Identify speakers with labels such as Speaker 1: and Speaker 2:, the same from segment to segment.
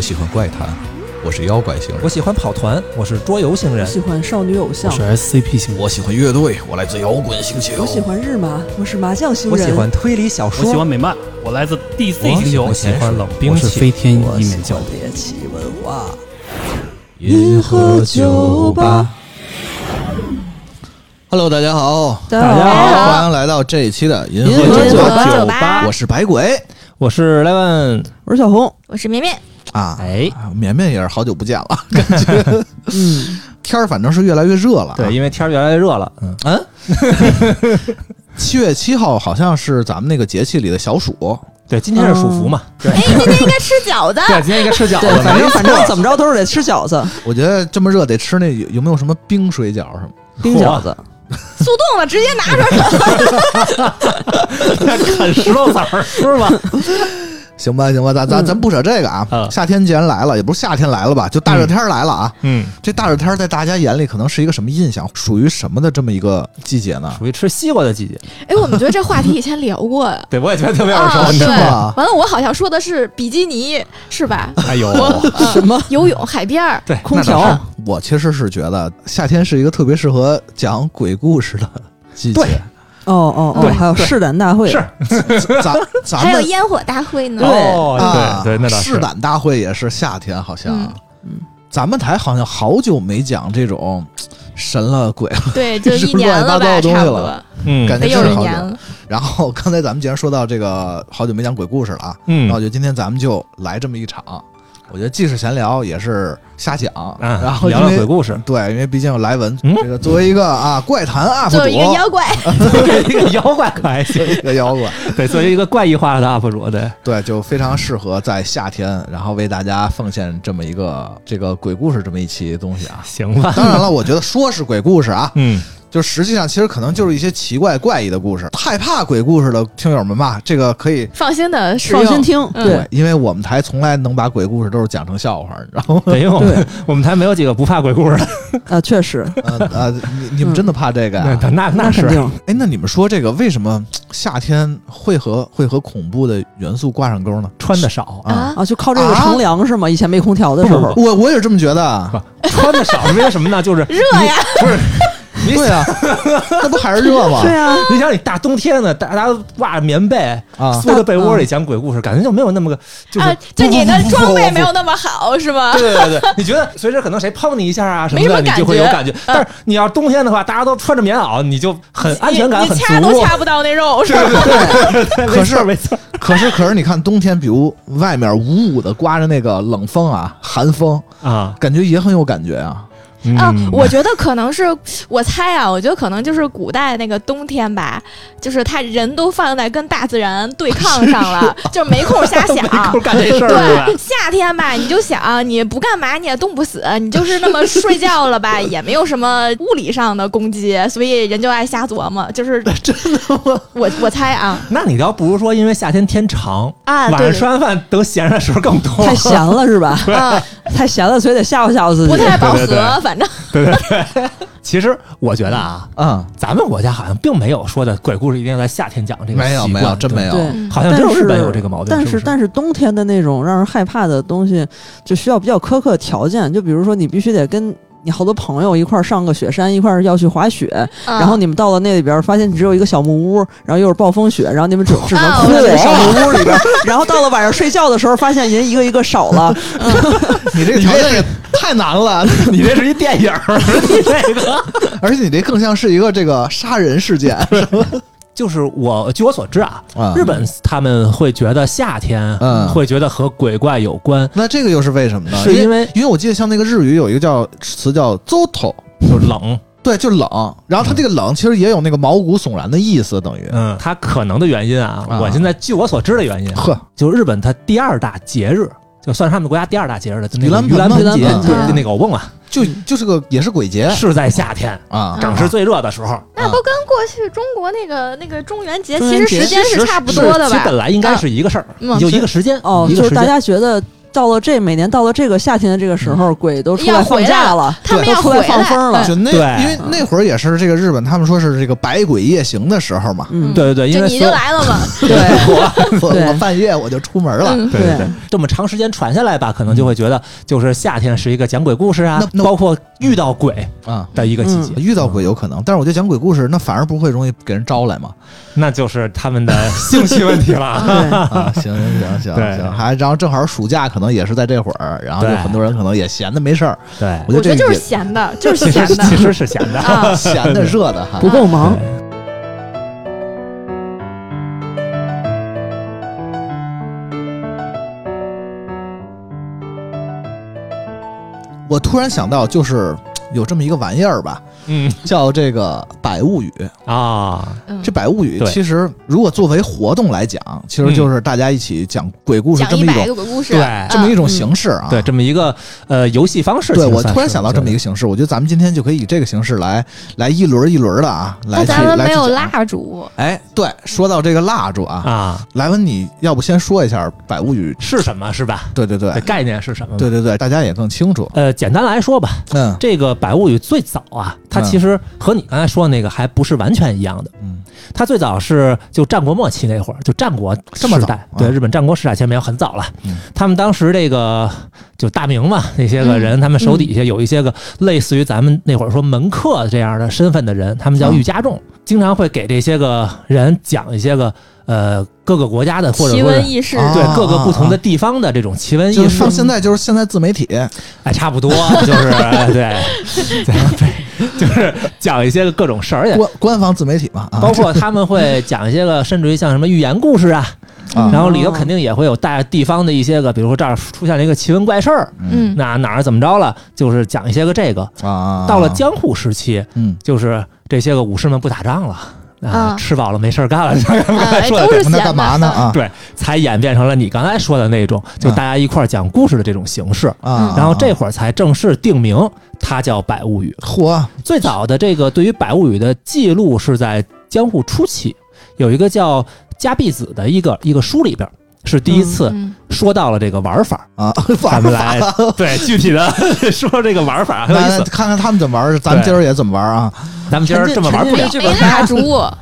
Speaker 1: 喜欢怪谈，我是妖怪星人
Speaker 2: 我；喜欢跑团，我是桌游星人。
Speaker 3: 喜欢少女偶
Speaker 4: 我
Speaker 3: 像，
Speaker 4: 是 SCP 型，
Speaker 1: 我喜欢乐队，我来自摇滚星球；
Speaker 3: 我喜欢日麻，我是麻将星
Speaker 2: 我
Speaker 3: 人，
Speaker 2: 喜欢推理小说，
Speaker 5: 我喜欢美漫，我来自 DC 星球
Speaker 2: 我。喜欢冷兵
Speaker 4: 我是
Speaker 2: 器，
Speaker 4: 飞天
Speaker 3: 我
Speaker 4: 一
Speaker 3: 喜
Speaker 4: 面教
Speaker 3: 欢。猎奇文化。
Speaker 1: 银河酒吧。Hello，大家好，
Speaker 3: 大家
Speaker 1: 好，欢迎来到这一期的银
Speaker 3: 银
Speaker 1: 河
Speaker 3: 河
Speaker 1: 酒
Speaker 3: 酒
Speaker 1: 吧。
Speaker 3: 吧
Speaker 6: 酒吧
Speaker 1: 我，是百鬼
Speaker 4: 我是 Levin，
Speaker 3: 我是小红。
Speaker 6: 我是绵绵，
Speaker 1: 啊，
Speaker 4: 哎，
Speaker 1: 绵绵也是好久不见了， 感觉
Speaker 3: 嗯，
Speaker 1: 天儿反正是越来越热了啊。
Speaker 4: 对，因为天儿越来越热了，嗯，
Speaker 1: 七月七号好像是咱们那个节气里的小暑，
Speaker 4: 对，今天是暑伏嘛，对，
Speaker 6: 哎，今天应该吃饺 子。
Speaker 4: 对，今天应该吃饺
Speaker 3: 对，
Speaker 4: 子，
Speaker 3: 反正反正怎么着都是得吃饺子，
Speaker 1: 我觉得这么热得吃那有有没有什么冰水饺什么？
Speaker 3: 冰饺子。
Speaker 6: 速冻了，直接拿出来。
Speaker 5: 啃石头子儿是吧？
Speaker 1: 行吧，行吧，咱咱咱不扯这个啊。
Speaker 4: 啊
Speaker 1: 夏天既然来了，也不是夏天来了吧，就大热天儿来了啊。
Speaker 4: 嗯，
Speaker 1: 这大热天儿在大家眼里可能是一个什么印象？属于什么的这么一个季节呢？
Speaker 4: 属于吃西瓜的季节，
Speaker 6: 哎，我们觉得这话题以前聊 过。啊，
Speaker 4: 对我也觉得特别耳熟，
Speaker 6: 对，
Speaker 1: 吗
Speaker 6: 完了，我好像说的是比基尼，是吧？
Speaker 4: 哎
Speaker 1: 呃
Speaker 4: 呦，
Speaker 6: 嗯
Speaker 3: 什么
Speaker 6: 游泳、海边儿，
Speaker 4: 对，
Speaker 3: 空
Speaker 4: 那倒
Speaker 3: 调
Speaker 4: 是
Speaker 1: 我其实是觉得夏天是一个特别适合讲鬼故事的季节。
Speaker 3: 哦哦哦
Speaker 4: 对，
Speaker 3: 还有试胆大会，
Speaker 4: 是
Speaker 1: 咱咱
Speaker 6: 还有
Speaker 1: 们
Speaker 6: 烟火大会呢。
Speaker 4: 哦
Speaker 1: 啊，，
Speaker 4: 对对，那倒
Speaker 1: 试胆大会也是夏天，好像。
Speaker 6: 嗯
Speaker 1: 咱们台好像好久没讲这种神了鬼了，
Speaker 6: 对，就
Speaker 1: 这
Speaker 6: 一
Speaker 1: 是
Speaker 6: 年
Speaker 1: 乱七八糟的
Speaker 6: 了吧，
Speaker 1: 东西
Speaker 6: 差不多
Speaker 1: 了，
Speaker 4: 嗯
Speaker 1: 感觉
Speaker 6: 得
Speaker 1: 是
Speaker 6: 有
Speaker 1: 好
Speaker 6: 一
Speaker 1: 久
Speaker 6: 年。了。
Speaker 1: 然后刚才咱们既然说到这个好久没讲鬼故事了啊，
Speaker 4: 嗯
Speaker 1: 然后我觉得今天咱们就来这么一场，我觉得既是闲聊也是瞎讲，
Speaker 4: 啊，
Speaker 1: 然后因
Speaker 4: 聊聊鬼
Speaker 1: 为
Speaker 4: 故事，
Speaker 1: 对，因为毕竟有莱文
Speaker 4: 嗯
Speaker 1: 这个作为一个啊怪谈 UP 主，
Speaker 6: 作为一个 妖怪，
Speaker 4: 一个妖怪可还行，
Speaker 1: 一个妖怪，
Speaker 4: 对，作为一个怪异化的 UP 主，对，
Speaker 1: 对，就非常适合在夏天，然后为大家奉献这么一个这个鬼故事这么一期东西 啊。
Speaker 4: 行吧，
Speaker 1: 当然了，我觉得说是鬼故事啊，
Speaker 4: 嗯，
Speaker 1: 就实际上其实可能就是一些奇怪怪异的故事。害怕鬼故事的听友们吧，这个可以
Speaker 6: 放心的使
Speaker 3: 放
Speaker 6: 用。
Speaker 3: 心听。
Speaker 6: 嗯
Speaker 3: 对，
Speaker 1: 因为我们台从来能把鬼故事都是讲成笑话，你知道吗？
Speaker 4: 对，因为我
Speaker 3: 对
Speaker 4: 们我们台没有几个不怕鬼故事的，
Speaker 3: 啊，确实，
Speaker 1: 呃呃，你你们真的怕这个呀、啊
Speaker 4: 嗯那那那
Speaker 3: 肯
Speaker 4: 是
Speaker 3: 定。
Speaker 1: 哎，那你们说这个为什么夏天会和会和恐怖的元素挂上钩呢？
Speaker 4: 穿的少啊，
Speaker 6: 啊，
Speaker 3: 啊，就靠这个
Speaker 1: 啊
Speaker 3: 乘凉是吗？以前没空调的时
Speaker 4: 不
Speaker 3: 候
Speaker 4: 不，
Speaker 1: 我我也是这么觉得啊，
Speaker 4: 穿的少是因为什么呢？就是
Speaker 6: 热呀！
Speaker 4: 你
Speaker 1: 对啊，那不还是热吗？
Speaker 3: 对啊，
Speaker 4: 你想，你大冬天的，大家都挂着棉被，
Speaker 1: 啊，
Speaker 4: 缩在被窝里讲鬼故事，感觉就没有那么个，就是、
Speaker 6: 啊，就你的装备没有。那么好，是吗
Speaker 4: 对？对 对，你觉得随时可能谁碰你一下啊什么
Speaker 6: 没什
Speaker 4: 的，
Speaker 6: 么
Speaker 4: 你
Speaker 6: 感觉嗯
Speaker 4: 就会有感觉。但是你要冬天的话，大家都穿着棉袄，你就很安全感
Speaker 6: 你
Speaker 4: 很
Speaker 6: 你
Speaker 4: 足。啊
Speaker 6: 掐
Speaker 1: 啊
Speaker 6: 都掐不到那肉，是吧？
Speaker 4: 对，
Speaker 1: 可
Speaker 4: 没
Speaker 1: 是
Speaker 4: 错没错。
Speaker 1: 可是可是你看冬天，比如外面呜呜的刮着那个冷风啊，寒风，
Speaker 4: 啊，嗯
Speaker 1: 感觉也很有感觉啊。
Speaker 6: 啊，我觉得可能是我猜啊，我觉得可能就是古代那个冬天吧，就是他人都放在跟大自然对抗上了，就是没空瞎想。
Speaker 4: 没空干这事儿是吧
Speaker 6: 对，？夏天吧，你就想你不干嘛你也冻不死，你就是那么睡觉了吧，也没有什么物理上的攻击，所以人就爱瞎琢磨。就是真的吗？我我猜啊
Speaker 4: 那你倒不如说，因为夏天天长，
Speaker 6: 啊，
Speaker 4: 晚上
Speaker 6: 对
Speaker 4: 吃完饭等闲着的时候更多。
Speaker 3: 太闲了是吧？
Speaker 6: 啊，
Speaker 3: 太闲了，所以得吓唬吓唬自己。
Speaker 6: 不太饱
Speaker 4: 对对
Speaker 6: 和，反正
Speaker 4: 其实我觉得啊，
Speaker 1: 嗯，
Speaker 4: 咱们国家好像并没有说的鬼故事一定要在夏天讲这个习惯，
Speaker 1: 没有没有，真
Speaker 4: 对
Speaker 1: 没有。
Speaker 3: 对，
Speaker 4: 好像只有日本哎有这个矛盾。
Speaker 3: 但
Speaker 4: 是
Speaker 3: 是
Speaker 4: 不
Speaker 3: 但是冬天的那种让人害怕的东西，就需要比较苛刻条件，就比如说你必须得跟。你好多朋友一块儿上个雪山，一块儿要去滑雪，
Speaker 6: 啊
Speaker 3: 然后你们到了那里边儿，发现只有一个小木屋，然后又是暴风雪，然后你 们只只能
Speaker 6: 啊
Speaker 3: 哭
Speaker 6: 我
Speaker 3: 在
Speaker 6: 知
Speaker 3: 小木屋里边儿，然后到了晚上睡觉的时候，发现人一个一个少 了，
Speaker 1: 你这个条件也太难了，
Speaker 4: 你这是一电影儿， 你这个。
Speaker 1: 而且你这更像是一个这个杀人事件
Speaker 4: 就是我据我所知啊，
Speaker 1: 啊
Speaker 4: 日本他们会觉得夏天
Speaker 1: 嗯
Speaker 4: 会觉得和鬼怪有关，
Speaker 1: 那这个又是为什么呢？
Speaker 4: 是因
Speaker 1: 因
Speaker 4: 为
Speaker 1: 因为我记得像那个日语有一个叫词叫 “zoto”，
Speaker 4: 就是冷，
Speaker 1: 对，就冷。然后它这个冷其实也有那个毛骨悚然的意思，等于。
Speaker 4: 嗯，它可能的原因啊，
Speaker 1: 啊
Speaker 4: 我现在据我所知的原因，啊
Speaker 1: 呵，
Speaker 4: 就日本它第二大节日，就算是他们国家第二大节日了，就那个
Speaker 1: 盂兰
Speaker 4: 盂兰
Speaker 1: 盆嗯哎
Speaker 4: 节，
Speaker 1: 嘛
Speaker 4: 就那个我忘了，
Speaker 1: 就就是个也是鬼节
Speaker 4: 是在夏天，
Speaker 6: 嗯
Speaker 1: 啊，
Speaker 4: 正是最热的时候，
Speaker 6: 那不跟过去中国那个那个中元节
Speaker 3: 中
Speaker 6: 其
Speaker 3: 元
Speaker 6: 实
Speaker 3: 节
Speaker 6: 时间
Speaker 4: 其
Speaker 6: 是
Speaker 4: 实
Speaker 6: 差不多的
Speaker 4: 其实
Speaker 6: 吧
Speaker 4: 本？来应该是一个事儿，
Speaker 6: 嗯
Speaker 4: 你就一个时间，
Speaker 3: 哦，
Speaker 4: 一
Speaker 3: 就
Speaker 4: 个
Speaker 3: 是
Speaker 4: 时
Speaker 3: 大
Speaker 4: 间。
Speaker 3: 家觉得到了这每年到了这个夏天的这个时候，鬼都出
Speaker 6: 要
Speaker 3: 来
Speaker 6: 回
Speaker 3: 放
Speaker 6: 来
Speaker 3: 假
Speaker 6: 了
Speaker 3: 了，
Speaker 6: 他们
Speaker 3: 都
Speaker 6: 要
Speaker 3: 出
Speaker 6: 回
Speaker 3: 来
Speaker 6: 来
Speaker 3: 放风了
Speaker 1: 啊就那，
Speaker 4: 对
Speaker 1: 因为那会儿也是这个日本，他们说是这个百鬼夜行的时候嘛。
Speaker 3: 嗯，
Speaker 4: 对对对，因
Speaker 6: 就
Speaker 4: 为
Speaker 6: 你就
Speaker 4: 所
Speaker 6: 来了嘛，
Speaker 3: 对
Speaker 1: 我我
Speaker 3: 对
Speaker 1: 我半夜我就出门了，
Speaker 6: 嗯
Speaker 4: 对对对，这么长时间传下来吧，可能就会觉得就是夏天是一个讲鬼故事啊
Speaker 1: 那，那
Speaker 4: 包括遇到鬼
Speaker 1: 啊，
Speaker 4: 的一个季节，
Speaker 1: 遇到鬼有可能，但是我觉得讲鬼故事那反而不会容易给人招来 嘛。
Speaker 4: 那就是他 们的兴趣问题了。
Speaker 3: 对，
Speaker 1: 啊，行行行行
Speaker 4: 对
Speaker 1: 行，还然后正好暑假可能也是在这会儿，然后就
Speaker 4: 对
Speaker 1: 很多人可能也闲的没事儿，
Speaker 4: 对，
Speaker 1: 我
Speaker 6: 我
Speaker 1: 觉
Speaker 6: 觉
Speaker 1: 得
Speaker 6: 得
Speaker 1: 这
Speaker 6: 就
Speaker 1: 个
Speaker 6: 是闲的，就
Speaker 4: 其
Speaker 6: 是
Speaker 4: 实
Speaker 6: 闲
Speaker 4: 其
Speaker 6: 的
Speaker 4: 实是闲的。
Speaker 6: 啊。
Speaker 1: 闲的热的哈
Speaker 3: 不。够忙，
Speaker 1: 我突然想到，就是有这么一个玩意儿吧，
Speaker 4: 嗯
Speaker 1: 叫这个百物语。
Speaker 4: 啊，
Speaker 6: 嗯
Speaker 1: 这百物语
Speaker 4: 对嗯
Speaker 1: 其实如果作为活动来讲，其实就是大家一起讲鬼故事
Speaker 6: 讲
Speaker 1: 这么
Speaker 6: 一
Speaker 1: 一
Speaker 6: 百
Speaker 1: 种
Speaker 6: 个鬼故事，
Speaker 4: 对
Speaker 6: 嗯
Speaker 1: 这么一种形式啊。
Speaker 4: 对，这么一个呃游戏方式。
Speaker 1: 对，
Speaker 4: 其实
Speaker 1: 我
Speaker 4: 算
Speaker 1: 突然
Speaker 4: 是
Speaker 1: 想到这么一个，形式，我觉得咱们今天就可以以这个形式来来一轮一轮的啊，来
Speaker 6: 那
Speaker 1: 去
Speaker 6: 咱们
Speaker 1: 来
Speaker 6: 没
Speaker 1: 去
Speaker 6: 有
Speaker 1: 讲
Speaker 6: 蜡烛，
Speaker 1: 哎，对，说到这个蜡烛啊，
Speaker 4: 啊
Speaker 1: 莱文，你要不先说一下百物语？
Speaker 4: 是什么是吧？
Speaker 1: 对对对，
Speaker 4: 概念是什么？
Speaker 1: 对。对对，大家也更清楚。
Speaker 4: 呃，简单来说吧，
Speaker 1: 嗯
Speaker 4: 这个《百物语》最早啊，它
Speaker 1: 嗯
Speaker 4: 其实和你刚才说的那个还不是完全一样的。
Speaker 1: 嗯，
Speaker 4: 它最早是就战国末期那会儿，就战国
Speaker 1: 这么
Speaker 4: 时
Speaker 1: 早
Speaker 4: 代
Speaker 1: 啊
Speaker 4: 对日本战国时代前面很早了。
Speaker 1: 嗯
Speaker 4: 他们当时这个就大明嘛，那些个
Speaker 1: 嗯
Speaker 4: 人，他们手底下有一些个类似于咱们那会儿说门客这样的身份的人，他们叫
Speaker 1: 嗯
Speaker 4: 御家众，经常会给这些个人讲一些个呃各个国家的或者
Speaker 6: 奇
Speaker 4: 说是
Speaker 6: 闻异事，
Speaker 1: 啊
Speaker 4: 对各个不同的地方的这种奇闻
Speaker 1: 就
Speaker 4: 异
Speaker 1: 是
Speaker 4: 事
Speaker 1: 放，现在就是现在自媒体，
Speaker 4: 哎，差不多就是哎对，对，就是讲一些个各种事儿，而且
Speaker 1: 官官方自媒体嘛啊，
Speaker 4: 包括他们会讲一些个，甚至于像什么寓言故事啊，
Speaker 1: 啊
Speaker 6: 嗯
Speaker 4: 然后里头肯定也会有带地方的一些个，比如说这儿出现了一个奇闻怪事儿，
Speaker 6: 嗯，
Speaker 4: 那哪儿怎么着了，就是讲一些个这个。
Speaker 1: 啊啊，
Speaker 4: 到了江户时期，
Speaker 1: 嗯，
Speaker 4: 就是这些个武士们不打仗了。啊，
Speaker 6: 啊
Speaker 4: 吃饱了没事儿干了，
Speaker 6: 哎
Speaker 4: 说的
Speaker 6: 都是闲
Speaker 1: 那
Speaker 6: 的
Speaker 1: 干嘛呢？啊
Speaker 4: 对才演变成了你刚才说的那种，就大家一块儿讲故事的这种形式。
Speaker 1: 啊？
Speaker 4: 然后这会儿才正式定名，它叫《百物语》。
Speaker 1: 嚯，
Speaker 4: 最早的这个对于《百物语》的记录是在江户初期，有一个叫加必子的一个一个书里边儿，是第一次
Speaker 6: 嗯
Speaker 4: 说到了这个玩法。
Speaker 1: 啊，
Speaker 4: 咱们来对具体的说这个玩法很有意
Speaker 1: 来
Speaker 4: 思。
Speaker 1: 看看他们怎么玩，咱们今儿也怎么玩啊？
Speaker 4: 咱们今儿这么玩不了
Speaker 3: 沉浸沉浸于，这
Speaker 6: 没
Speaker 3: 本
Speaker 6: 蜡烛，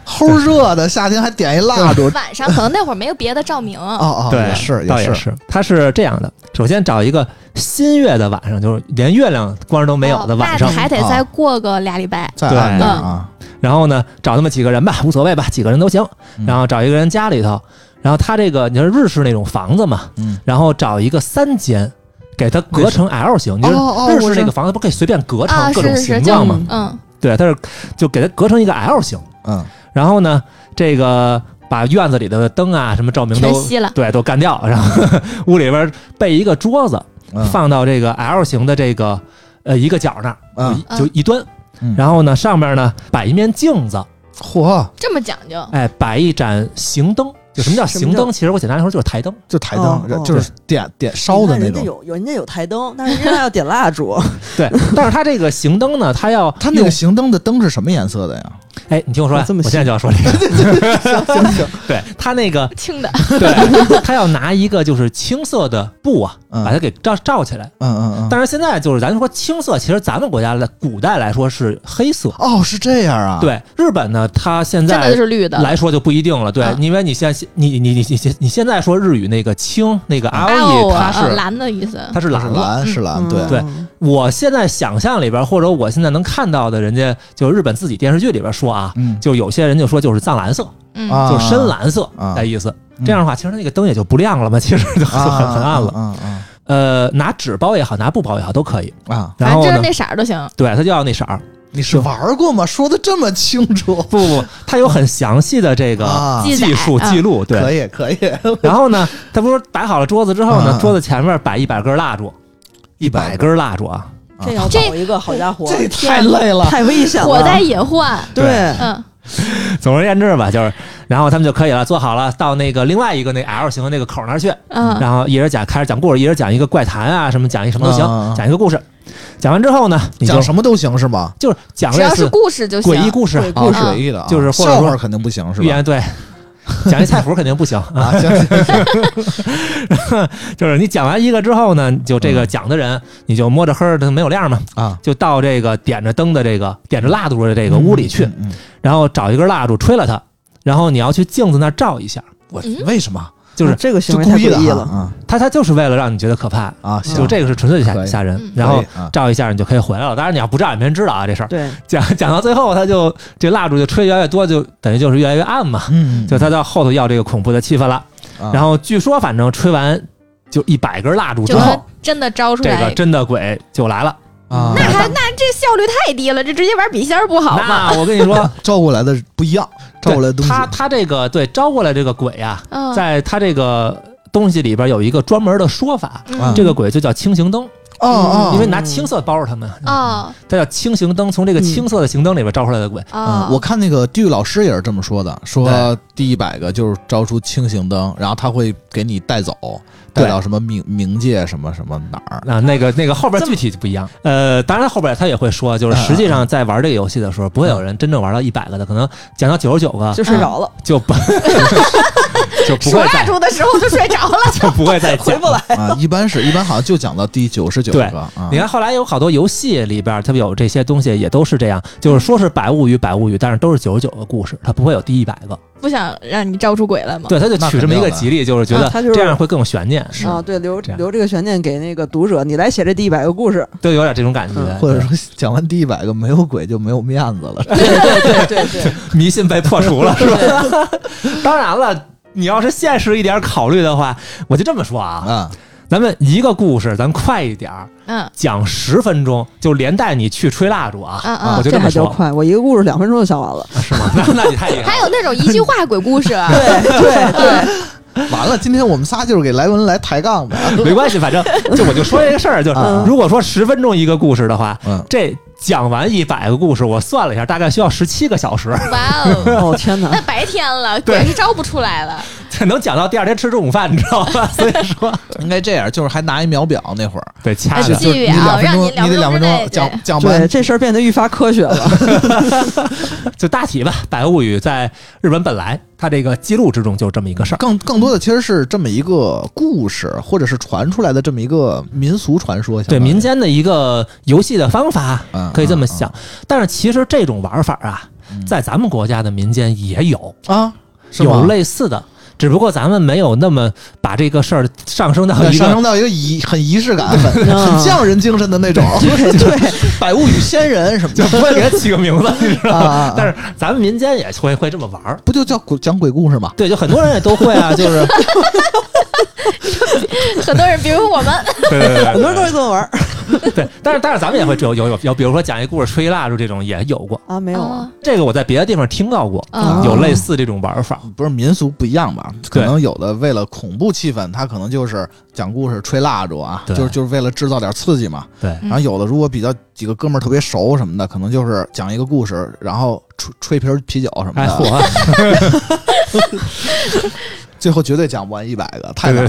Speaker 1: 齁热的，夏天还点一蜡烛，
Speaker 6: 晚上可能那会儿没有别的照明，
Speaker 1: 哦哦，
Speaker 4: 对，
Speaker 1: 也是
Speaker 4: 倒也
Speaker 1: 是，
Speaker 4: 是，它是这样的：首先找一个新月的晚上，就是连月亮光都没有的
Speaker 6: 哦
Speaker 4: 晚上啊
Speaker 6: 那，还得再过个俩礼拜，
Speaker 1: 再
Speaker 4: 对
Speaker 1: 暗点啊，
Speaker 4: 然后呢，找那么几个人吧，无所谓吧，几个人都行
Speaker 1: 嗯。
Speaker 4: 然后找一个人家里头，然后他这个你说日式那种房子嘛，
Speaker 1: 嗯
Speaker 4: 然后找一个三间，给它隔成 L 型。你
Speaker 1: 哦哦
Speaker 4: 说日
Speaker 1: 我知
Speaker 4: 式
Speaker 1: 道
Speaker 4: 那个房子不可以随便隔
Speaker 6: 啊，
Speaker 4: 成各种
Speaker 6: 是是是，
Speaker 4: 形
Speaker 6: 就
Speaker 4: 状吗？
Speaker 3: 嗯
Speaker 6: 嗯，
Speaker 4: 对，它是就给它隔成一个 L 型。
Speaker 1: 嗯，
Speaker 4: 然后呢，这个把院子里的灯啊什么照明
Speaker 6: 全
Speaker 4: 都
Speaker 6: 熄了，
Speaker 4: 对都干掉，然后屋里边备一个桌子，
Speaker 1: 嗯
Speaker 4: 放到这个 L 型的这个呃一个角那儿，
Speaker 1: 嗯
Speaker 4: 就一端
Speaker 1: 嗯。
Speaker 4: 然后呢，上面呢摆一面镜子，
Speaker 1: 嚯，
Speaker 6: 这么讲究，
Speaker 4: 哎，摆一盏行灯。就什么叫行灯？其实我简单来说就是台灯。
Speaker 1: 就台
Speaker 3: 哦
Speaker 1: 灯，
Speaker 3: 哦
Speaker 1: 就是点点烧的那
Speaker 3: 人家
Speaker 1: 种。
Speaker 3: 有有人家有台灯，但是人家要点蜡烛，
Speaker 4: 对，但是它这个行灯呢，它要
Speaker 1: 它那个
Speaker 4: 用
Speaker 1: 行灯的灯是什么颜色的呀？
Speaker 4: 哎，你听我
Speaker 1: 啊
Speaker 4: 说呀，
Speaker 3: 哦这么
Speaker 4: 我现在
Speaker 3: 细
Speaker 4: 就要说 这个。
Speaker 1: 行行，
Speaker 4: 对它 那个，
Speaker 6: 轻的，
Speaker 4: 对它要拿一个就是青色的布啊，
Speaker 1: 嗯
Speaker 4: 把它给罩罩起来。
Speaker 1: 嗯嗯嗯。
Speaker 4: 但是现在就是咱说青色，其实咱们国家的古代来说是黑色。
Speaker 1: 哦，是这样啊。，
Speaker 4: 对日本呢，它现
Speaker 6: 真的就
Speaker 4: 在
Speaker 6: 是绿的，
Speaker 4: 来说就不一定了。对
Speaker 6: 啊，
Speaker 4: 因为你现在你你你你你现在说日语那个青那个 R
Speaker 6: 啊
Speaker 4: E，
Speaker 6: 哦
Speaker 4: 它
Speaker 6: 啊，
Speaker 4: 是
Speaker 6: 蓝的意思，
Speaker 4: 它是
Speaker 1: 是
Speaker 4: 蓝了。
Speaker 1: 蓝是
Speaker 3: 嗯
Speaker 1: 蓝，对
Speaker 4: 对啊我现在想象里边，或者我现在能看到的，人家就日本自己电视剧里边说啊，
Speaker 1: 嗯
Speaker 4: 就有些人就说就是藏蓝色，
Speaker 6: 嗯
Speaker 1: 啊
Speaker 4: 就是深蓝色
Speaker 1: 啊
Speaker 4: 的意思。这样的话，其实那个灯也就不亮了嘛，其实就就
Speaker 1: 啊
Speaker 4: 很很暗了。
Speaker 1: 啊啊
Speaker 4: 呃，拿纸包也好，拿布包也好都可以。
Speaker 1: 啊啊！
Speaker 6: 反
Speaker 4: 然
Speaker 6: 正
Speaker 4: 后
Speaker 6: 就是
Speaker 4: 呢，
Speaker 6: 那色儿就行，
Speaker 4: 对，它就要那色儿。
Speaker 1: 你是玩过吗？说的这么清楚
Speaker 4: 不不不，它有很详细的这个
Speaker 1: 啊！
Speaker 6: 记载
Speaker 4: 技术
Speaker 6: 啊
Speaker 4: 记录。
Speaker 1: 可
Speaker 4: 对，
Speaker 1: 以可以，
Speaker 4: 然后呢，它不是摆好了桌子之后
Speaker 1: 啊
Speaker 4: 呢，桌子前面摆一百根蜡烛，一
Speaker 1: 100
Speaker 4: 百根蜡烛啊，
Speaker 1: 啊
Speaker 3: 这要
Speaker 6: 这
Speaker 3: 搞一个好家伙，
Speaker 1: 这太累了。
Speaker 3: 太危险了，
Speaker 6: 火灾隐患，
Speaker 3: 对，
Speaker 6: 嗯，
Speaker 4: 总而言之吧，就是，然后他们就可以了，做好了，到那个另外一个那 L 型的那个口那儿去，
Speaker 6: 嗯，
Speaker 4: 然后一人讲开始讲故事，一人讲一个怪谈啊，什么讲一什么都行，
Speaker 1: 啊
Speaker 4: 讲一个故事。讲完之后呢，你就
Speaker 1: 讲什么都行是吗？
Speaker 4: 就是讲
Speaker 6: 只
Speaker 4: 类
Speaker 6: 要是
Speaker 4: 似
Speaker 6: 故事就行
Speaker 4: 诡异，故事，
Speaker 3: 鬼
Speaker 1: 啊
Speaker 3: 故
Speaker 6: 事
Speaker 1: 诡异的啊，
Speaker 4: 就是或者
Speaker 1: 笑
Speaker 4: 说
Speaker 1: 话肯定不行是
Speaker 4: 寓
Speaker 1: 吧？
Speaker 4: 言对，讲一菜谱肯定不行啊，
Speaker 1: 啊，行行行，
Speaker 4: 就是你讲完一个之后呢，就这个讲的人，你就摸着黑儿的没有亮嘛，
Speaker 1: 嗯啊，
Speaker 4: 就到这个点着灯的这个点着蜡烛的这个屋里去，
Speaker 1: 嗯，嗯
Speaker 4: 然后找一根蜡烛吹了它，然后你要去镜子那儿照一下，
Speaker 1: 我
Speaker 6: 嗯
Speaker 1: 为什么
Speaker 4: 就是
Speaker 3: 啊这个
Speaker 1: 就
Speaker 3: 行为
Speaker 1: 故
Speaker 3: 太
Speaker 1: 意
Speaker 3: 诡
Speaker 1: 的
Speaker 3: 异
Speaker 1: 哈
Speaker 3: 了。嗯
Speaker 1: 啊
Speaker 4: 它它就是为了让你觉得可怕，
Speaker 1: 啊，行
Speaker 4: 就这个是纯粹
Speaker 1: 可
Speaker 4: 吓
Speaker 1: 以
Speaker 4: 吓人
Speaker 6: 嗯。
Speaker 4: 然后
Speaker 1: 可以啊
Speaker 4: 照一下你就可以回来了，当然你要不照也没人知道啊这事儿。
Speaker 3: 对，
Speaker 4: 讲讲到最后，它就这蜡烛就吹越来越多，就等于就是越来越暗嘛，
Speaker 1: 嗯，嗯
Speaker 4: 就它到后头要这个恐怖的气氛了。
Speaker 1: 啊
Speaker 4: 然后据说反正吹完就一百根蜡烛之
Speaker 6: 就
Speaker 4: 后
Speaker 6: 他。真的招出
Speaker 4: 这个
Speaker 6: 来，
Speaker 4: 真的鬼就来了。
Speaker 1: 啊
Speaker 6: 那，还那这效率太低了，这直接玩笔仙儿不好吗？
Speaker 4: 那我跟你说，
Speaker 1: 照过来的不一样， 照过来的东西
Speaker 4: 他他这个对招过来这个鬼啊，
Speaker 6: 嗯，
Speaker 4: 在他这个东西里边有一个专门的说法，
Speaker 1: 啊
Speaker 6: 嗯
Speaker 4: 这个鬼就叫清行灯，
Speaker 1: 哦哦，
Speaker 3: 啊
Speaker 4: 因为拿青色包着他们，
Speaker 6: 哦
Speaker 4: 它叫清行灯，从这个青色的行灯里边招出来的鬼。
Speaker 6: 哦
Speaker 1: 嗯，，我看那个地狱老师也是这么说的，说
Speaker 4: 对
Speaker 1: 第一百个就是招出清醒灯，然后他会给你带走，
Speaker 4: 对
Speaker 1: 带到什么冥冥界什么什么哪儿。
Speaker 4: 啊那那个那个后边具体就不一样，嗯呃，当然后边他也会说，就是实际上在玩这个游戏的时候，不会有人真正玩到一百个的，可能讲到九十九个
Speaker 3: 就睡着了，
Speaker 4: 就 不就不
Speaker 6: 数
Speaker 4: 会
Speaker 6: 蜡
Speaker 4: 再
Speaker 6: 烛的时候就睡 着了，
Speaker 4: 就不会再
Speaker 3: 回
Speaker 4: 讲
Speaker 3: 不来。
Speaker 1: 啊，一般是一般好像就讲到第九十九
Speaker 4: 对
Speaker 1: 个啊
Speaker 4: 你，看，后来有好多游戏里边，它有这些东西，也都是这样，就是说是百物语，百物语，但是都是九十九个故事，它不会有第一百个。
Speaker 6: 不想让你招出鬼来吗？
Speaker 4: 对，它就
Speaker 1: 那
Speaker 4: 取这么一个吉利，就是觉得
Speaker 3: 啊它就是
Speaker 4: 这样会更有悬念，
Speaker 1: 是
Speaker 3: 啊，对，留
Speaker 4: 这样
Speaker 3: 留这个悬念给那个读者，你来写这第一百个 故事。
Speaker 4: 都有点这种感觉
Speaker 3: 嗯，
Speaker 1: 或者说讲完第一百个没有鬼就没有面子了。
Speaker 3: 对对对对对，
Speaker 4: 迷信被破除了，是 吧？当然了。你要是现实一点考虑的话，我就这么说啊，
Speaker 1: 啊，
Speaker 4: 咱们一个故事，咱快一点儿
Speaker 6: 嗯
Speaker 4: 讲十分钟，就连带你去吹蜡烛啊，
Speaker 6: 嗯嗯
Speaker 4: 我就
Speaker 3: 这
Speaker 4: 么
Speaker 3: 还叫
Speaker 4: 说，
Speaker 3: 快，我一个故事两分钟就 讲完了。
Speaker 4: 是吗？那那你太厉害
Speaker 6: 还
Speaker 4: 了
Speaker 6: 有，那种一句话鬼故 事，啊
Speaker 3: 对对对，
Speaker 1: 完了，今天我们仨就是给莱文来抬杠的。
Speaker 4: 没关系，反正就我就说这个事儿，就是
Speaker 3: 嗯
Speaker 4: 如果说十分钟一个故事的话，
Speaker 1: 嗯，
Speaker 4: 这讲完一百个故事，我算了一下，大概需要十七个小时
Speaker 6: 哇哦，
Speaker 3: 哦天哪
Speaker 6: 那，白天了，
Speaker 4: 对
Speaker 6: 鬼是招不出来了。
Speaker 4: 才能讲到第二天吃中午饭，你知道吧？所以说
Speaker 1: 应该这样，就是还拿一秒表那会儿，
Speaker 4: 得掐
Speaker 6: 哎
Speaker 4: 着
Speaker 6: 是。
Speaker 1: 就是
Speaker 6: 记
Speaker 1: 你
Speaker 6: 忆啊
Speaker 1: 两分
Speaker 6: 让
Speaker 1: 钟，
Speaker 6: 你两
Speaker 1: 得两分钟
Speaker 6: 分钟之内
Speaker 1: 讲讲
Speaker 3: 对，
Speaker 1: 完。
Speaker 3: 这事儿变得愈发科学 了。
Speaker 4: 就大体吧，《百物语》在日本本来它这个记录之中就这么一个事儿。
Speaker 1: 更更多的其实是这么一个故事，或者是传出来的这么一个民俗传说。
Speaker 4: 对
Speaker 1: 相当于
Speaker 4: 民间的一个游戏的方法
Speaker 1: 嗯，
Speaker 4: 可以这么想，但是其实这种玩法啊，在咱们国家的民间也有，
Speaker 1: 啊，是吗
Speaker 4: 有类似的，只不过咱们没有那么把这个事儿上升到
Speaker 1: 对
Speaker 4: 一
Speaker 1: 上
Speaker 4: 个
Speaker 1: 升到一个仪很仪式感、 很
Speaker 3: 嗯
Speaker 1: 很匠人精神的 那种，
Speaker 3: 对对，
Speaker 1: 百物语仙人什么
Speaker 4: 就
Speaker 1: 的
Speaker 4: 不会给它起个名字，你知道
Speaker 1: 啊
Speaker 4: 吗？
Speaker 1: 啊，
Speaker 4: 但是咱们民间也会会这么玩儿，
Speaker 1: 不就叫鬼讲鬼故事吗？
Speaker 4: 对，就很多人也都会啊，就是
Speaker 6: 很多人，比如我们，
Speaker 4: 对对对，
Speaker 3: 很多人都会这么玩儿
Speaker 4: 对，但是但是咱们也会有有有有，比如说讲一故事吹蜡烛这种也有过，
Speaker 3: 啊，没有
Speaker 6: 哦
Speaker 3: 啊，
Speaker 4: 这个我在别的地方听到过，
Speaker 6: 啊
Speaker 4: 有类似这种玩法。
Speaker 1: 不是民俗不一样吧？可
Speaker 4: 对
Speaker 1: 能有的为了恐怖气氛，他可能就是讲故事、吹蜡烛啊，
Speaker 4: 对
Speaker 1: 就是就是为了制造点刺激嘛。
Speaker 4: 对
Speaker 1: 然后有的如果比较几个哥们儿特别熟什么的，可能就是讲一个故事，然后吹吹瓶啤酒什么
Speaker 4: 哎，
Speaker 1: 的，
Speaker 4: 我
Speaker 1: 最后绝对讲不完一百个，太难
Speaker 4: 对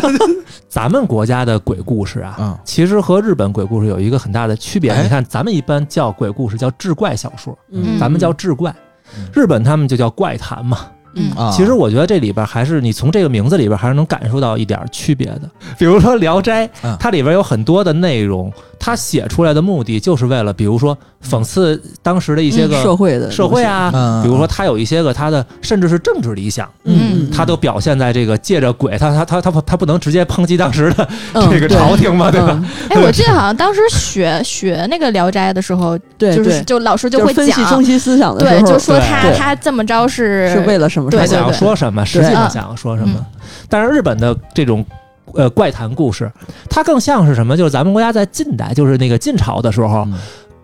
Speaker 4: 对
Speaker 1: 了。
Speaker 4: 咱们国家的鬼故事啊，
Speaker 1: 嗯
Speaker 4: 其实和日本鬼故事有一个很大的区别。
Speaker 1: 哎
Speaker 4: 你看，咱们一般叫鬼故事叫志怪小说，
Speaker 3: 嗯
Speaker 4: 咱们叫志怪
Speaker 1: 嗯，
Speaker 4: 日本他们就叫怪谈嘛。
Speaker 6: 嗯
Speaker 1: 啊，
Speaker 4: 其实我觉得这里边还是你从这个名字里边还是能感受到一点区别的。比如说《聊斋》
Speaker 1: 嗯，
Speaker 4: 它里边有很多的内容，它写出来的目的就是为了，比如说讽刺当时的一些
Speaker 3: 嗯社
Speaker 4: 个
Speaker 3: 会的
Speaker 4: 社会，啊
Speaker 1: 嗯，
Speaker 4: 比如说它有一些个它的甚至是政治理想，
Speaker 3: 嗯，
Speaker 4: 它都表现在这个借着鬼，它它它它不它不能直接抨击当时的
Speaker 3: 嗯
Speaker 4: 啊 这个朝廷嘛，对吧？
Speaker 3: 嗯
Speaker 6: 哎，我记得好像当时学学那个《聊斋》的时候，
Speaker 3: 对
Speaker 6: 就
Speaker 3: 对
Speaker 6: 是就老师
Speaker 3: 就是
Speaker 6: 会
Speaker 3: 分析
Speaker 6: 讲
Speaker 3: 中，心思想的
Speaker 6: 对
Speaker 3: 时，候，
Speaker 6: 就说
Speaker 4: 对
Speaker 6: 他
Speaker 3: 对
Speaker 6: 他这么着是
Speaker 3: 是为了什么什
Speaker 6: 对
Speaker 4: 他
Speaker 3: 么？
Speaker 4: 想要说什么，实际上
Speaker 6: 对
Speaker 4: 想要说什么。但是日本的这种呃怪谈故事，它更像是什么？就是咱们国家在近代，就是那个晋朝的时候，
Speaker 1: 嗯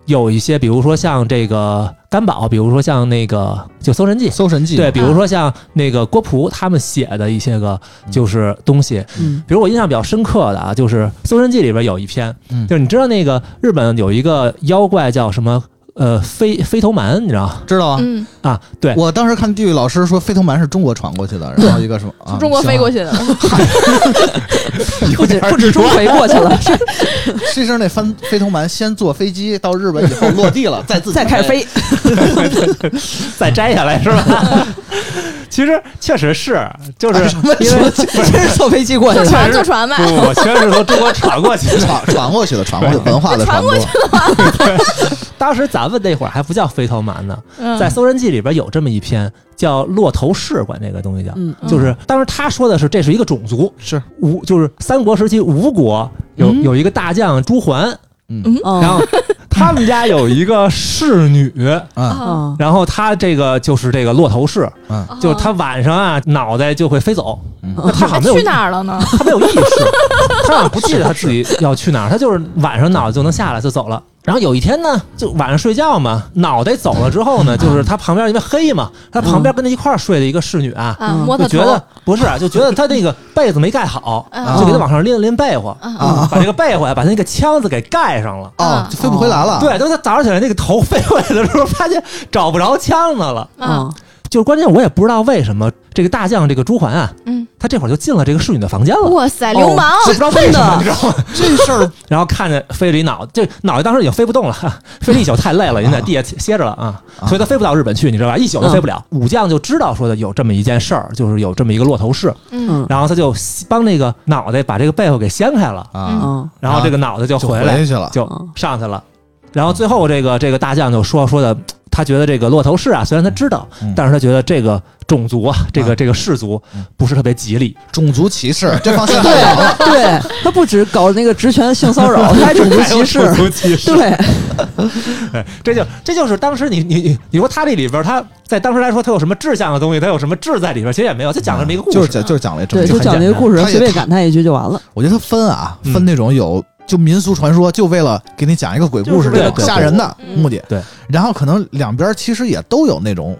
Speaker 4: 有一些，比如说像这个甘宝，比如说像那个就《搜神记》。
Speaker 1: 搜神记
Speaker 4: 对，比如说像那个郭璞他们写的一些个就是东西，
Speaker 3: 嗯
Speaker 4: 比如我印象比较深刻的啊，就是《搜神记》里边有一篇，
Speaker 1: 嗯
Speaker 4: 就是你知道那个日本有一个妖怪叫什么呃飞飞头蛮，你知道
Speaker 1: 知道啊，
Speaker 6: 嗯，
Speaker 4: 啊？对，
Speaker 1: 我当时看地狱老师说飞头蛮是中国传过去的，然后一个什么啊
Speaker 6: 从中国飞过去 的，
Speaker 3: 不仅不止中回过去了，是
Speaker 1: 去， 其实那翻飞头蛮先坐飞机到日本以后 落地了，再自己
Speaker 3: 再开始。飞，
Speaker 4: 再摘下来是吧？其实确实是，就是
Speaker 1: 什么
Speaker 4: 因 为
Speaker 3: 真是坐飞机过去
Speaker 6: 坐
Speaker 3: 的。
Speaker 6: 船坐船吧
Speaker 4: 不，，我确实是从中国传过去的。
Speaker 1: 传传过去的，传过去文化 的传播，
Speaker 4: 当时咱们那会儿还不叫飞头蛮呢，
Speaker 6: 嗯
Speaker 4: 在《搜神记》里边有这么一篇叫《骆头氏》，管这个东西叫。
Speaker 3: 嗯，
Speaker 4: 就是当时他说的是，这是一个种族，
Speaker 1: 是
Speaker 4: 吴，就是三国时期吴国有、
Speaker 3: 嗯
Speaker 4: 有一个大将朱桓，
Speaker 1: 嗯
Speaker 4: 然
Speaker 3: 哦
Speaker 4: 后他们家有一个侍女，啊
Speaker 1: 嗯
Speaker 6: 哦
Speaker 3: 哦，
Speaker 4: 然后他这个就是这个骆头氏，
Speaker 1: 嗯
Speaker 6: 哦
Speaker 4: 就是他晚上啊脑袋就会飞走，
Speaker 1: 嗯
Speaker 4: 那他好像没有嗯
Speaker 6: 去哪儿了呢？
Speaker 4: 他没有意识，他好像不记得他自己要去哪儿，他就是晚上脑子就能下来就走了。然后有一天呢，就晚上睡觉嘛，脑袋走了之后呢，就是他旁边因为黑嘛，他旁边跟他一块儿睡的一个侍女啊，
Speaker 6: 啊，
Speaker 3: 嗯
Speaker 6: 摸
Speaker 4: 就
Speaker 6: 他头
Speaker 4: 觉得不是啊，就觉得他那个被子没盖好，
Speaker 6: 啊
Speaker 4: 就给他往上拎了拎被窝，
Speaker 6: 啊
Speaker 1: 啊
Speaker 4: 把这个被窝呀，把他那个腔子给盖上了。
Speaker 1: 哦，就飞不回来了，
Speaker 4: 对，等他早上起来那个头飞回来的时候，发现找不着腔子了。
Speaker 6: 啊
Speaker 3: 嗯
Speaker 4: 就是关键我也不知道为什么这个大将这个朱桓啊，
Speaker 6: 嗯，
Speaker 4: 他这会儿就进了这个侍女的房间了。
Speaker 6: 哇塞，流氓
Speaker 4: 哦我不知道为什么，你知道吗？
Speaker 1: 这事儿
Speaker 4: 然后看着飞了一脑，这脑袋当时已经飞不动了，哈飞了一宿太累了，已经在地下歇歇着了啊，
Speaker 1: 啊
Speaker 4: 所以他飞不到日本去，你知道吧？一宿都飞不了。武将就知道说的有这么一件事儿，就是有这么一个骆头氏，
Speaker 6: 嗯
Speaker 4: 然后他就帮那个脑袋把这个被窝给掀开了，
Speaker 1: 啊，
Speaker 3: 嗯
Speaker 4: 然后这个脑袋就
Speaker 1: 就
Speaker 4: 回来
Speaker 1: 去了，
Speaker 4: 就
Speaker 6: 嗯
Speaker 4: 上去了。然后最后这个这个大将就说说的，他觉得这个骆头氏啊，虽然他知道
Speaker 1: 嗯，
Speaker 4: 但是他觉得这个种族啊，这
Speaker 1: 啊
Speaker 4: 个这个氏族
Speaker 1: 嗯
Speaker 4: 不是特别吉利，
Speaker 1: 种族歧视，这放心
Speaker 3: 嗯对啊对，他不止搞那个职权性骚扰，他还种族歧视。
Speaker 4: 族歧视
Speaker 3: 对，
Speaker 4: 哎，这就这就是当时你你你你说他这里边儿，他在当时来说，他有什么志向的东西，他有什么志在里边儿，其实也没有，他讲了这么一个故事，
Speaker 1: 啊
Speaker 4: 啊
Speaker 1: 就是讲就是讲了这么
Speaker 3: 对，
Speaker 1: 一个
Speaker 3: 就讲这个故事，
Speaker 1: 他也
Speaker 3: 随便感叹一句就完了。
Speaker 1: 我觉得它分啊，
Speaker 4: 嗯
Speaker 1: 分那种有就民俗传说，就为了给你讲一个鬼故事，
Speaker 4: 就是为
Speaker 1: 这
Speaker 4: 了
Speaker 1: 个吓人的目的。
Speaker 4: 嗯对，
Speaker 1: 然后可能两边其实也都有那种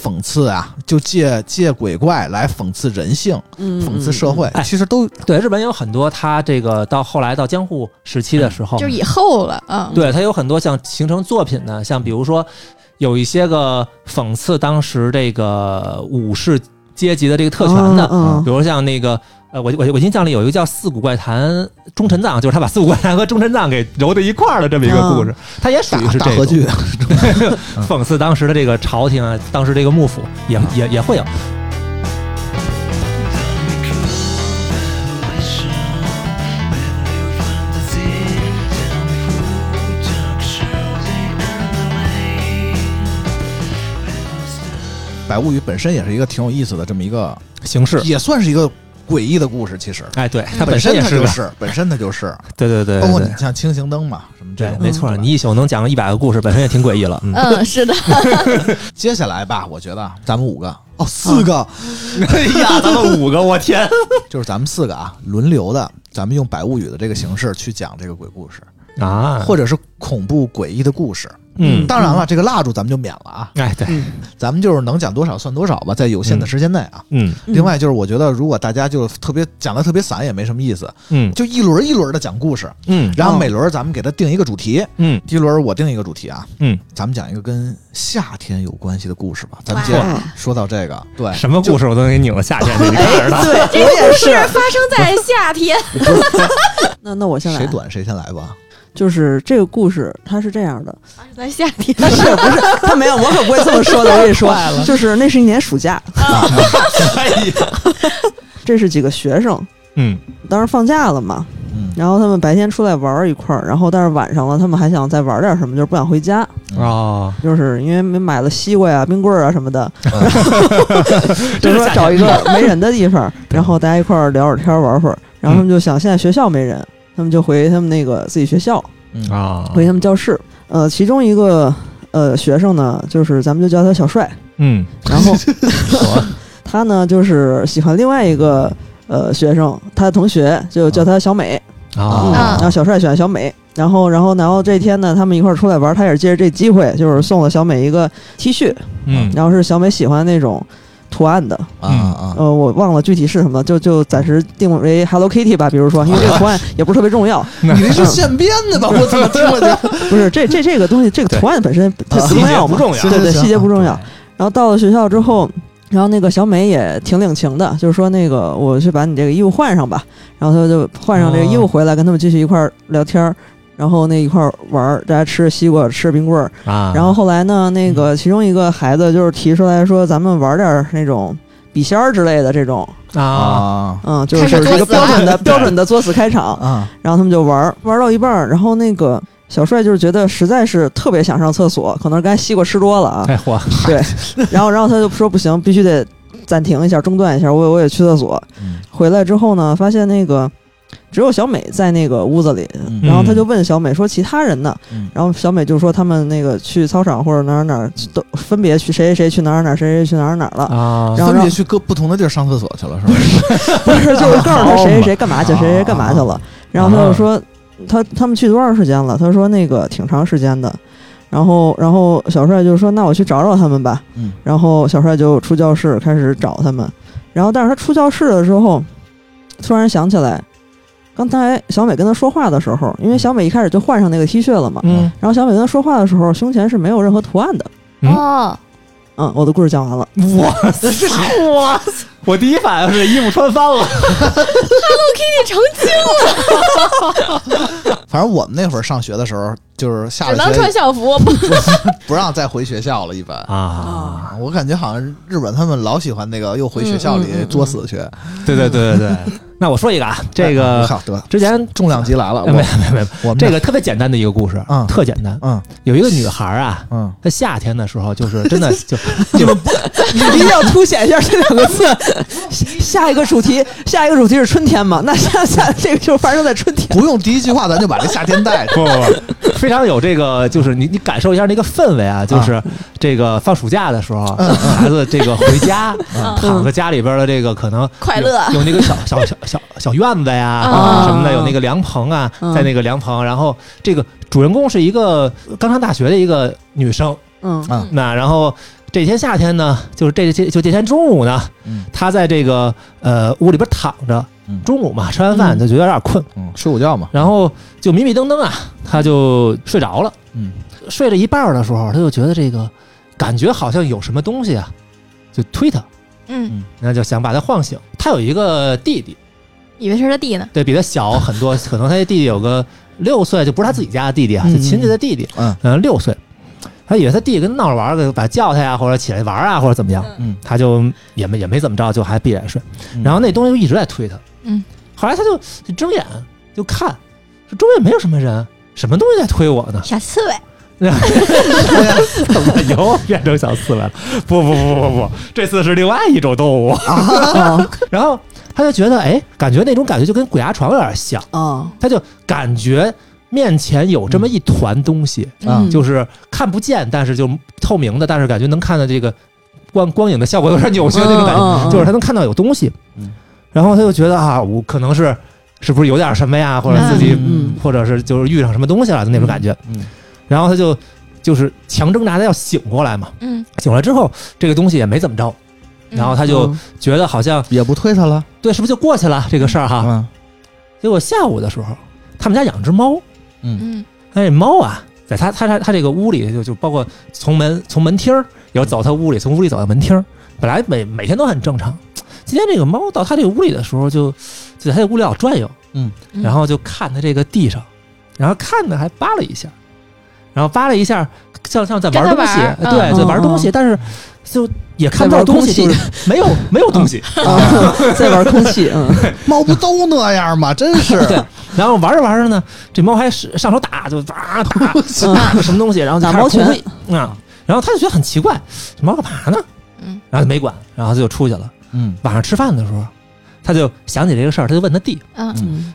Speaker 1: 讽刺啊，就借借鬼怪来讽刺人性、
Speaker 3: 嗯，
Speaker 1: 讽刺社会，
Speaker 4: 哎
Speaker 1: 其实都
Speaker 4: 对日本也有很多，他这个到后来到江户时期的时候，
Speaker 6: 就是以后了啊，
Speaker 4: 对他有很多像形成作品呢，像比如说有一些个讽刺当时这个武士阶级的这个特权的，
Speaker 3: 嗯
Speaker 4: 比如像那个。呃，我我我印象里有一个叫《四谷怪谈》忠臣藏，就是他把四谷怪谈和忠臣藏给揉到一块儿的这么一个故事，他哎也属于
Speaker 1: 大
Speaker 4: 是
Speaker 1: 大
Speaker 4: 这
Speaker 1: 合
Speaker 4: 个。
Speaker 1: 剧。
Speaker 4: 讽刺当时的这个朝廷啊，当时这个幕府也也也会有。
Speaker 1: 百物语本身也是一个挺有意思的这么一个，
Speaker 4: 形式。
Speaker 1: 也算是一个诡异的故事。其实
Speaker 4: 哎，对，它
Speaker 1: 嗯本
Speaker 4: 身也
Speaker 1: 它
Speaker 4: 是
Speaker 1: 就
Speaker 4: 个，
Speaker 1: 是，本身它就是，
Speaker 4: 对对对
Speaker 1: 包
Speaker 4: 对
Speaker 1: 括
Speaker 4: 对
Speaker 1: 你嗯像清行灯嘛，什么这
Speaker 4: 对
Speaker 1: 种，，
Speaker 4: 没错，
Speaker 1: 对吧
Speaker 4: 你一宿能讲一百个故事，本身也挺诡异了。 嗯，
Speaker 6: 嗯，是的，
Speaker 1: 接下来吧，我觉得咱们五个
Speaker 4: 啊
Speaker 1: 哦，四 个，
Speaker 4: 哎呀，咱们五个，我天，
Speaker 1: 就是咱们四个啊，轮流的，咱们用百物语的这个形式去讲这个鬼故事，
Speaker 4: 啊，
Speaker 1: 或者是恐怖诡异的故事。
Speaker 4: 嗯，
Speaker 1: 当然了，这个蜡烛咱们就免了啊，
Speaker 4: 哎，对，
Speaker 1: 咱们就是能讲多少算多少吧，在有限的时间内啊。
Speaker 4: 嗯
Speaker 1: 另外就是，我觉得如果大家就特别讲的特别散也没什么意思，
Speaker 4: 嗯
Speaker 1: 就一轮一轮的讲故事，
Speaker 4: 嗯
Speaker 1: 然后每轮咱们给它定一个主题。
Speaker 4: 嗯
Speaker 1: 第一轮我定一个主题啊，
Speaker 4: 嗯，
Speaker 1: 咱们讲一个跟夏天有关系的故事吧。咱们接着
Speaker 3: 哇
Speaker 1: 说到这个，对，
Speaker 4: 什么故事我都能给拧到夏 天去，你看着他。
Speaker 3: 对，
Speaker 6: 这个故事发生在 夏天，
Speaker 3: 那那我先
Speaker 1: 谁
Speaker 3: 来，
Speaker 1: 短谁先来吧。
Speaker 3: 就是这个故事，它是这 样的，
Speaker 6: 发生在夏
Speaker 4: 嗯
Speaker 6: 天，
Speaker 3: 不是不是，他没有，我可不会这么说的。我跟 你说，就是那是一年暑假，
Speaker 4: 哎呀，
Speaker 3: 这是几个学生，
Speaker 4: 嗯
Speaker 3: 当时放假了嘛，
Speaker 1: 嗯
Speaker 3: 然后他们白天出来玩儿一块儿，然后但是晚上了，他们还想再玩点什么，就是不想回家，
Speaker 4: 哦，
Speaker 3: 就是因为没买了西瓜呀、冰棍儿啊什 么的，
Speaker 4: 真
Speaker 3: 就
Speaker 4: 是
Speaker 3: 说
Speaker 4: 吓
Speaker 3: 找 一个没人的地方，然后大家一块儿聊会儿天儿玩会儿，然后他们就想现在学校没人，他们就回他们那个自己学校，
Speaker 1: 嗯
Speaker 4: 啊，
Speaker 3: 回他们教室。呃，其中一个呃学生呢，就是咱们就叫他小帅，
Speaker 4: 嗯，
Speaker 3: 然后
Speaker 4: 我
Speaker 3: 他呢就是喜欢另外一个呃学生，他的同学就叫他小美，嗯，
Speaker 4: 啊
Speaker 6: 啊
Speaker 3: 然后小帅喜欢小美。然后，然后，然后这天呢，他们一块儿出来玩，他也是借着这机会，就是送了小美一个 T 恤，
Speaker 4: 嗯
Speaker 3: 然后是小美喜欢那种图案的，
Speaker 1: 啊啊
Speaker 3: 呃，我忘了具体是什么，就就暂时定为 Hello Kitty 吧，比如说，因为这个图案也不是特别重要，
Speaker 1: 啊！ 你这是现编的吧？我怎么听了就
Speaker 3: 不是这这这个东西，这个图案本身 它
Speaker 1: 啊
Speaker 3: 不重要
Speaker 4: 细节不
Speaker 3: 嘛，
Speaker 4: 重要
Speaker 3: 对对，
Speaker 1: 行
Speaker 3: 细节不重要。然后到了学校之后，然后那个小美也挺领情的，就是说那个我去把你这个衣服换上吧，然后她就换上这个衣服回来，跟他们继续一块儿聊天儿。然后那一块儿玩儿，大家吃西瓜，吃冰棍儿。
Speaker 4: 啊，
Speaker 3: 然后后来呢，那个其中一个孩子就是提出来说，咱们玩点儿那种笔仙儿之类的这种，
Speaker 4: 啊，
Speaker 1: 啊
Speaker 3: 嗯，就是
Speaker 6: 开始
Speaker 3: 一个
Speaker 6: 作死
Speaker 3: 标准的
Speaker 1: 对
Speaker 3: 标准的作死开场。
Speaker 1: 啊，
Speaker 3: 然后他们就玩儿，玩到一半儿，然后那个小帅就是觉得实在是特别想上厕所，可能是刚才西瓜吃多了啊，
Speaker 4: 哎嚯，
Speaker 3: 然后然后他就说不行，必须得暂停一下，中断一下，我我也去厕所。
Speaker 1: 嗯
Speaker 3: 回来之后呢，发现那个只有小美在那个屋子里，
Speaker 1: 嗯
Speaker 3: 然后他就问小美说其他人呢？
Speaker 1: 嗯
Speaker 3: 然后小美就说他们那个去操场或者哪儿哪儿都分别去谁谁谁去哪儿哪儿谁谁去哪儿哪儿了，
Speaker 4: 啊
Speaker 3: 然后
Speaker 1: 分
Speaker 3: 让
Speaker 1: 别去各不同的地儿上厕所去了，是吧？
Speaker 3: 不是就是告诉他谁谁谁干嘛去，
Speaker 1: 啊
Speaker 3: 谁谁干嘛去了。然后他就说他他们去多长时间了？他说那个挺长时间的。然后，然后小帅就说：“那我去找找他们吧。”
Speaker 1: 嗯，
Speaker 3: 然后小帅就出教室开始找他们。然后，但是他出教室的时候，突然想起来，刚才小美跟他说话的时候，因为小美一开始就换上那个 T 恤了嘛，
Speaker 4: 嗯
Speaker 3: 然后小美跟他说话的时候，胸前是没有任何图案的。
Speaker 4: 嗯
Speaker 6: 哦，
Speaker 3: 嗯，我的故事讲完了。
Speaker 4: 哇塞，哇塞！我第一反应是衣服穿翻了，
Speaker 6: 这成精
Speaker 1: 反正我们那会儿上学的时候，就是下
Speaker 6: 只
Speaker 1: 了
Speaker 6: 能穿
Speaker 1: 学
Speaker 6: 校服，不
Speaker 1: 不让再回学校了，一般。
Speaker 4: 啊！
Speaker 1: 我感觉好像日本他们老喜欢那个又回学校
Speaker 3: 嗯嗯
Speaker 1: 里
Speaker 3: 嗯
Speaker 1: 作死去。
Speaker 4: 对对对对对，那我说一个啊，这
Speaker 1: 哎
Speaker 4: 个
Speaker 1: 好得
Speaker 4: 之前
Speaker 1: 重量级来了，
Speaker 4: 哎
Speaker 1: 我
Speaker 4: 没没没，
Speaker 1: 我们
Speaker 4: 这个特别简单的一个故事，
Speaker 1: 嗯
Speaker 4: 特简单。
Speaker 1: 嗯
Speaker 4: 有一个女孩啊，
Speaker 1: 嗯，
Speaker 4: 她夏天的时候就是真 的就
Speaker 3: 你一定要凸显一下这两个字。下一个主题，下一个主题是春天嘛？那下下这个就发生在春天。
Speaker 1: 不用第一句话咱就把这夏天带
Speaker 4: 不不不，非常有这个，就是你你感受一下那个氛围啊，就是这个放暑假的时候，孩子这个回家，躺在家里边的这个可能
Speaker 6: 啊快
Speaker 4: 嗯有
Speaker 6: 乐
Speaker 4: 有那个小小小小小院子呀
Speaker 6: 啊
Speaker 4: 什么的，有那个凉棚啊，
Speaker 3: 嗯
Speaker 4: 在那个凉棚，然后这个主人公是一个刚上大学的一个女生，
Speaker 3: 嗯
Speaker 1: 啊
Speaker 4: 那然后这天夏天呢，就是这这就这天中午呢，
Speaker 1: 嗯
Speaker 4: 她在这个呃屋里边躺着
Speaker 1: 嗯，
Speaker 4: 中午嘛吃完饭
Speaker 3: 嗯
Speaker 4: 就觉得有点困，
Speaker 1: 嗯，睡午觉嘛，
Speaker 4: 然后就迷迷瞪瞪啊，她就睡着了。
Speaker 1: 嗯
Speaker 4: 睡了一半儿的时候，他就觉得这个感觉好像有什么东西啊，就推他，
Speaker 6: 嗯，
Speaker 4: 那就想把他晃醒。他有一个弟弟，
Speaker 6: 以为是他弟呢，
Speaker 4: 对比他小很多，可能他弟弟有个六岁，就不是他自己家的弟弟啊，
Speaker 3: 嗯
Speaker 4: 就亲戚的弟弟，
Speaker 1: 嗯
Speaker 4: 嗯，六岁。他以为他弟弟跟他闹着玩儿，给把他叫他呀，或者起来玩儿啊，或者怎么样，
Speaker 1: 嗯
Speaker 4: 他就也没也没怎么着，就还闭眼睡。
Speaker 1: 嗯
Speaker 4: 然后那东西就一直在推他，
Speaker 6: 嗯，
Speaker 4: 后来他就就睁眼就看，说周围没有什么人，什么东西在推我呢？
Speaker 6: 小刺猬，
Speaker 4: 怎么 又变成小刺猬了？ 不不不不不，这次是另外一种动物。
Speaker 3: 啊
Speaker 4: 然后他就觉得，哎，感觉那种感觉就跟鬼压床有点像，
Speaker 3: 啊！
Speaker 4: 他就感觉面前有这么一团东西，
Speaker 1: 啊
Speaker 3: 嗯
Speaker 4: 就是看不见，但是就透明的，但是感觉能看到这个光光影的效果有点扭曲的那种感觉，
Speaker 3: 嗯嗯 嗯
Speaker 4: 就是他能看到有东西。
Speaker 1: 嗯
Speaker 4: 然后他就觉得啊，我可能是是不是有点什么呀，或者自己
Speaker 3: 嗯
Speaker 4: 或者是就是遇上什么东西了的那种感觉。
Speaker 1: 嗯
Speaker 4: 然后他就就是强挣扎的要醒过来嘛。
Speaker 6: 嗯，
Speaker 4: 醒来之后，这个东西也没怎么着，
Speaker 6: 嗯
Speaker 4: 然后他就觉得好像
Speaker 1: 也不推他了
Speaker 4: 对，是不是就过去了这个事儿哈？
Speaker 1: 啊
Speaker 4: 结果下午的时候，他们家养只猫，
Speaker 6: 嗯
Speaker 4: 哎，猫啊，在他他他他这个屋里就就包括从门从门厅儿，有走他屋里，从屋里走到门厅儿，本来每每天都很正常。今天这个猫到他这个屋里的时候就，就在他这屋里老转悠，
Speaker 6: 嗯
Speaker 4: 然后就看他这个地上，然后看呢还扒拉一下，然后扒拉一下，像像在玩
Speaker 6: 跟他
Speaker 4: 东西，
Speaker 6: 玩儿
Speaker 4: 对，
Speaker 3: 嗯
Speaker 4: 在玩
Speaker 3: 嗯
Speaker 4: 东西，但是就也看不到东西，
Speaker 3: 在
Speaker 4: 就
Speaker 3: 玩
Speaker 4: 是没有没有
Speaker 3: 嗯
Speaker 4: 东西。
Speaker 3: 啊，在玩空气， 嗯
Speaker 1: 猫不都那样吗？真 是
Speaker 4: 对，然后玩着玩着呢，这猫还是上手打，就 啊打
Speaker 1: 嗯
Speaker 4: 打个什么东西，然后就
Speaker 3: 打
Speaker 4: 开始
Speaker 3: 猫拳
Speaker 4: 狂吠啊，然后他就觉得很奇怪，这猫干嘛呢？
Speaker 6: 嗯
Speaker 4: 然后就没管，然后他就出去了。
Speaker 1: 嗯
Speaker 4: 晚上吃饭的时候，他就想起这个事儿，他就问他弟
Speaker 6: 嗯
Speaker 3: 嗯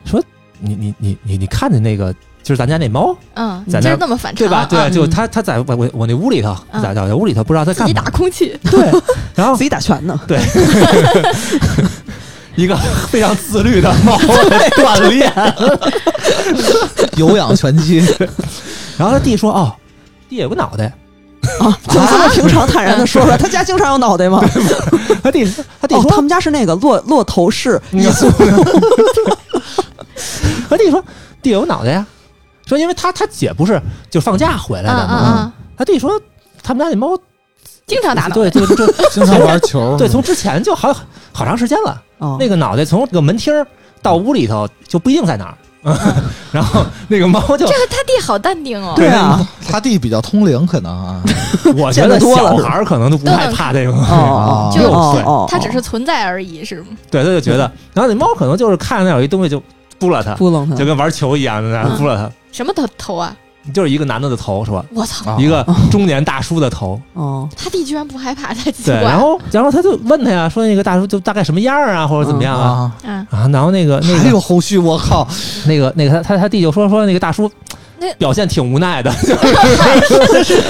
Speaker 4: 你你你你你看见那个就是咱家那猫
Speaker 6: 嗯，
Speaker 4: 在
Speaker 6: 就
Speaker 4: 那
Speaker 6: 是
Speaker 4: 儿
Speaker 6: 那么反常，
Speaker 4: 对吧？对，
Speaker 6: 啊
Speaker 4: 就他他在我我我那屋里头，
Speaker 6: 嗯
Speaker 4: 在在我屋里头不知道在
Speaker 6: 自
Speaker 4: 干
Speaker 6: 己
Speaker 4: 嘛
Speaker 6: 打，空气，
Speaker 4: 对，然后
Speaker 3: 自己打拳 呢，
Speaker 4: 一个非常自律的猫的锻炼，
Speaker 1: 有氧拳击，
Speaker 4: 然后他弟说哦，弟有个脑袋，
Speaker 3: 怎么这么平常坦然的说
Speaker 4: 啊
Speaker 3: 出来？他家经常有脑 袋吗？
Speaker 4: 他弟他弟
Speaker 3: 哦，
Speaker 4: 说
Speaker 3: 他们家是那个骆骆头式彝族，
Speaker 4: 和弟说：“弟有脑袋呀。”说因为他他姐不是就放假回来
Speaker 6: 嗯
Speaker 4: 的
Speaker 6: 嗯
Speaker 4: 嘛，
Speaker 6: 嗯，
Speaker 4: 他弟说他们家那猫
Speaker 6: 经常打闹，
Speaker 4: 对，就就
Speaker 1: 经常玩球，
Speaker 4: 对，从之前就好好长时间了，
Speaker 3: 哦
Speaker 4: 那个脑袋从这个门厅儿到屋里头就不一定在哪儿， 然后那个猫就
Speaker 6: 这个他弟好淡定哦，
Speaker 3: 对啊，
Speaker 1: 他弟比较通灵，可能 啊，
Speaker 4: 我觉
Speaker 3: 见得
Speaker 4: 得
Speaker 3: 多了
Speaker 4: 小孩儿可能都不太怕这个，
Speaker 3: 哦哦
Speaker 6: 就
Speaker 3: 哦
Speaker 4: 对
Speaker 3: 哦，
Speaker 6: 他只是存在而已，是吗？
Speaker 4: 对，他就觉得，然后那猫可能就是看见那有一东西就扑了它，
Speaker 3: 扑棱他
Speaker 4: 就，跟玩球一样的，然后扑了它，
Speaker 6: 什么头头啊？
Speaker 4: 就是一个男的的头是吧？
Speaker 6: 我操，
Speaker 1: 啊
Speaker 4: 一个中年大叔的头，
Speaker 3: 哦，
Speaker 6: 他弟居然不害怕，太奇
Speaker 4: 对，
Speaker 6: 怪
Speaker 4: 然
Speaker 6: 了。
Speaker 4: 后然后他就问他呀，说那个大叔就大概什么样儿啊，或者怎么样啊？
Speaker 1: 啊，
Speaker 6: 嗯，
Speaker 4: 啊，然后那个那
Speaker 1: 还
Speaker 4: 个
Speaker 1: 有后续，我靠，
Speaker 4: 那个那个他他他弟就说说那个大叔
Speaker 6: 那
Speaker 4: 表现挺无 奈的，就是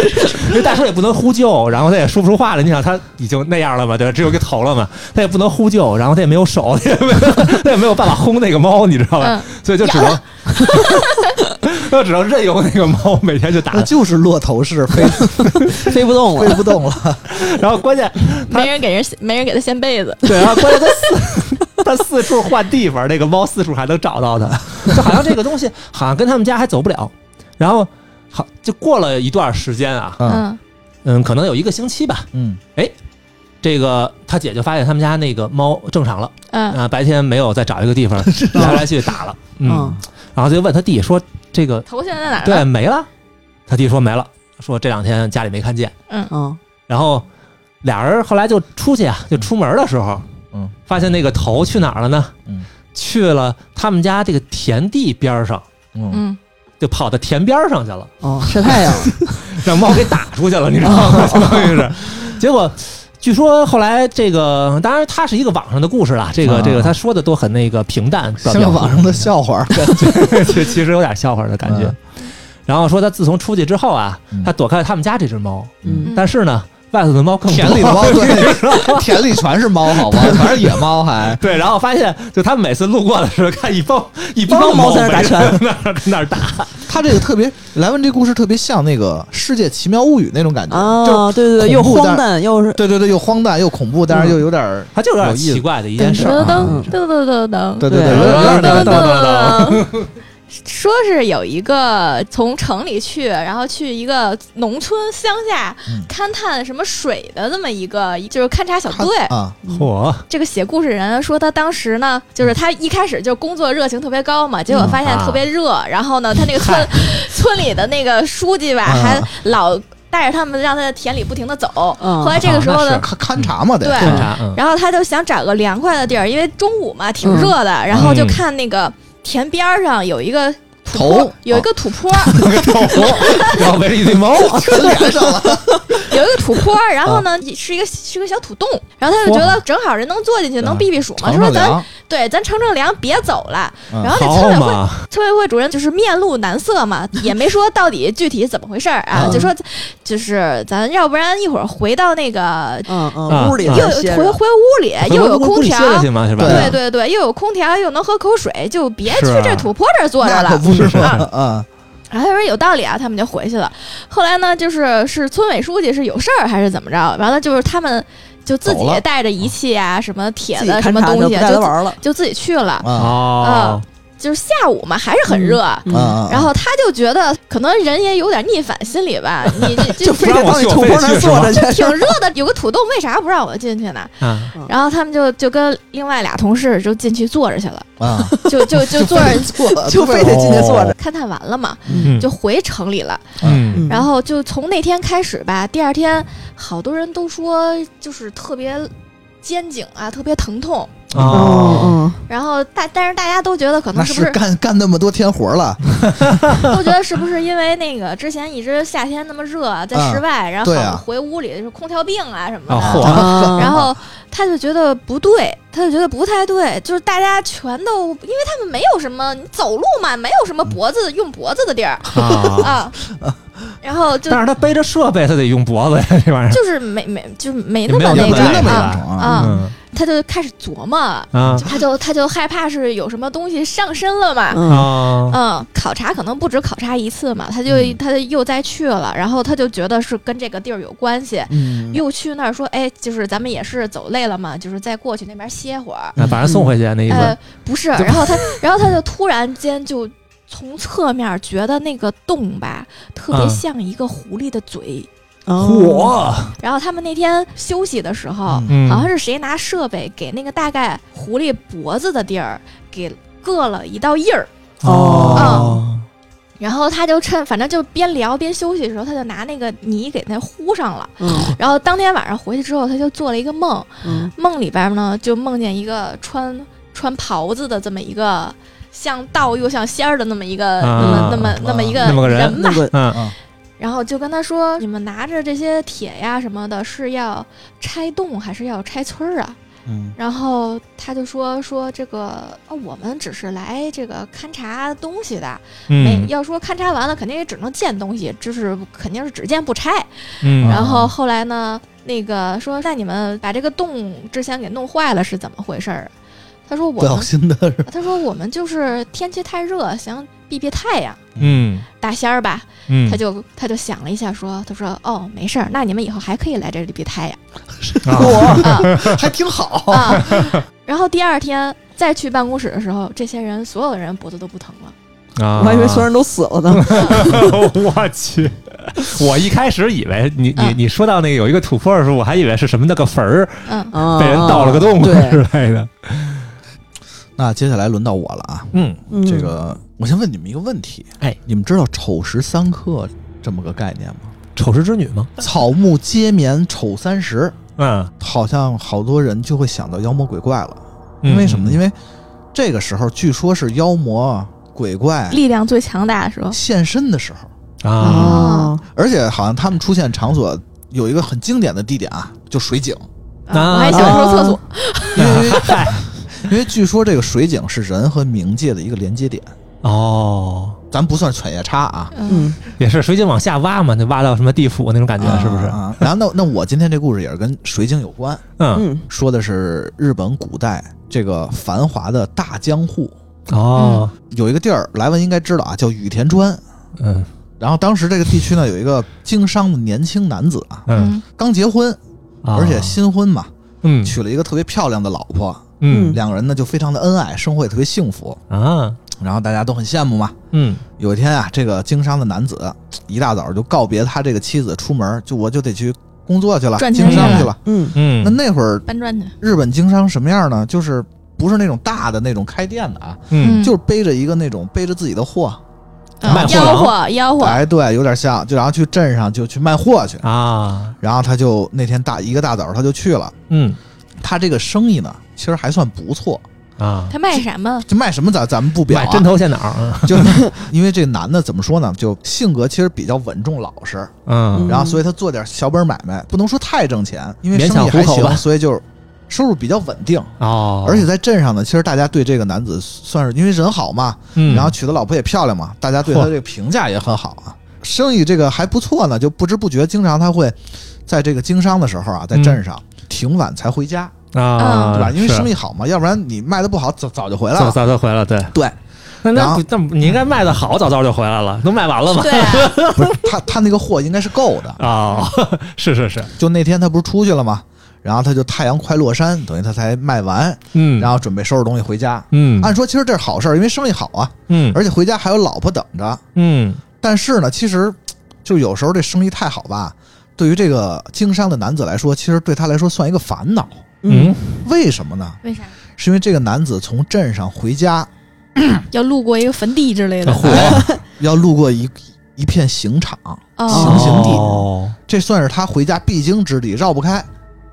Speaker 4: 那大叔也不能呼救，然后他也说不出话来。你想他已经那样了嘛，对吧？只有一个头了嘛，他也不能呼救，然后他也没有手， 他也没有他也没有办法轰那个猫，你知道吧？
Speaker 6: 嗯，
Speaker 4: 所以就只能，就只能任 由那个猫每天去打
Speaker 1: 那。就是落头 式，飞
Speaker 3: 飞不动了
Speaker 1: 飞。不动了，
Speaker 4: 然后关键他
Speaker 6: 没人给人没人给他掀被子，
Speaker 4: 对，然后关键它 四它四处换地方，那个猫四处还能找到它， 就好像这个东西好像跟他们家还走不了。然后好，就过了一段时间啊，
Speaker 1: 嗯
Speaker 6: 嗯，
Speaker 4: 嗯，可能有一个星期吧，
Speaker 1: 嗯，
Speaker 4: 这个他姐就发现他们家那个猫正常了，啊、
Speaker 6: 嗯，
Speaker 4: 白天没有再找一个地方来来去打 了，嗯，
Speaker 3: 嗯，
Speaker 4: 然后就问他弟说这个
Speaker 6: 头现在在哪儿
Speaker 4: 对
Speaker 6: 呢？
Speaker 4: 没了，他弟说没了，说这两天家里没看见。
Speaker 3: 嗯，
Speaker 4: 然后俩人后来就出去啊，就出门的时候，
Speaker 1: 嗯，
Speaker 4: 发现那个头去哪儿了呢？
Speaker 1: 嗯，
Speaker 4: 去了他们家这个田地边儿上，
Speaker 1: 嗯，
Speaker 6: 嗯，
Speaker 4: 就跑到田边儿上 去了，
Speaker 3: 哦，晒 太阳，
Speaker 4: 让猫给打出去了，你知道吗？相
Speaker 1: 哦
Speaker 4: 当于是，结果。据说后来这个，当然它是一个网上的故事啦。这个
Speaker 1: 啊
Speaker 4: 这个，他说的都很那个平淡，
Speaker 1: 像个网上的笑话儿，
Speaker 4: 其 其实有点笑话的感觉
Speaker 1: 嗯。
Speaker 4: 然后说他自从出去之后啊
Speaker 1: 嗯，
Speaker 4: 他躲开了他们家这只猫，
Speaker 3: 嗯
Speaker 4: 但是呢，外头的猫更
Speaker 1: 田
Speaker 4: 多
Speaker 1: 里的猫，对， 田里全是猫，好吧，全是野猫，还
Speaker 4: 对，然后发现就他们每次路过的时候，看一帮一
Speaker 3: 一帮猫在那
Speaker 4: 那
Speaker 3: 儿打 拳，
Speaker 4: 那儿跟那儿打，
Speaker 1: 他这个特别，莱文这故事特别像那个《世界奇妙物语》那种
Speaker 4: 嗯
Speaker 1: 感觉，就
Speaker 3: 啊，对对对，又
Speaker 1: 恐怖
Speaker 3: 荒
Speaker 1: 但
Speaker 3: 诞又是
Speaker 1: 对对对，又荒诞又恐怖，但是又有点儿，
Speaker 4: 他就是有啊嗯点
Speaker 1: 有意思
Speaker 4: 奇怪的一件事儿。
Speaker 6: 噔
Speaker 1: 嗯
Speaker 6: 噔噔噔噔
Speaker 1: 对对对，
Speaker 3: 对
Speaker 1: 有点有点那
Speaker 6: 噔
Speaker 1: 个
Speaker 6: 噔噔噔。说是有一个从城里去，然后去一个农村乡下
Speaker 1: 嗯
Speaker 6: 勘探什么水的这么一个，就是勘察小队。
Speaker 1: 啊，
Speaker 4: 嚯，
Speaker 6: 这个写故事人说他当时呢，就是他一开始就工作热情特别高嘛，结果发现特别热，然后呢，他那个村 村里的那个书记吧，
Speaker 1: 啊
Speaker 6: 还老带着他们让他在田里不停的走。
Speaker 3: 嗯
Speaker 6: 后来这个时候
Speaker 4: 啊那
Speaker 6: 呢
Speaker 4: 是，
Speaker 1: 勘勘察嘛得，
Speaker 6: 对
Speaker 4: 观察，嗯，
Speaker 6: 然后他就想找个凉快的地儿，因为中午嘛挺热的，然后就看那个田边儿上有一个土坡
Speaker 1: 头
Speaker 6: 有一个土坡，
Speaker 4: 然后围着一堆猫，
Speaker 1: 全连上了，
Speaker 6: 有一个土坡，然后呢是一个是个小土洞，然后他就觉得正好人能坐进去，能避避暑嘛，
Speaker 1: 尝
Speaker 6: 说
Speaker 1: 尝
Speaker 6: 咱
Speaker 1: 凉，
Speaker 6: 对咱乘乘凉，别走了。
Speaker 1: 嗯
Speaker 6: 然后那村委
Speaker 4: 好
Speaker 6: 会
Speaker 4: 嘛，
Speaker 6: 村委会主任就是面露难色嘛，也没说到底具体怎么回事儿啊，
Speaker 3: 嗯
Speaker 6: 就说就是咱要不然一会儿回到那个
Speaker 3: 嗯嗯，
Speaker 4: 啊
Speaker 3: 屋里
Speaker 6: 又
Speaker 3: 又
Speaker 6: 回回屋里哎又有空调
Speaker 4: 回。屋歇歇嘛，是吧？
Speaker 1: 对啊
Speaker 6: 对对对，又有空调，又能喝口水，就别去
Speaker 4: 是啊
Speaker 6: 这土坡这儿坐着
Speaker 1: 那可
Speaker 6: 了。
Speaker 1: 不是
Speaker 4: 是
Speaker 1: 嘛，啊，
Speaker 6: 然后他说有道理啊，他们就回去了。后来呢，就是是村委书记是有事儿还是怎么着？完了就是他们就自
Speaker 1: 走了
Speaker 6: 己带着仪器啊，什么铁
Speaker 3: 自己
Speaker 6: 的什
Speaker 3: 看
Speaker 6: 么
Speaker 3: 察
Speaker 6: 东
Speaker 3: 就
Speaker 6: 西
Speaker 3: 不
Speaker 6: 啊，
Speaker 3: 带他
Speaker 6: 就
Speaker 3: 玩
Speaker 6: 自
Speaker 3: 儿了，
Speaker 6: 就自己去了。
Speaker 1: 啊
Speaker 4: 哦，
Speaker 6: 就是下午嘛，还是很热。
Speaker 1: 啊
Speaker 3: 嗯，
Speaker 1: 啊，
Speaker 6: 然后他就觉得，可能人也有点逆反心理吧。你这这
Speaker 3: 就非得到你
Speaker 4: 不让我去
Speaker 3: 土坡那
Speaker 4: 我非得啊
Speaker 3: 儿
Speaker 4: 去
Speaker 3: 坐着
Speaker 4: 是
Speaker 3: 去，
Speaker 6: 挺热的，有个土洞，为啥不让我进去呢？
Speaker 4: 啊，
Speaker 6: 然后他们就就跟另外俩同事就进去坐着去了，
Speaker 1: 啊，
Speaker 6: 就就就坐着
Speaker 1: 坐
Speaker 3: 就非得进去坐着。
Speaker 6: 勘探完了
Speaker 3: 哦
Speaker 6: 嘛，
Speaker 4: 嗯
Speaker 6: 就回城里了。
Speaker 4: 嗯，
Speaker 3: 嗯
Speaker 6: 然后就从那天开始吧，第二天好多人都说就是特别肩颈啊，特别疼痛。
Speaker 4: 哦，
Speaker 3: 哦
Speaker 6: 然后大但是大家都觉得可
Speaker 1: 那
Speaker 6: 能是不
Speaker 1: 是
Speaker 6: 是
Speaker 1: 干干那么多天活了，
Speaker 6: 都觉得是不是因为那个之前一直夏天那么热啊，在室外，然
Speaker 1: 嗯
Speaker 6: 后
Speaker 1: 对啊
Speaker 6: 回屋里是空调病啊什么
Speaker 4: 啊
Speaker 6: 的。
Speaker 4: 嚯
Speaker 3: 嗯，啊
Speaker 6: 然后他就觉得不对，他就觉得不太对，就是大家全都，因为他们没有什么你走路嘛，没有什么脖子用脖子的地儿
Speaker 4: 啊，
Speaker 6: 啊，然后就
Speaker 4: 但是他背着设备，他得用脖子呀，这玩意儿，
Speaker 6: 就是没没就是没那
Speaker 4: 也
Speaker 6: 么
Speaker 4: 没
Speaker 1: 也
Speaker 4: 有
Speaker 6: 那
Speaker 1: 没那
Speaker 4: 那么严
Speaker 1: 么
Speaker 6: 个
Speaker 4: 重
Speaker 1: 严
Speaker 6: 啊
Speaker 1: 重啊，
Speaker 6: 啊，
Speaker 4: 嗯
Speaker 6: 他就开始琢磨，
Speaker 4: 啊
Speaker 6: 嗯就他就他就害怕是有什么东西上身了嘛，
Speaker 3: 嗯
Speaker 4: 啊，
Speaker 6: 嗯，考察可能不止考察一次嘛，他就、
Speaker 1: 哦嗯
Speaker 6: 他就又再去了，然后他就觉得是跟这个地儿有关系，
Speaker 1: 嗯，
Speaker 6: 又去那儿说，哎，就是咱们也是走累了嘛，就是再过去那边歇会儿。
Speaker 4: 那把人送回去啊那意
Speaker 6: 呃
Speaker 4: 思，，
Speaker 6: 不是，然后他， 然后他就突然间就从侧面觉得那个洞吧，特别
Speaker 4: 嗯
Speaker 6: 像一个狐狸的嘴。
Speaker 3: 哦
Speaker 4: 嚯，
Speaker 6: 然后他们那天休息的时候，
Speaker 1: 嗯
Speaker 4: 嗯
Speaker 6: 好像是谁拿设备给那个大概狐狸脖子的地儿给硌了一道印儿。
Speaker 4: 嗯
Speaker 2: 哦，
Speaker 6: 然后他就趁反正就边聊边休息的时候，他就拿那个泥给它糊上了。
Speaker 3: 嗯
Speaker 6: 然后当天晚上回去之后，他就做了一个梦，
Speaker 3: 嗯
Speaker 6: 梦里边呢就梦见一个穿穿袍子的这么一个像道又像仙儿的那么一个、
Speaker 4: 啊
Speaker 6: 那么那么那么一个
Speaker 4: 那么个人
Speaker 6: 人吧
Speaker 3: 那。个
Speaker 4: 嗯，
Speaker 6: 然后就跟他说：“你们拿着这些铁呀什么的，是要拆洞还是要拆村儿啊？”
Speaker 7: 嗯，
Speaker 6: 然后他就说：“说这个、哦我们只是来这个勘察东西的，没、
Speaker 4: 嗯
Speaker 6: 哎要说勘察完了，肯定也只能见东西，就是肯定是只见不拆。
Speaker 4: 嗯，
Speaker 6: 然后后来呢，那个说那你们把这个洞之前给弄坏了是怎么回事儿？啊他说我
Speaker 1: 不小
Speaker 6: 们，
Speaker 1: 心的是吧
Speaker 6: 他说我们就是天气太热，想避避太阳，
Speaker 4: 嗯
Speaker 6: 大仙儿吧。
Speaker 4: 嗯，
Speaker 6: 他就他就想了一下说，他说哦没事儿，那你们以后还可以来这里避太阳
Speaker 1: 我
Speaker 6: 啊
Speaker 1: 还挺 好。
Speaker 6: 啊。然后第二天再去办公室的时候，这些人所有的人脖子都不疼了。
Speaker 4: 啊
Speaker 3: 我还以为所有人都死了呢。
Speaker 4: 我去！我一开始以为你你
Speaker 6: 嗯
Speaker 4: 你说到那个有一个土坡的时候，我还以为是什么那个坟儿
Speaker 6: 嗯，
Speaker 3: 啊
Speaker 4: 被人盗了个洞
Speaker 3: 对，
Speaker 4: 之类的。
Speaker 1: 那接下来轮到我了啊，
Speaker 4: 嗯，
Speaker 3: 嗯
Speaker 1: 这个我先问你们一个问题，
Speaker 4: 哎，
Speaker 1: 你们知道丑十三刻这么个概念吗？
Speaker 4: 丑时之女吗？
Speaker 1: 草木皆眠丑三十，
Speaker 4: 嗯，
Speaker 1: 好像好多人就会想到妖魔鬼怪了，
Speaker 4: 嗯
Speaker 1: 因为什么呢？因
Speaker 4: 为
Speaker 1: 为这个时候据说是妖魔鬼怪
Speaker 4: 嗯
Speaker 6: 力量最强大的时候，
Speaker 1: 现身的时候，
Speaker 4: 啊，
Speaker 3: 啊，
Speaker 1: 而且好像他们出现场所有一个很经典的地点啊，就水井，
Speaker 6: 啊我还想说厕所，
Speaker 4: 嗯
Speaker 1: 因为 因为据说这个水井是人和冥界的一个连接点，
Speaker 4: 哦，
Speaker 1: 咱不算犬夜叉啊，
Speaker 6: 嗯
Speaker 3: 嗯
Speaker 4: 也是水井往下挖嘛，就挖到什么地府那种感觉，嗯是不是？
Speaker 1: 啊，然后那那我今天这故事也是跟水井有关，
Speaker 4: 嗯，
Speaker 3: 嗯
Speaker 1: 说的是日本古代这个繁华的大江户，
Speaker 4: 哦，
Speaker 1: 有一个地儿，莱文应该知道啊，叫羽田川。
Speaker 4: 嗯
Speaker 1: 然后当时这个地区呢，有一个经商的年轻男子啊，
Speaker 4: 嗯，
Speaker 1: 刚结婚，
Speaker 4: 啊
Speaker 1: 而且新婚嘛，
Speaker 4: 嗯
Speaker 1: 娶了一个特别漂亮的老婆，
Speaker 4: 嗯
Speaker 1: 两个人呢就非常的恩爱，生活也特别幸福，
Speaker 4: 啊
Speaker 1: 然后大家都很羡慕嘛。
Speaker 4: 嗯
Speaker 1: 有一天啊，这个经商的男子一大早就告别他这个妻子，出门就我就得去工作去了，
Speaker 6: 赚钱
Speaker 1: 经商
Speaker 4: 去
Speaker 1: 去了。
Speaker 3: 嗯
Speaker 4: 嗯，
Speaker 1: 那那会儿
Speaker 6: 搬砖去，
Speaker 1: 日本经商什么样呢？就是不是那种大的那种开店的啊，
Speaker 4: 嗯
Speaker 1: 就是背着一个那种背着自己的货，
Speaker 6: 嗯
Speaker 4: 卖货
Speaker 6: 吆
Speaker 4: 郎
Speaker 6: 喝吆喝，
Speaker 1: 哎，对，有点像，就然后去镇上就去卖货去。
Speaker 4: 啊
Speaker 1: 然后他就那天大一个大早他就去了，
Speaker 4: 嗯
Speaker 1: 他这个生意呢其实还算不错，
Speaker 4: 啊，
Speaker 6: 他卖什么？
Speaker 1: 就卖什么咱咱们不表、
Speaker 4: 买
Speaker 1: 啊，
Speaker 4: 针头线脑啊，
Speaker 1: 就因为这男的怎么说呢，就性格其实比较稳重老实，
Speaker 4: 嗯
Speaker 1: 然后所以他做点小本买卖，不能说太挣钱，因为
Speaker 4: 勉
Speaker 1: 生
Speaker 4: 强
Speaker 1: 意还
Speaker 4: 糊口吧
Speaker 1: 行，所以就是收入比较稳定。
Speaker 4: 哦，
Speaker 1: 而且在镇上呢，其实大家对这个男子算是因为人好嘛，
Speaker 4: 嗯
Speaker 1: 然后娶的老婆也漂亮嘛，大家对他
Speaker 4: 嚯
Speaker 1: 这个评价也很好啊，生意这个还不错呢，就不知不觉经常他会在这个经商的时候啊，在镇上挺晚才回家，
Speaker 4: 嗯啊，
Speaker 1: 对吧？因为
Speaker 4: 是
Speaker 1: 生意好嘛，要不然你卖的不好，早早就回来
Speaker 4: 早
Speaker 1: 了。
Speaker 4: 早就回来了，对嗯
Speaker 1: 对。
Speaker 4: 那
Speaker 1: 然
Speaker 4: 那
Speaker 1: 后
Speaker 4: 不那不你应该卖的好，早早就回来了，都卖完了吗？
Speaker 6: 对啊，
Speaker 1: 不是他他那个货应该是够的，
Speaker 4: 啊， 是是是，
Speaker 1: 就那天他不是出去了吗？然后他就太阳快落山，等于他才卖完，
Speaker 4: 嗯，
Speaker 1: 然
Speaker 4: 后
Speaker 1: 后准备收拾东西回家。
Speaker 4: 嗯
Speaker 1: 按说其实这是好事儿，因为生意好啊，
Speaker 4: 嗯
Speaker 1: 而且回家还有老婆等着。
Speaker 4: 嗯
Speaker 1: 但是呢，其实就有时候这生意太好吧，对于这个经商的男子来说，其实对他来说算一个烦恼。
Speaker 4: 嗯
Speaker 1: 为什么呢？
Speaker 6: 为啥
Speaker 1: 是因为这个男子从镇上回家，
Speaker 6: 要路过一个坟地之类的？
Speaker 4: 火
Speaker 1: 要路过一一片刑场，
Speaker 6: 哦
Speaker 1: 行刑地
Speaker 4: 哦
Speaker 1: 这算是他回家必经之地，绕不开。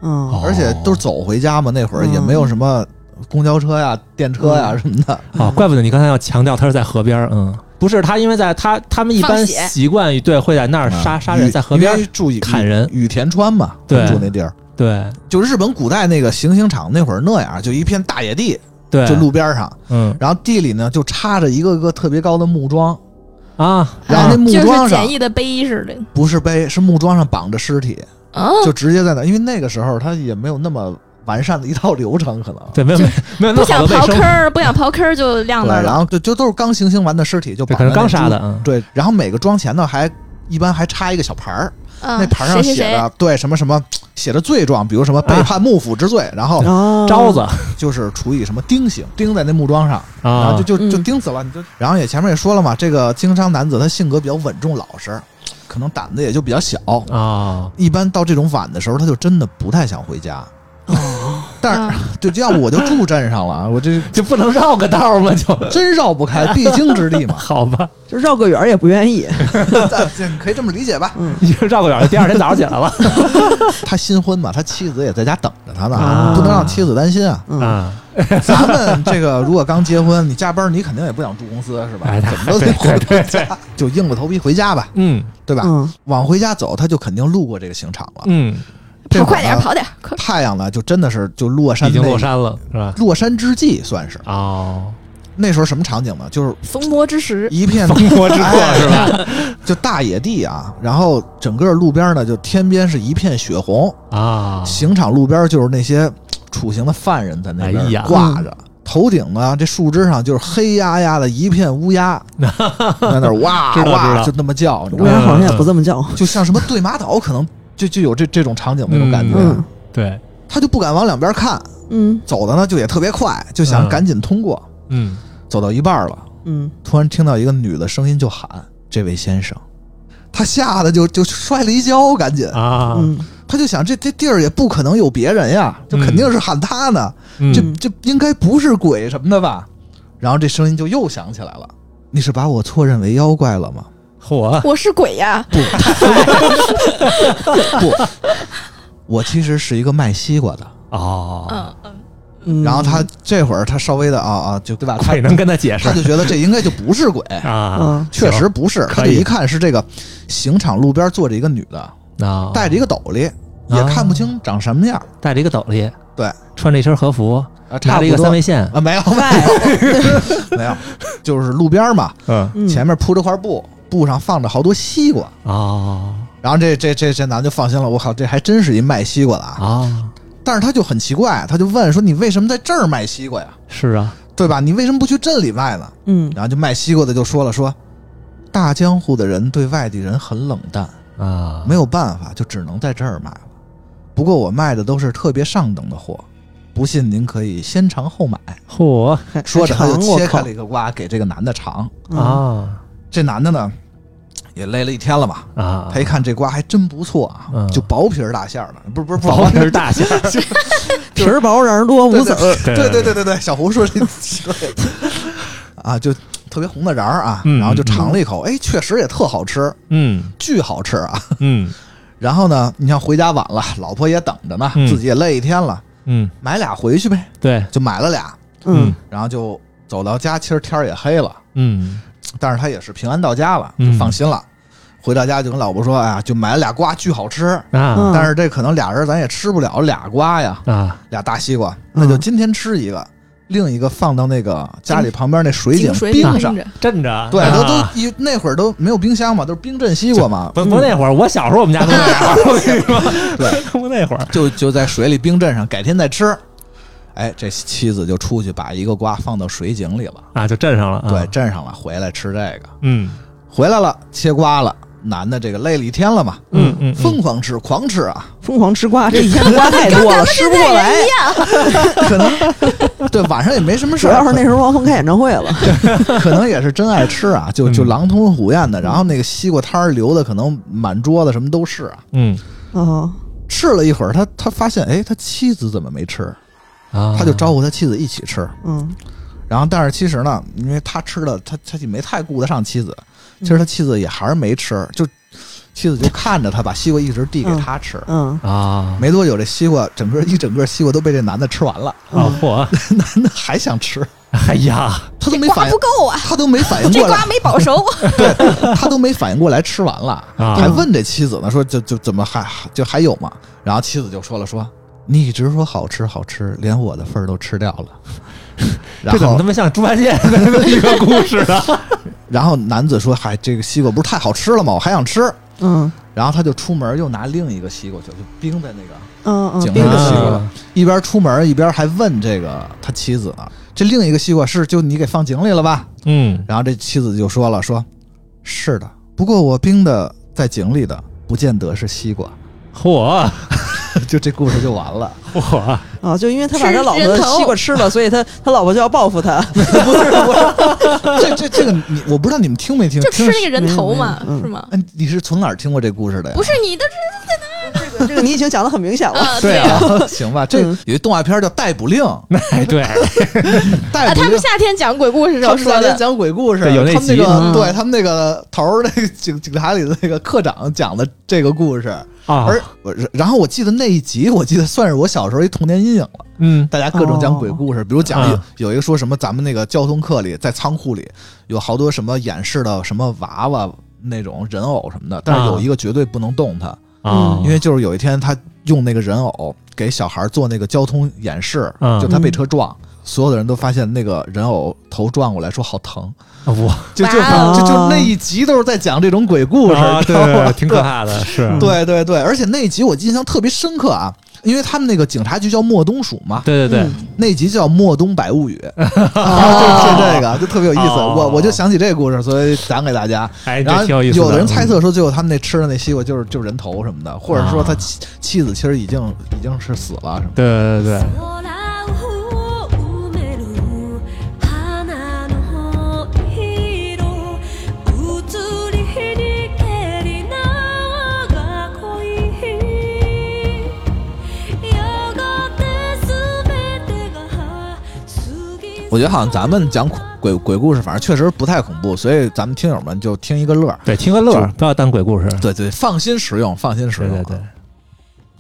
Speaker 3: 嗯
Speaker 4: 哦
Speaker 1: 而且都是走回家嘛，那会儿也
Speaker 3: 嗯
Speaker 1: 没有什么公交车呀、电车呀
Speaker 3: 嗯
Speaker 1: 什么的。
Speaker 4: 哦，怪不得你刚才要强调他是在河边儿，嗯，不是他，因为在他他们一
Speaker 6: 放
Speaker 4: 般
Speaker 6: 血
Speaker 4: 习惯于对会在那儿
Speaker 1: 啊
Speaker 4: 杀杀人，
Speaker 1: 雨
Speaker 4: 在河边
Speaker 1: 因
Speaker 4: 儿
Speaker 1: 为，住
Speaker 4: 砍人
Speaker 1: 羽田川嘛，
Speaker 4: 对
Speaker 1: 住那地儿。
Speaker 4: 对
Speaker 1: 就日本古代那个行刑场，那会儿那样，就一片大野地，
Speaker 4: 对，
Speaker 1: 就路边上，
Speaker 4: 嗯
Speaker 1: 然后地里呢就插着一个个特别高的木桩，
Speaker 4: 啊，
Speaker 1: 然后那木
Speaker 6: 就是
Speaker 1: 桩上
Speaker 6: 简易的碑似的。
Speaker 1: 不是碑，是木桩上绑着尸体，
Speaker 6: 嗯，
Speaker 1: 就直接在那，因为那个时候他也没有那么完善的一套流程，可能
Speaker 4: 对，没有
Speaker 6: 就
Speaker 4: 没有没有那
Speaker 6: 不
Speaker 4: 么好
Speaker 6: 想
Speaker 4: 的卫
Speaker 6: 刨
Speaker 4: 生
Speaker 6: 坑，儿，不想刨坑儿就晾那
Speaker 1: 对，
Speaker 6: 儿
Speaker 1: 然
Speaker 6: 了。
Speaker 1: 后就就都是刚行刑完的尸体，就
Speaker 4: 这
Speaker 1: 绑
Speaker 4: 可能
Speaker 1: 在那
Speaker 4: 刚杀
Speaker 1: 猪
Speaker 4: 的，嗯
Speaker 1: 对，然后每个桩前呢还一般还插一个小牌儿，
Speaker 4: 啊
Speaker 6: 嗯，
Speaker 1: 那牌上写
Speaker 6: 谁谁谁
Speaker 1: 着对什么什么写着罪状，比如
Speaker 4: 啊
Speaker 1: 什么背叛幕府之罪，然后
Speaker 4: 嗯
Speaker 3: 啊
Speaker 4: 招子
Speaker 1: 就是处以什么钉刑，钉在那木桩上，然
Speaker 4: 啊
Speaker 1: 后，就就
Speaker 3: 嗯
Speaker 1: 就钉死了。你就然后也前面也说了嘛，这个经商男子他性格比较稳重老实，可能胆子也就比较小。
Speaker 4: 啊，
Speaker 1: 一般到这种晚的时候，他就真的不太想回家，但是
Speaker 6: 嗯
Speaker 1: 就要不我就住镇上了，我这
Speaker 4: 就不能绕个道吗？就
Speaker 1: 真绕不开， 必经之地嘛，
Speaker 4: 好吧，
Speaker 3: 就绕个远儿也不愿意。
Speaker 1: 但这可以这么理解吧？
Speaker 3: 嗯，
Speaker 4: 你就绕个远儿，第二天早上起来了
Speaker 1: 他新婚嘛，他妻子也在家等着他呢，
Speaker 4: 啊
Speaker 1: 不能让妻子担心啊。
Speaker 3: 嗯
Speaker 4: 啊！
Speaker 1: 咱们这个如果刚结婚，你加班，你肯定也不想住公司是吧？
Speaker 4: 哎，
Speaker 1: 怎么都得
Speaker 4: 对
Speaker 1: 回
Speaker 4: 对对对，
Speaker 1: 家，就硬着头皮回家吧，
Speaker 4: 嗯
Speaker 1: 对吧？
Speaker 3: 嗯，
Speaker 1: 往回家走，他就肯定路过这个刑场了。
Speaker 4: 嗯，
Speaker 1: 这
Speaker 6: 跑
Speaker 1: 会儿
Speaker 6: 快点儿，
Speaker 1: 呢
Speaker 6: 跑点儿，快！
Speaker 1: 太阳呢，就真的是就落山
Speaker 4: 已
Speaker 1: 那，
Speaker 4: 经落山了是吧？
Speaker 1: 落山之际算是
Speaker 4: 哦，
Speaker 1: 那时候什么场景呢？就是
Speaker 6: 逢魔之时，
Speaker 1: 一片哎
Speaker 4: 风波之过是 吧？
Speaker 1: 就大野地啊，然后整个路边呢，就天边是一片血红，
Speaker 4: 啊，
Speaker 1: 刑场路边就是那些处刑的犯人在那
Speaker 4: 哎
Speaker 1: 边
Speaker 4: 呀
Speaker 1: 挂着，头顶呢这树枝上就是黑压压的一片乌鸦， 在那儿哇
Speaker 4: 知道知
Speaker 1: 哇
Speaker 4: 道
Speaker 1: 就那么叫，你知
Speaker 3: 乌
Speaker 1: 道
Speaker 3: 鸦
Speaker 1: 吗？
Speaker 3: 好像也不这么叫。
Speaker 1: 就像什么对马岛可能就就有这这种场景那种感觉，
Speaker 3: 嗯
Speaker 4: 对，
Speaker 1: 他就不敢往两边看，
Speaker 3: 嗯
Speaker 1: 走的呢就也特别快，就想
Speaker 4: 嗯
Speaker 1: 赶紧通过，
Speaker 4: 嗯，
Speaker 1: 走到一半了。
Speaker 3: 嗯，
Speaker 1: 突然听到一个女的声音就喊：“这位先生！”他吓得就就摔了一跤，赶紧，
Speaker 4: 啊，
Speaker 3: 嗯，
Speaker 1: 他就想这这地儿也不可能有别人呀，就肯定是喊他呢，
Speaker 4: 嗯
Speaker 1: 这这应该不是鬼什么的吧？然后这声音就又响起来了：“你是把我错认为妖怪了吗
Speaker 4: 火
Speaker 6: 我是鬼呀？”！
Speaker 1: 不， 不，我其实是一个卖西瓜的。
Speaker 4: 哦，
Speaker 6: 嗯嗯，
Speaker 3: 嗯
Speaker 1: 然后他这会儿他稍微的啊啊，就对吧？他
Speaker 4: 也能跟他解释
Speaker 1: 他就觉得这应该就不是鬼，
Speaker 4: 啊，
Speaker 3: 嗯
Speaker 1: 确实不是，
Speaker 4: 可以
Speaker 1: 他就一看是这个刑场路边坐着一个女的，
Speaker 4: 啊，
Speaker 1: 戴着一个斗笠，也看不清长什么样儿
Speaker 4: 带着一个斗笠，
Speaker 1: 对，
Speaker 4: 穿着一身和服，
Speaker 1: 啊，差
Speaker 4: 拿着
Speaker 1: 不
Speaker 4: 一个
Speaker 1: 多
Speaker 4: 三味线，
Speaker 1: 啊，没有没有没有，就是路边儿嘛，
Speaker 4: 嗯
Speaker 3: 嗯
Speaker 1: 前面铺着块布，布上放着好多西瓜，
Speaker 4: 哦
Speaker 1: 然后这这这这男的就放心了，我靠，这还真是一卖西瓜的啊！
Speaker 4: 啊，
Speaker 1: 但是他就很奇怪，他就问说你为什么在这儿卖西瓜呀？
Speaker 4: 是啊，
Speaker 1: 对吧？你为什么不去镇里卖呢？
Speaker 3: 嗯
Speaker 1: 然后就卖西瓜的就说了说，大江户的人对外地人很冷淡，
Speaker 4: 啊，
Speaker 1: 没有办法，就只能在这儿卖了。不过我卖的都是特别上等的货，不信您可以先尝后买。
Speaker 4: 火
Speaker 3: 还
Speaker 1: 说着他就
Speaker 3: 还尝过
Speaker 1: 切开
Speaker 3: 口
Speaker 1: 了一个瓜给这个男的尝。
Speaker 3: 啊，
Speaker 4: 啊
Speaker 1: 这男的呢，也累了一天了嘛，
Speaker 4: 啊，
Speaker 1: 他一看这瓜还真不错啊，
Speaker 4: 嗯
Speaker 1: 就薄皮儿大馅儿的，不是不是
Speaker 4: 保
Speaker 1: 皮
Speaker 4: 是大馅儿，
Speaker 3: 皮儿薄瓤儿多
Speaker 1: 对
Speaker 3: 无籽儿。
Speaker 1: 对对对对对对，小胡说这对啊，就特别红的瓤儿啊，
Speaker 4: 嗯
Speaker 1: 然后就尝了一口，哎，确实也特好吃，
Speaker 4: 嗯
Speaker 1: 巨好吃啊。
Speaker 4: 嗯
Speaker 1: 然后呢，你像回家晚了，老婆也等着呢，
Speaker 4: 嗯
Speaker 1: 自己也累一天了，
Speaker 4: 嗯，
Speaker 1: 买俩回去呗，
Speaker 4: 对，
Speaker 1: 就买了俩，
Speaker 3: 嗯
Speaker 1: 然后就走到家，其实天儿也黑了，
Speaker 4: 嗯
Speaker 1: 但是他也是平安到家了，就
Speaker 4: 嗯
Speaker 1: 放心了。回到家就跟老婆说：“哎呀，就买了俩瓜，巨好吃。
Speaker 4: 啊
Speaker 3: 嗯
Speaker 1: 但是这可能俩人咱也吃不了俩瓜呀，
Speaker 4: 啊
Speaker 1: 俩大西瓜，那就今天吃一个，另一个放到那个家里旁边那水井
Speaker 6: 井水里
Speaker 1: 冰上
Speaker 6: 冰。着，
Speaker 4: 镇着，
Speaker 1: 对，
Speaker 4: 啊
Speaker 1: 都都一那会儿都没有冰箱嘛，都是冰镇西瓜嘛，
Speaker 4: 不不那会儿，我小时候我们家都那样， 我跟你说，
Speaker 1: 嗯 对，
Speaker 4: 不那会儿，
Speaker 1: 就 就在水里冰镇上，改天再吃。哎，这妻子就出去把一个瓜放到水井里了，
Speaker 4: 啊，就镇上了，啊
Speaker 1: 对，，镇上了，回来吃这个。
Speaker 4: 嗯
Speaker 1: 回来了，切瓜了，男的这个累了一天了嘛，
Speaker 4: 嗯嗯，
Speaker 1: 疯狂吃，狂吃啊，
Speaker 3: 疯狂吃瓜，这一天瓜太多了，吃不过来。
Speaker 1: 可能对晚上也没什么事
Speaker 3: 主
Speaker 1: 儿，
Speaker 3: 要是那时候汪峰开演唱会了，
Speaker 1: 可可能也是真爱吃啊，就就
Speaker 4: 嗯
Speaker 1: 狼吞虎咽的，然后那个西瓜摊儿留的可能满桌子什么都是啊。
Speaker 4: 嗯
Speaker 3: 啊，
Speaker 1: 吃了一会儿，他他发现，哎，他妻子怎么没吃？
Speaker 4: 啊，
Speaker 1: 他就招呼他妻子一起吃。
Speaker 3: 嗯
Speaker 1: 然后，但是其实呢，因为他吃了，他他也没太顾得上妻子，
Speaker 4: 嗯
Speaker 1: 其实他妻子也还是没吃，就妻子就看着他把西瓜一直递给他吃。
Speaker 3: 嗯
Speaker 4: 啊
Speaker 1: 没多久，这西瓜整个一整个西瓜都被这男的吃完了，
Speaker 4: 啊火，
Speaker 1: 男的还想吃，
Speaker 4: 哎呀，
Speaker 1: 他都没
Speaker 6: 瓜
Speaker 1: 反应
Speaker 6: 不，够啊，
Speaker 1: 他都没反应
Speaker 6: 这
Speaker 1: 过来
Speaker 6: 瓜，没保熟。
Speaker 1: 他都没反应过来吃完了，
Speaker 4: 啊
Speaker 1: 还问这妻子呢，说就就怎么还就还有吗？然后妻子就说了说，你一直说好吃好吃，连我的份儿都吃掉 了。然
Speaker 4: 这怎么
Speaker 1: 后
Speaker 4: 他妈像猪八戒的一个故事啊呢？
Speaker 1: 然后男子说，嗨，这个西瓜不是太好吃了吗？我还想吃。
Speaker 3: 嗯
Speaker 1: 然后他就出门又拿另一个西瓜去，就冰在那个
Speaker 3: 嗯嗯，
Speaker 1: 井
Speaker 3: 冰
Speaker 1: 里
Speaker 3: 的
Speaker 1: 的西
Speaker 3: 西
Speaker 1: 瓜
Speaker 3: 瓜，
Speaker 1: 了。一边出门一边还问这个他妻子呢，这另一个西瓜是就你给放井里了吧？
Speaker 4: 嗯
Speaker 1: 然后这妻子就说了，说是的，不过我冰的在井里的不见得是西瓜，
Speaker 4: 火
Speaker 1: 就这故事就完了。
Speaker 4: 火，
Speaker 3: 啊，就因为他把他老婆的西瓜吃了，所以他他老婆就要报复他。
Speaker 1: 这这这个你我不知道你们听没听，
Speaker 6: 就
Speaker 1: 听
Speaker 6: 吃
Speaker 1: 着哎
Speaker 6: 那个人头嘛，
Speaker 3: 嗯
Speaker 6: 是吗？
Speaker 1: 嗯，你是从哪儿听过这故事的呀？
Speaker 6: 不是你的这
Speaker 3: 这个你已经讲的很明显了。
Speaker 6: 呃，
Speaker 1: 对
Speaker 6: 啊，
Speaker 1: 啊， 行吧，这
Speaker 3: 嗯
Speaker 1: 有一动画片叫《逮捕令》，
Speaker 4: 哎，对，
Speaker 1: 逮捕
Speaker 6: 啊他
Speaker 1: 令
Speaker 6: 们。夏天讲鬼故事时
Speaker 1: 他
Speaker 6: 候
Speaker 1: 们
Speaker 6: 说
Speaker 1: 在那
Speaker 6: 的，
Speaker 1: 讲鬼故事，
Speaker 4: 对有那
Speaker 1: 他们那
Speaker 4: 集
Speaker 1: 个
Speaker 3: 嗯
Speaker 1: 对他们那个头儿，那个警警察里的那个科长讲的这个故事，
Speaker 4: 啊，
Speaker 1: 而我然后我记得那一集，我记得算是我小时候一童年阴影了。
Speaker 4: 嗯，
Speaker 1: 大家各种讲鬼故事，比如讲有
Speaker 4: 啊
Speaker 1: 有一个说什么咱们那个交通课里，在仓库里有好多什么演示的什么娃娃那种人偶什么的，但是
Speaker 4: 啊
Speaker 1: 有一个绝对不能动它，
Speaker 4: 啊，
Speaker 1: 嗯因为就是有一天他用那个人偶给小孩做那个交通演示，
Speaker 4: 嗯
Speaker 1: 就他被车撞。所有的人都发现那个人偶头撞过来，说好疼，
Speaker 4: 啊我
Speaker 1: 就就
Speaker 6: 哇
Speaker 3: 哦
Speaker 1: 就就那一集都是在讲这种鬼故事，
Speaker 4: 啊
Speaker 1: 你知
Speaker 4: 对
Speaker 1: 道吗
Speaker 4: 对，挺可怕 的，是，
Speaker 1: 对对对，而且那一集我印象特别深刻啊，因为他们那个警察局叫莫东署嘛，
Speaker 4: 对对对，
Speaker 1: 那集叫《莫东百 物语》，啊
Speaker 3: 哦
Speaker 1: 就是这个就特别有意思。
Speaker 4: 哦
Speaker 1: 我我就想起这个故事，所以讲给大家。
Speaker 4: 哎，
Speaker 1: 然
Speaker 4: 这
Speaker 1: 后
Speaker 4: 挺有意思的。
Speaker 1: 有的人猜测说，最后他们那吃的那西瓜就是就是人头什么的，或者说他
Speaker 4: 啊
Speaker 1: 妻妻子其实已经已经是死了什么的。
Speaker 4: 对，对对对，
Speaker 7: 空を埋める花の色移りにけりなが恋やがて全てが過ぎ去
Speaker 1: 我觉得好像咱们讲鬼鬼故事，反正确实不太恐怖，所以咱们听友们就听一个乐儿。
Speaker 4: 对，听个乐儿
Speaker 1: 就，
Speaker 4: 不要当鬼故事。
Speaker 1: 对对，放心使用，放心使
Speaker 4: 对
Speaker 1: 用
Speaker 4: 对
Speaker 1: 啊。
Speaker 4: 对，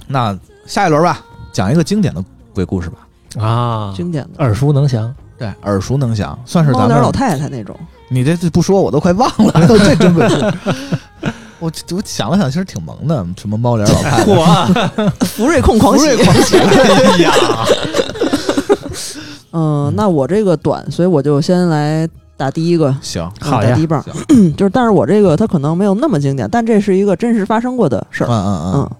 Speaker 1: 那下一轮吧，讲一个经典的鬼故事吧。
Speaker 4: 啊，
Speaker 3: 经典的
Speaker 4: 耳熟能详。
Speaker 1: 对，耳熟能详，算是
Speaker 3: 猫
Speaker 1: 咱
Speaker 3: 脸
Speaker 1: 们
Speaker 3: 老太太那种，
Speaker 1: 你这这不说我都快忘了， 还有这真鬼故事。 我我想了想，其实挺萌的，什么猫脸老太太、
Speaker 4: 嚯，
Speaker 3: 福瑞控 狂
Speaker 1: 福
Speaker 3: 喜。
Speaker 1: 瑞狂喜，哎呀，
Speaker 3: 嗯，那我这个短，所以我就先来打第一个，
Speaker 1: 行，
Speaker 4: 好
Speaker 3: 嗯打
Speaker 4: 呀
Speaker 3: 第一棒
Speaker 1: 行，
Speaker 3: 就是，但是我这个它可能没有那么经典，但这是一个真实发生过的事
Speaker 1: 嗯
Speaker 3: 儿。
Speaker 1: 嗯嗯，
Speaker 3: 嗯，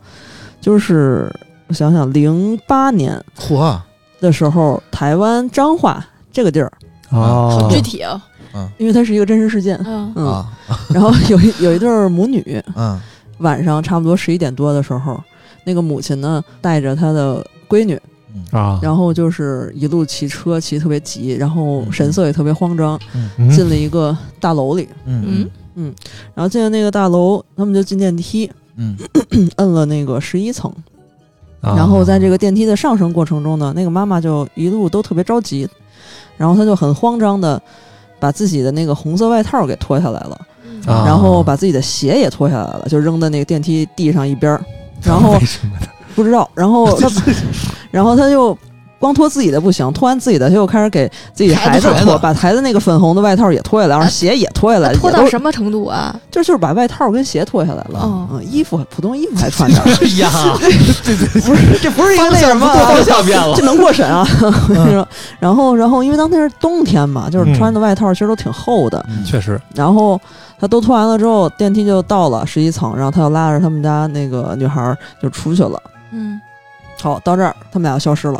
Speaker 3: 就是我想想，零八年
Speaker 1: 嚯，啊
Speaker 3: 的时候，台湾彰化这个地儿，
Speaker 4: 哦
Speaker 6: 好具体啊，
Speaker 3: 因为它是一个真实事件，
Speaker 6: 嗯，
Speaker 3: 嗯，
Speaker 1: 啊，
Speaker 3: 然后有一有一对儿母女，
Speaker 1: 嗯
Speaker 3: 晚上差不多十一点多的时候，那个母亲呢带着她的闺女，
Speaker 4: 啊，
Speaker 3: 然后就是一路骑车骑特别急，然后神色也特别慌张，
Speaker 4: 嗯
Speaker 3: 进了一个大楼里，
Speaker 1: 嗯
Speaker 3: 然后进了那个大楼，他们就进电梯，
Speaker 1: 嗯
Speaker 3: 摁了那个十一层，
Speaker 4: 啊
Speaker 3: 然后在这个电梯的上升过程中呢，那个妈妈就一路都特别着急，然后她就很慌张的把自己的那个红色外套给脱下来了，
Speaker 4: 啊
Speaker 3: 然后把自己的鞋也脱下来了，就扔在那个电梯地上一边儿，然
Speaker 4: 哎
Speaker 3: 后不知道，然后她，然后她就。光脱自己的不行，脱完自己的，她又开始给自己的孩子
Speaker 1: 孩子
Speaker 3: 脱，把孩子那个粉红的外套也脱下
Speaker 4: 啊
Speaker 3: 来，然后鞋也脱下来，
Speaker 6: 拖
Speaker 3: 也
Speaker 6: 到
Speaker 3: 都
Speaker 6: 什么程度啊？
Speaker 3: 这就是把外套跟鞋脱下来了，
Speaker 6: 哦
Speaker 3: 嗯，衣服普通衣服 还穿着，
Speaker 4: 哎
Speaker 1: 嗯，呀，
Speaker 3: 不是这不是一个那什么啊，
Speaker 4: 下变了
Speaker 3: 这能过审啊！我跟你说，然后然后因为当天是冬天嘛，就是穿的外套其实都挺厚的，
Speaker 1: 嗯
Speaker 4: 确实
Speaker 3: 然后他都脱完了之后，电梯就到了十一层，然后他就拉着他们家那个女孩儿就出去了。
Speaker 6: 嗯，
Speaker 3: 好，到这儿他们俩就消失了，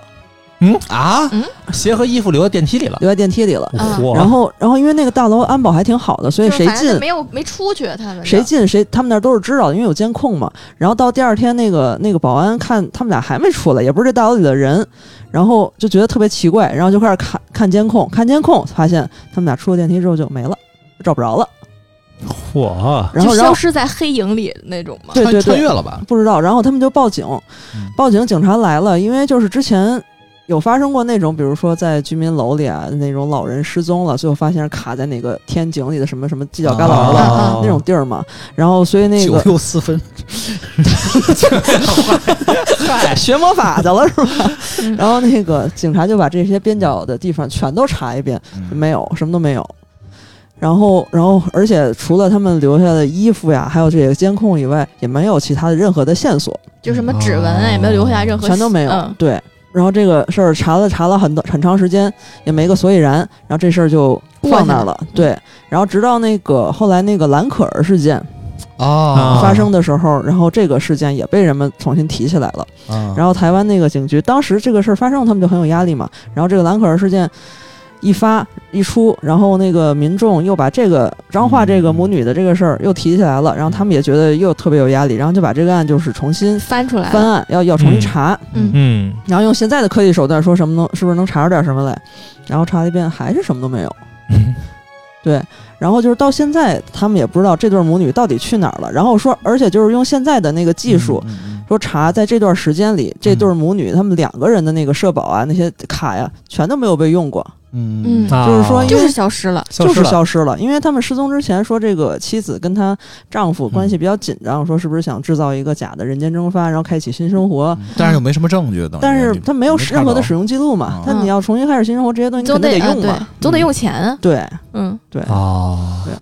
Speaker 4: 啊
Speaker 6: 嗯
Speaker 4: 鞋和衣服留在电梯里了。
Speaker 3: 留在电梯里了。
Speaker 6: 啊
Speaker 4: 嚯，
Speaker 3: 然后然后因为那个大楼安保还挺好的，所以
Speaker 6: 就
Speaker 3: 谁
Speaker 6: 是反正
Speaker 3: 进
Speaker 6: 没有没出去，他们的
Speaker 3: 谁进谁，他们那儿都是知道的，因为有监控嘛。然后到第二天，那个那个保安看他们俩还没出来，也不是这大楼里的人，然后就觉得特别奇怪，然后就开始看看监控，看监控发现他们俩出了电梯之后就没了，就找不着了。
Speaker 4: 嚯，
Speaker 3: 然后
Speaker 6: 哦就
Speaker 3: 然
Speaker 6: 消
Speaker 3: 后
Speaker 6: 失在黑影里那种嘛。
Speaker 3: 对对
Speaker 1: 穿穿
Speaker 3: 对
Speaker 1: 越，了吧？
Speaker 3: 不知道。然后他们就报警
Speaker 1: 嗯，
Speaker 3: 报警，警察来了，因为就是之前。有发生过那种，比如说在居民楼里啊，那种老人失踪了，最后发现是卡在哪个天井里的什么什么犄角旮旯了、
Speaker 4: 啊
Speaker 3: 那种地儿嘛。然后所以那
Speaker 1: 九
Speaker 3: 个
Speaker 1: 又四分，
Speaker 3: 嗨，学魔法去了是吧？然后那个警察就把这些边角的地方全都查一遍，
Speaker 1: 嗯
Speaker 3: 没有，什么都没有。然后，然后，而且除了他们留下的衣服呀，还有这些监控以外，也没有其他的任何的线索，
Speaker 6: 就什么指纹啊，也没有留下任何，
Speaker 3: 全都没有。
Speaker 6: 嗯
Speaker 3: 对，然后这个事儿查了查了很多很长时间，也没个所以然，然后这事儿就放那儿了。对，然后直到那个后来那个蓝可儿事件
Speaker 1: 啊
Speaker 3: 发生的时候，然后这个事件也被人们重新提起来了。
Speaker 1: 啊，
Speaker 3: 然后台湾那个警局，当时这个事儿发生，他们就很有压力嘛。然后这个兰可儿事件一发一出，然后那个民众又把这个彰化这个母女的这个事儿又提起来了，然后他们也觉得又特别有压力，然后就把这个案就是重新
Speaker 6: 翻出来
Speaker 3: 翻
Speaker 6: 了。
Speaker 3: 案，要要重新查，
Speaker 6: 嗯
Speaker 4: 嗯，
Speaker 3: 然后用现在的科技手段说什么能是不是能查出点什么来，然后查了一遍还是什么都没有。
Speaker 4: 嗯
Speaker 3: 对，然后就是到现在，他们也不知道这对母女到底去哪儿了。然后说，而且就是用现在的那个技术，
Speaker 1: 嗯嗯嗯
Speaker 3: 说查在这段时间里，这对
Speaker 1: 嗯
Speaker 3: 儿母女他们两个人的那个社保啊，那些卡呀，全都没有被用过，
Speaker 1: 嗯
Speaker 4: 啊
Speaker 6: 嗯
Speaker 3: 就是说
Speaker 6: 就是消失了。
Speaker 4: 消
Speaker 3: 就是
Speaker 4: 失了，
Speaker 3: 消失了。因为他们失踪之前说，这个妻子跟她丈夫
Speaker 1: 嗯
Speaker 3: 关系比较紧张，说是不是想制造一个假的人间蒸发，然后开启新生活。
Speaker 1: 但是又没什么证据，等于
Speaker 3: 但是
Speaker 1: 嗯你
Speaker 3: 他没有任何的使用记录嘛
Speaker 1: 嗯，
Speaker 3: 但你要重新开始新生活，这些东西你
Speaker 6: 你总
Speaker 3: 肯定
Speaker 6: 得啊
Speaker 3: 用
Speaker 6: 对
Speaker 3: 嘛，，
Speaker 6: 总得用钱啊。
Speaker 3: 对
Speaker 6: 嗯，
Speaker 3: 对
Speaker 1: 啊
Speaker 4: 哦，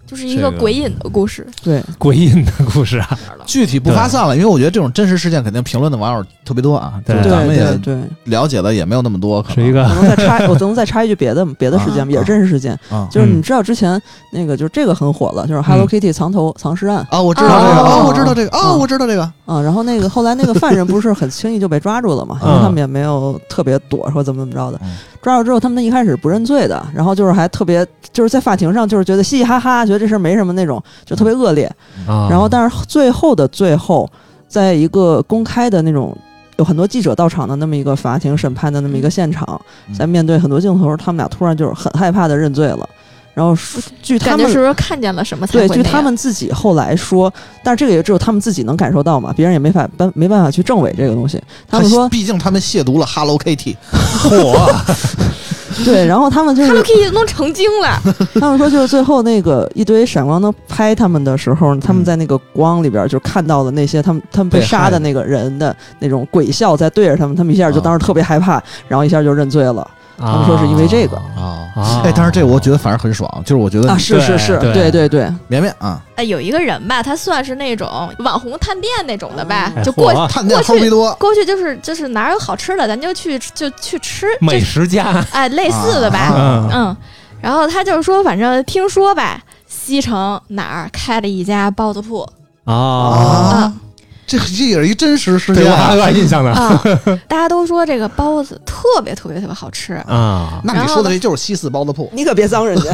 Speaker 6: 就是一个
Speaker 1: 这个
Speaker 6: 鬼影的故事。
Speaker 3: 对，
Speaker 4: 鬼影的故事啊，
Speaker 1: 具体不发散了，因为我觉得这种真实事件肯定评论的网友特别多啊，
Speaker 4: 对
Speaker 1: 就是咱们
Speaker 3: 对
Speaker 1: 也
Speaker 3: 对，
Speaker 1: 了解的也没有那么多，可
Speaker 4: 是
Speaker 1: 能
Speaker 4: 一个
Speaker 3: 我能再插，我能再插一句别的别的事件
Speaker 1: 啊
Speaker 3: 吗，也是真实事件，
Speaker 1: 啊
Speaker 3: 就是你知道之前那个就是这个很火了，就是
Speaker 1: 嗯
Speaker 3: Hello Kitty 藏头藏尸案
Speaker 1: 啊，我知道这个，
Speaker 6: 哦
Speaker 1: 啊，我知道这个，啊，
Speaker 3: 嗯
Speaker 1: 我知道这个，
Speaker 3: 啊，然后那个后来那个犯人不是很轻易就被抓住了嘛，因为
Speaker 4: 嗯
Speaker 3: 他们也没有特别躲或怎么怎么着的
Speaker 1: 嗯，
Speaker 3: 抓住之后他们一开始不认罪的，然后就是还特别就是在法庭上就是觉得嘻嘻哈哈，觉得这事儿没什么那种，就特别恶劣，
Speaker 4: 啊，
Speaker 1: 嗯
Speaker 3: 然后但是最后的最后，在一个公开的那种。有很多记者到场的那么一个法庭审判的那么一个现场，
Speaker 1: 嗯
Speaker 3: 在面对很多镜头，他们俩突然就是很害怕的认罪了。然后说据他
Speaker 6: 感觉
Speaker 3: 们
Speaker 6: 是不是看见了什么才
Speaker 3: 对，
Speaker 6: 会
Speaker 3: 据
Speaker 6: 那
Speaker 3: 他
Speaker 6: 样
Speaker 3: 们自己后来说，但是这个也只有他们自己能感受到嘛，别人也没法办没办法去证伪这个东西。他 们说
Speaker 1: 毕竟他们亵渎了 Hello Kitty，啊
Speaker 4: 火，
Speaker 3: 对，然后他们就
Speaker 6: Hello
Speaker 3: 是
Speaker 6: Kitty 弄成精了，
Speaker 3: 他们说就是最后那个一堆闪光灯拍他们的时候，他们
Speaker 1: 嗯
Speaker 3: 在那个光里边就看到了那些他们他们被
Speaker 1: 被
Speaker 3: 杀
Speaker 1: 害
Speaker 3: 的那个人的那种鬼笑在对着他们，他们一下就
Speaker 1: 啊
Speaker 3: 当时特别害怕，然后一下就认罪了。
Speaker 4: 他
Speaker 3: 们说是因为这个
Speaker 1: 啊
Speaker 4: 啊
Speaker 1: 哎，但是这我觉得反而很爽，就是我觉
Speaker 3: 啊，
Speaker 1: 得
Speaker 3: 是是是，
Speaker 4: 对
Speaker 3: 对对对，
Speaker 1: 绵绵啊，
Speaker 6: 哎，有一个人吧，他算是那种网红探店那种的吧
Speaker 4: 哎，
Speaker 6: 就
Speaker 4: 火
Speaker 6: 过
Speaker 4: 啊
Speaker 1: 探店
Speaker 6: 过去
Speaker 1: 齁逼多，
Speaker 6: 过去就是就是哪儿有好吃的，咱就去就去吃，
Speaker 4: 美
Speaker 6: 就
Speaker 4: 食家，
Speaker 6: 哎类似的吧，
Speaker 1: 啊
Speaker 4: 嗯
Speaker 6: 嗯。然后他就说，反正听说吧，西城哪儿开了一家包子铺
Speaker 4: 啊，
Speaker 1: 啊，这这也是一真实事
Speaker 4: 对
Speaker 1: 件
Speaker 4: 我还
Speaker 1: 啊
Speaker 4: 有。点印象呢
Speaker 6: 啊，大家都说这个包子特别特别特别好吃，
Speaker 4: 啊，
Speaker 1: 那你说的这就是西四包子铺，
Speaker 3: 你可别脏人家。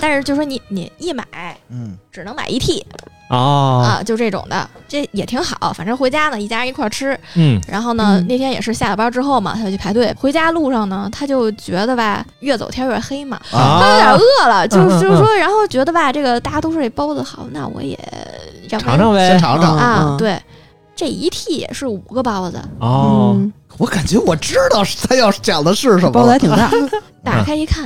Speaker 6: 但是就说你你一买
Speaker 1: 嗯，
Speaker 6: 只能买一屉
Speaker 4: 哦，
Speaker 6: 啊，就这种的，这也挺好。反正回家呢，一家人一块儿吃，
Speaker 4: 嗯，
Speaker 6: 然后呢，
Speaker 3: 嗯
Speaker 6: 那天也是下了班之后嘛，他就去排队。回家路上呢，他就觉得吧，越走天越黑嘛，
Speaker 1: 啊
Speaker 6: 他有点饿了，就
Speaker 4: 嗯
Speaker 6: 是
Speaker 4: 嗯
Speaker 6: 就是说，然后觉得吧，这个大家都说这包子好，那我也要不
Speaker 4: 尝
Speaker 6: 然
Speaker 4: 尝
Speaker 1: 先
Speaker 4: 呗，
Speaker 1: 尝尝。
Speaker 6: 啊
Speaker 3: 嗯，
Speaker 6: 对。这一屉也是五个包子，
Speaker 4: 哦，
Speaker 3: 嗯，
Speaker 1: 我感觉我知道他要讲的是什么
Speaker 3: 包子还
Speaker 1: 了，
Speaker 3: 挺大，
Speaker 4: 嗯
Speaker 6: 打开一看，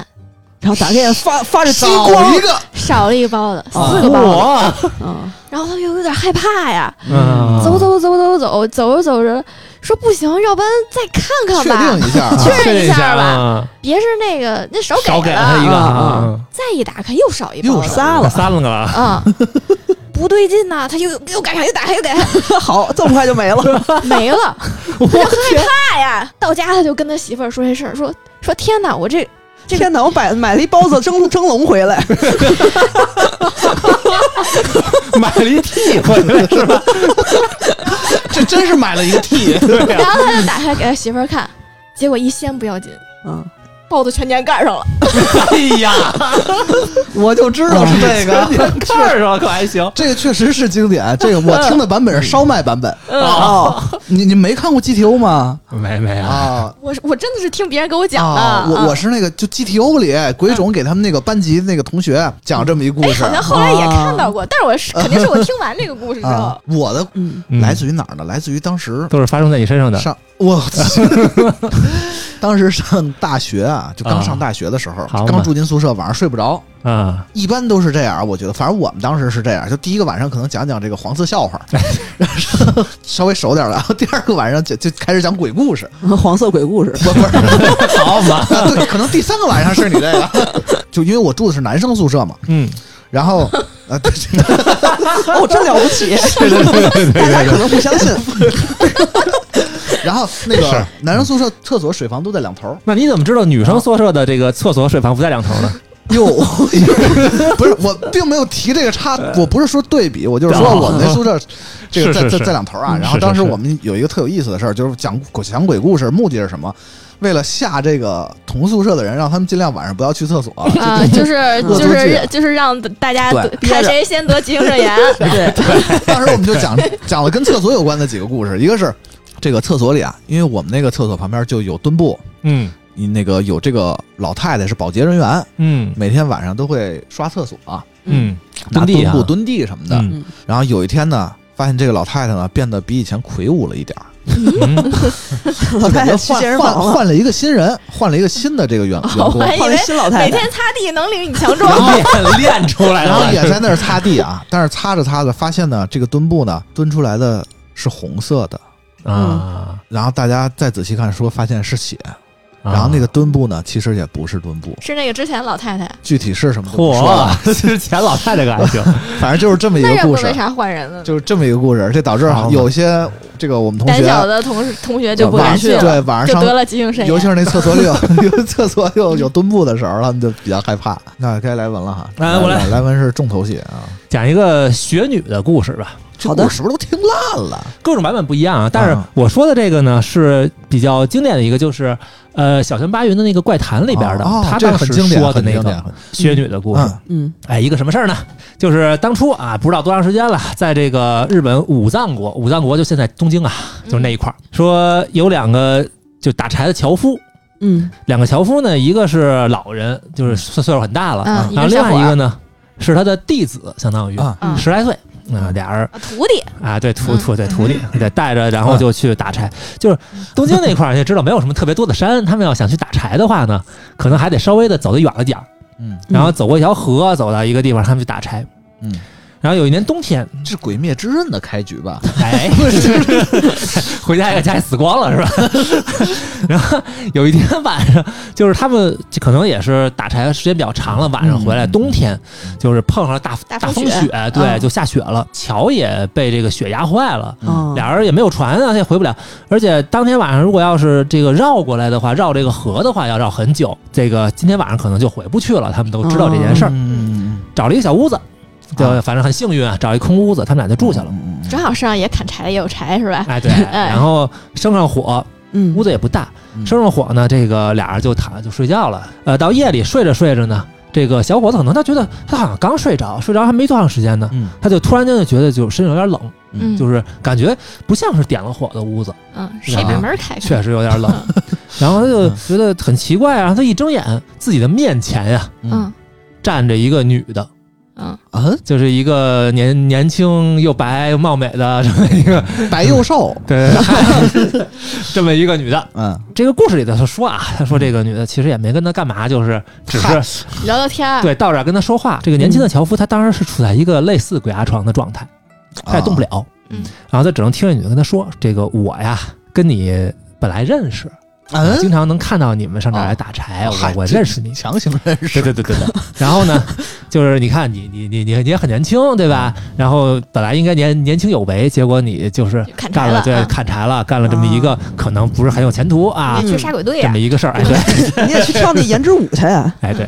Speaker 3: 然后打开眼发发着激
Speaker 1: 少
Speaker 3: 光
Speaker 1: 一，个，
Speaker 6: 少了一个包子，
Speaker 3: 啊
Speaker 6: 四个包子，
Speaker 4: 火，
Speaker 3: 嗯，
Speaker 6: 然后他又有点害怕呀，
Speaker 4: 嗯，
Speaker 6: 走走走走走，走着走着说不行，要不然再看看
Speaker 1: 确
Speaker 6: 吧，
Speaker 1: 定一下 啊，
Speaker 6: 确认一下吧，
Speaker 4: 吧，
Speaker 6: 别是那个那手
Speaker 4: 少给
Speaker 6: 给
Speaker 4: 了他一个，
Speaker 3: 啊
Speaker 4: 啊
Speaker 6: 再一打开又少一包
Speaker 1: 又
Speaker 6: 子，
Speaker 1: 少
Speaker 3: 仨了，
Speaker 4: 三个了，
Speaker 6: 啊，不对劲呐、他又又赶上又打开又打开
Speaker 3: 好，这么快就没了。
Speaker 6: 没了，我就害怕呀。到家他就跟他媳妇儿说这事儿，说说天哪，我这这个
Speaker 3: 天哪，我买买了一包子蒸蒸笼 回来，
Speaker 4: 买了一屉回来是吧？
Speaker 1: 这真是买了一个 T，
Speaker 4: 对啊
Speaker 6: 然
Speaker 4: 呀，
Speaker 6: 后他就打开给他媳妇儿看，结果一掀不要紧，
Speaker 3: 嗯，
Speaker 6: 包子全粘盖上了。
Speaker 4: 哎 呀，
Speaker 1: 我就知道是这个。
Speaker 4: 看着可还行
Speaker 1: 啊 这个确实是经典，这个我听的版本是烧麦版本。
Speaker 6: 嗯
Speaker 1: 啊
Speaker 3: 哦，
Speaker 1: 你你没看过 GTO 吗？
Speaker 4: 没没有，
Speaker 1: 啊
Speaker 6: 我是我真的是听别人给我嗯讲的，
Speaker 1: 啊！我我
Speaker 6: 啊
Speaker 1: 是那个就 GTO 里鬼冢给他们那个班级那个同学讲这么一故
Speaker 6: 哎，
Speaker 1: 事
Speaker 6: 好像后来也看到过，但是我是肯定是我听完这个故事之后
Speaker 1: 啊。。我的
Speaker 3: 嗯，
Speaker 4: 嗯
Speaker 1: 来自于哪儿呢？来自于当时
Speaker 4: 啊都是发生在你身上的，
Speaker 1: 上我 当时上大学啊，就刚
Speaker 4: 啊
Speaker 1: 上大学的时候，
Speaker 4: 好嘛
Speaker 1: 刚住进宿舍，晚上睡不着。
Speaker 4: 啊，
Speaker 1: 一般都是这样，我觉得，反正我们当时是这样，就第一个晚上可能讲讲这个黄色笑话， 然后稍微熟点儿了，然后第二个晚上就就开始讲鬼故事，
Speaker 3: 黄色鬼故事，
Speaker 1: 不不是，
Speaker 4: 好嘛，
Speaker 1: 啊对，可能第三个晚上是你这个，就因为我住的是男生宿舍嘛，
Speaker 4: 嗯，
Speaker 1: 然后呃，对
Speaker 3: 哦，真了不 起，大家可能不相信，
Speaker 1: 然后那个男生宿舍厕所水房都在两头儿，
Speaker 4: 那你怎么知道女生宿舍的这个厕所水房不在两头呢？
Speaker 1: 哟， 不是，我并没有提这个差，我不是说对比，我就是说
Speaker 4: 哎哦
Speaker 1: 我们那宿 舍这个
Speaker 4: 是
Speaker 1: 在
Speaker 4: 是
Speaker 1: 在
Speaker 4: 是
Speaker 1: 在两头啊。
Speaker 4: 嗯
Speaker 1: 然后
Speaker 4: 是
Speaker 1: 当时
Speaker 4: 是是
Speaker 1: 我们有一个特有意思的事儿，就是讲鬼讲鬼故事，目的是什么？为了吓这个同宿舍的人，让他们尽量晚上不要去厕 所。
Speaker 6: 啊， 就是
Speaker 1: 恶作
Speaker 6: 就
Speaker 1: 剧
Speaker 6: 是就是让大家
Speaker 1: 对
Speaker 6: 看谁先得急性肾炎，
Speaker 3: 对，
Speaker 4: 哎
Speaker 1: 当时我们就讲讲了跟厕所有关的几个故事，一个是这个厕所里啊，因为我们那个厕所旁边就有墩布，
Speaker 4: 嗯
Speaker 1: 你那个有这个老太太是保洁人员，
Speaker 4: 嗯
Speaker 1: 每天晚上都会刷厕所啊、
Speaker 4: 嗯，
Speaker 1: 拿
Speaker 4: 蹲地
Speaker 1: 墩
Speaker 4: 啊
Speaker 1: 布蹲地什么的。
Speaker 4: 嗯
Speaker 1: 然后有一天呢，发现这个老太太呢变得比以前魁梧了一点儿，
Speaker 3: 老
Speaker 1: 就
Speaker 3: 太
Speaker 1: 感
Speaker 3: 太
Speaker 1: 觉
Speaker 3: 去健身
Speaker 1: 换
Speaker 3: 房
Speaker 1: 换
Speaker 3: 了，哎
Speaker 1: 换了一个新人，换了一个新的这个员员
Speaker 6: 我
Speaker 1: 工，
Speaker 6: 还以
Speaker 3: 换
Speaker 6: 为
Speaker 3: 了新老太
Speaker 6: 每
Speaker 3: 太
Speaker 6: 天。擦地能领你强
Speaker 4: 嗯
Speaker 6: 壮，
Speaker 4: 练练出来
Speaker 1: 然后
Speaker 4: 了，
Speaker 1: 也在那儿擦地啊，但是擦着擦着发现呢，这个墩布呢蹲出来的是红色的，
Speaker 4: 啊，
Speaker 1: 然后大家再仔细看说发现是血，然后那个墩布呢其实也不是墩布，
Speaker 6: 是那个之前老太太。
Speaker 1: 具体是什么就不说了，
Speaker 4: 啊嚯， 之前老太太个还行，
Speaker 1: 反正就是这么一
Speaker 6: 那
Speaker 1: 个
Speaker 6: 要
Speaker 1: 故
Speaker 6: 不
Speaker 1: 事
Speaker 6: 为，啥换人了呢？
Speaker 1: 就是这么一个故事，这导致
Speaker 4: 好嘛
Speaker 1: 有些这个我们同
Speaker 6: 胆
Speaker 1: 学
Speaker 6: 小的同事同学就不敢
Speaker 1: 晚
Speaker 6: 去
Speaker 1: 对
Speaker 6: 了，
Speaker 1: 晚
Speaker 6: 就
Speaker 1: 上
Speaker 6: 得了急性肾
Speaker 1: 尤其
Speaker 6: 炎。
Speaker 1: 是那厕所里有有厕所有有墩布的时候，他们就比较害怕。那该来文了哈，
Speaker 4: 来我来
Speaker 1: 来来文是重头戏啊，
Speaker 4: 讲一个学女的故事吧，
Speaker 1: 这
Speaker 3: 好的
Speaker 1: 故事是不是都听烂了？
Speaker 4: 各种版本不一样啊。但是
Speaker 1: 啊
Speaker 4: 我说的这个呢，是比较经典的一个，就是呃，小泉八云的那个怪谈里边的，
Speaker 1: 哦
Speaker 4: 他
Speaker 1: 这
Speaker 4: 当
Speaker 1: 很
Speaker 4: 时
Speaker 1: 经典
Speaker 4: 说的
Speaker 1: 很
Speaker 4: 那
Speaker 1: 经典
Speaker 4: 个学女的故事。
Speaker 1: 嗯
Speaker 3: 嗯
Speaker 4: 哎，一个什么事儿呢？就是当初啊，不知道多长时间了，在这个日本武藏国，武藏国就现在东京啊，就是那一块儿，说有两个就打柴的樵夫，
Speaker 3: 嗯，
Speaker 4: 两个樵夫呢，一个是老人，就是岁岁数很大了，
Speaker 6: 嗯
Speaker 4: 然后另外一个呢是他的弟子，相当于、
Speaker 1: 啊
Speaker 6: 嗯
Speaker 4: 十来岁啊，俩人
Speaker 6: 啊徒弟，
Speaker 4: 啊，对徒
Speaker 6: 嗯
Speaker 4: 徒对徒弟对带着，然后就去打柴。就是东京那块儿，也知道没有什么特别多的山，他们要想去打柴的话呢，可能还得稍微的走得远了点儿，
Speaker 1: 嗯
Speaker 4: 然后走过一条河，走到一个地方，他们去打柴。
Speaker 1: 嗯，
Speaker 4: 然后有一年冬天，
Speaker 1: 这是《鬼灭之刃》的开局吧？
Speaker 4: 哎， 回家给家里死光了是吧？ 然后有一天晚上，就是他们可能也是打柴时间比较长了，晚上回来，
Speaker 1: 嗯
Speaker 4: 冬天就是碰上了大
Speaker 6: 大
Speaker 4: 大风
Speaker 6: 风雪
Speaker 4: 雪，对，
Speaker 6: 嗯
Speaker 4: 就下雪了，桥也被这个雪压坏了。
Speaker 3: 哦
Speaker 4: 俩人也没有船啊，他也回不了。而且当天晚上如果要是这个绕过来的话，绕这个河的话要绕很久。这个今天晚上可能就回不去了，他们都知道这件事儿。
Speaker 1: 嗯，
Speaker 4: 找了一个小屋子，就反正很幸运啊，找一空屋子，他们俩就住下了。
Speaker 1: 嗯
Speaker 6: 正好上也砍柴也有柴是吧？
Speaker 4: 哎，对，
Speaker 6: 哎
Speaker 4: 然后生上火，
Speaker 3: 嗯，
Speaker 4: 屋子也不大，
Speaker 1: 嗯
Speaker 4: 生上火呢，这个俩人就躺着就睡觉了。呃，到夜里睡着睡着呢，这个小伙子可能他觉得他好像刚睡着，睡着还没多长时间呢，
Speaker 1: 嗯
Speaker 4: 他就突然间就觉得就身上有点冷，
Speaker 6: 嗯，
Speaker 4: 就是感觉不像是点了火的屋子，
Speaker 6: 嗯，谁把门开开？
Speaker 4: 确实有点冷。
Speaker 6: 嗯
Speaker 4: 然后他就觉得很奇怪啊，然后他一睁眼，自己的面前呀、
Speaker 6: 嗯
Speaker 4: 站着一个女的，
Speaker 6: 嗯，
Speaker 1: 嗯，
Speaker 4: 就是一个年年轻又白又貌美的这么一个
Speaker 1: 白幼瘦，
Speaker 4: 对， 这么一个女的。
Speaker 1: 嗯，
Speaker 4: 这个故事里头说啊，他说这个女的其实也没跟他干嘛，就是只
Speaker 1: 嗨
Speaker 4: 是
Speaker 6: 聊聊天儿，
Speaker 4: 对到这儿跟他说话。这个年轻的樵夫他当时是处在一个类似鬼压床的状态，
Speaker 1: 啊
Speaker 4: 他也动不了，
Speaker 6: 嗯
Speaker 4: 然后他只能听着女的跟他说：“这个我呀，跟你本来认识，
Speaker 1: 嗯，
Speaker 4: 啊经常能看到你们上这儿来打柴，
Speaker 1: 哦嗨
Speaker 4: 我我
Speaker 1: 这
Speaker 4: 认识你。”
Speaker 1: 强行认识，
Speaker 4: 对对对对对。然后呢，就是你看你你你你你也很年轻，对吧？然后本来应该年年轻有为，结果你就是
Speaker 6: 砍柴
Speaker 4: 干了
Speaker 6: 了
Speaker 4: 对
Speaker 6: 啊
Speaker 4: 砍柴了，干了这么一个可能不是很有前途啊
Speaker 6: 你去杀鬼队
Speaker 4: 这
Speaker 6: 呀
Speaker 4: 么？一个事儿，哎
Speaker 3: 嗯
Speaker 4: 对。
Speaker 3: 你也去跳那颜值舞去啊呀？
Speaker 4: 哎，对。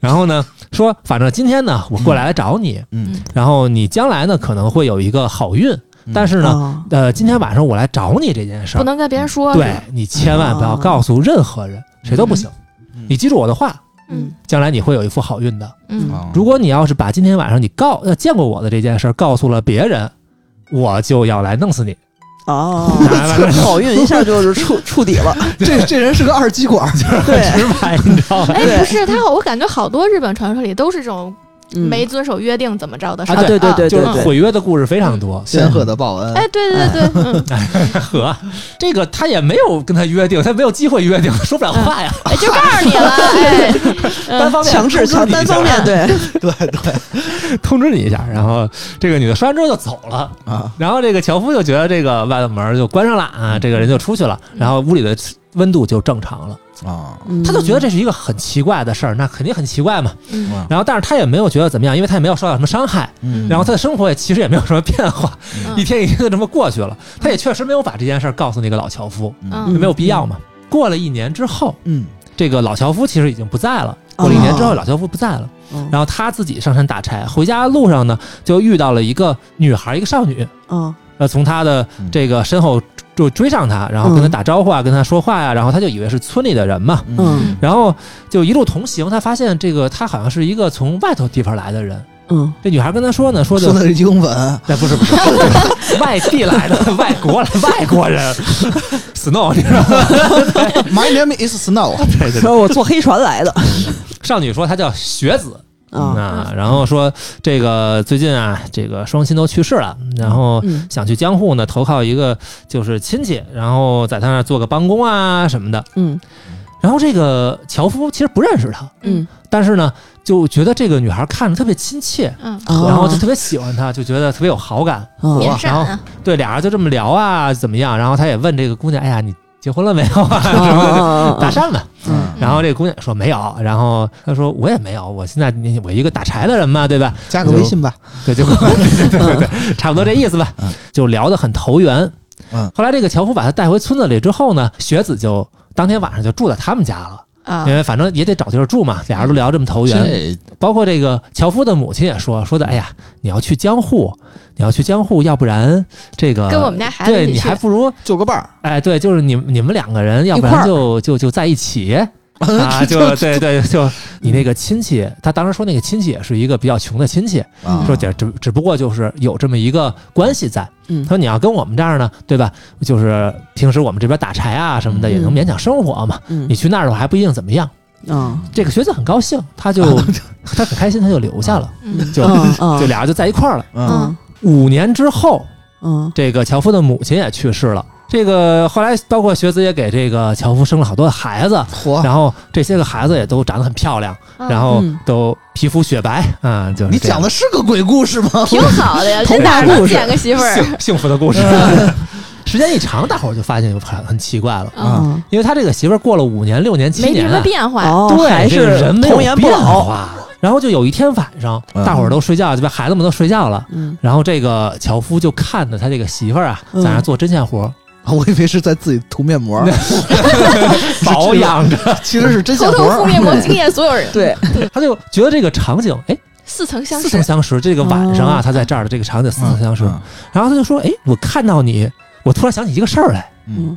Speaker 4: 然后呢，说反正今天呢，我过来来找你，
Speaker 1: 嗯
Speaker 6: 嗯
Speaker 4: 然后你将来呢可能会有一个好运，但是呢，
Speaker 3: 啊，
Speaker 4: 呃，今天晚上我来找你这件事
Speaker 6: 不
Speaker 4: 儿，
Speaker 6: 能跟别人说。
Speaker 4: 对你千万不要告诉任何人，谁都不行。
Speaker 1: 嗯
Speaker 4: 你记住我的话，
Speaker 6: 嗯
Speaker 4: 将来你会有一副好运的。
Speaker 6: 嗯，
Speaker 1: 哦
Speaker 4: 如果你要是把今天晚上你告呃见过我的这件事儿告诉了别人，我就要来弄死 你。
Speaker 3: 哦，
Speaker 4: 来来
Speaker 3: 好运一下就是触触底了，
Speaker 1: 这这人是个二极管，
Speaker 3: 对，
Speaker 4: 直白，你知道吗？
Speaker 6: 哎，不是，他好，我感觉好多日本传说里都是这种
Speaker 3: 嗯
Speaker 6: 没遵守约定怎么着的事儿。
Speaker 3: 啊，对对对
Speaker 4: 就
Speaker 3: 对
Speaker 4: 是
Speaker 3: 对，
Speaker 4: 毁约的故事非常多。
Speaker 1: 仙鹤的报恩，
Speaker 6: 哎，对对对对，嗯，
Speaker 4: 和这个他也没有跟他约定，他没有机会约定，说不了话呀。
Speaker 6: 哎就告诉你了，哎，
Speaker 4: 单
Speaker 6: 嗯
Speaker 4: 方面
Speaker 3: 强
Speaker 4: 通
Speaker 3: 制
Speaker 4: 知
Speaker 3: 强
Speaker 4: 你
Speaker 3: 单
Speaker 4: 一下
Speaker 3: 方 面对，
Speaker 1: 对对
Speaker 4: 通知你一下，然后这个女的说完之后就走了，
Speaker 1: 啊，
Speaker 4: 然后这个樵夫就觉得这个外头门就关上了
Speaker 3: 嗯
Speaker 4: 啊，这个人就出去了，然后屋里的温度就正常了，
Speaker 1: 啊，
Speaker 3: 嗯
Speaker 4: 他就觉得这是一个很奇怪的事儿，那肯定很奇怪嘛。
Speaker 6: 嗯
Speaker 4: 然后但是他也没有觉得怎么样，因为他也没有受到什么伤害，
Speaker 1: 嗯
Speaker 4: 然后他的生活也其实也没有什么变化，
Speaker 6: 嗯
Speaker 4: 一天一天就这么过去了，他也确实没有把这件事儿告诉那个老樵夫，
Speaker 6: 嗯
Speaker 4: 就没有必要嘛。过了一年之后，
Speaker 1: 嗯
Speaker 4: 这个老樵夫其实已经不在了。过了一年之后，老樵夫不在了，
Speaker 3: 嗯
Speaker 4: 然后他自己上山打柴，回家路上呢，就遇到了一个女孩，一个少女，
Speaker 3: 嗯
Speaker 4: 呃，从他的
Speaker 1: 嗯
Speaker 4: 这个身后就追上他，然后跟他
Speaker 3: 嗯
Speaker 4: 打招呼啊，跟他说话呀、然后他就以为是村里的人嘛，
Speaker 3: 嗯
Speaker 4: 然后就一路同行，他发现这个他好像是一个从外头地方来的人，
Speaker 3: 嗯
Speaker 4: 这女孩跟他说呢，说
Speaker 1: 说
Speaker 4: 的
Speaker 1: 的是英文，
Speaker 4: 哎，不是不是，外地来的外国人，外国人，snow，你知道吗？
Speaker 1: My name is Snow，
Speaker 4: 对对对
Speaker 3: 说我坐黑船来的，
Speaker 4: 少女说她叫雪子，
Speaker 3: 啊，
Speaker 4: 啊，然后说这个最近啊，这个双亲都去世了，然后
Speaker 3: 嗯
Speaker 4: 想去江户呢投靠一个就是亲戚，然后在他那儿做个帮工啊什么的。
Speaker 3: 嗯
Speaker 4: 然后这个樵夫其实不认识她，
Speaker 3: 嗯，
Speaker 4: 但是呢就觉得这个女孩看着特别亲切，
Speaker 6: 嗯，
Speaker 3: 啊
Speaker 4: 然后就特别喜欢她，就觉得特别有好感。
Speaker 3: 嗯
Speaker 6: 免
Speaker 4: 哇
Speaker 6: 闪
Speaker 4: 然
Speaker 6: 啊，
Speaker 4: 对，俩人就这么聊啊，怎么样？然后他也问这个姑娘，哎呀，你结婚了没有
Speaker 3: 哦
Speaker 4: 啊？什么的搭
Speaker 3: 啊
Speaker 4: 讪吧。
Speaker 3: 嗯
Speaker 4: 然后这个姑娘说没有，然后她说我也没有，我现在我一个打柴的人嘛，对吧？
Speaker 1: 加个微信吧，
Speaker 4: 对，就对对对对，差不多这意思吧
Speaker 1: 嗯，
Speaker 4: 就聊得很投缘。
Speaker 1: 嗯，
Speaker 4: 后来这个樵夫把他带回村子里之后呢，学子就当天晚上就住在他们家了，
Speaker 6: 啊
Speaker 4: 因为反正也得找地儿住嘛，俩人都聊这么投缘。
Speaker 1: 这
Speaker 4: 包括这个樵夫的母亲也说说的，哎呀，你要去江户，你要去江户，要不然这个
Speaker 6: 跟我们家孩子
Speaker 4: 对你
Speaker 6: 一起去
Speaker 4: 还，不如
Speaker 1: 就个伴儿，
Speaker 4: 哎，对，就是你你们两个人，要不
Speaker 3: 一块
Speaker 4: 然
Speaker 3: 儿嗯
Speaker 4: 就就就在一起 啊，就对对，就你那个亲戚，他当时说那个亲戚也是一个比较穷的亲戚，
Speaker 1: 啊
Speaker 4: 说只只只不过就是有这么一个关系在。
Speaker 3: 嗯
Speaker 4: 他说你要跟我们这儿呢，对吧？就是平时我们这边打柴啊什么的，也能
Speaker 3: 嗯
Speaker 4: 勉强生活嘛。
Speaker 3: 嗯
Speaker 4: 你去那儿的话还不一定怎么样。
Speaker 3: 嗯
Speaker 4: 这个学子很高兴，他就他很开心，他就留下了，
Speaker 6: 嗯
Speaker 4: 就
Speaker 3: 啊嗯
Speaker 4: 就俩人就在一块儿了。
Speaker 1: 嗯，
Speaker 4: 五年之后，
Speaker 3: 嗯
Speaker 4: 这个樵夫的母亲也去世了。这个后来，包括学子也给这个樵夫生了好多的孩子，
Speaker 1: 嚯，
Speaker 4: 然后这些个孩子也都长得很漂亮，
Speaker 6: 嗯
Speaker 4: 然后
Speaker 3: 嗯
Speaker 4: 都皮肤雪白啊、就是
Speaker 1: 你
Speaker 4: 这样
Speaker 1: 讲的是个鬼故事吗？
Speaker 6: 挺好的呀，
Speaker 3: 童
Speaker 6: 人
Speaker 3: 话
Speaker 6: 哪
Speaker 3: 故
Speaker 6: 能
Speaker 3: 事
Speaker 6: 捡个媳妇儿？
Speaker 4: 幸幸福的故事。 时间一长，大伙儿就发现就很很奇怪了，
Speaker 6: 嗯，
Speaker 3: 嗯
Speaker 4: 因为他这个媳妇儿过了五年、六年、七
Speaker 6: 没什
Speaker 4: 年
Speaker 6: 么
Speaker 4: 啊，
Speaker 6: 变化，
Speaker 3: 哦，
Speaker 4: 对，
Speaker 3: 还
Speaker 4: 这个
Speaker 3: 是
Speaker 4: 人没有
Speaker 3: 童颜不
Speaker 4: 变
Speaker 3: 老，
Speaker 4: 化。然后就有一天晚上，
Speaker 1: 嗯
Speaker 4: 大伙儿都睡觉，这边孩子们都睡觉了，
Speaker 3: 嗯
Speaker 4: 然后这个樵夫就看着他这个媳妇儿啊，在
Speaker 3: 嗯
Speaker 4: 那做针线活儿，
Speaker 1: 我以为是在自己涂面膜，
Speaker 4: 保养着，
Speaker 1: 其实是真
Speaker 6: 头
Speaker 1: 相活
Speaker 6: 痛敷
Speaker 1: 儿。
Speaker 6: 面膜惊艳所有人，
Speaker 3: 对，
Speaker 4: 他就觉得这个场景，哎，
Speaker 6: 似曾相
Speaker 4: 似
Speaker 6: 识哦嗯
Speaker 4: 曾，相识。这个晚上啊，他在这儿的这个
Speaker 1: 嗯
Speaker 4: 场景似曾相识。然后他就说，哎，我看到你，我突然想起一个事儿来。
Speaker 1: 嗯，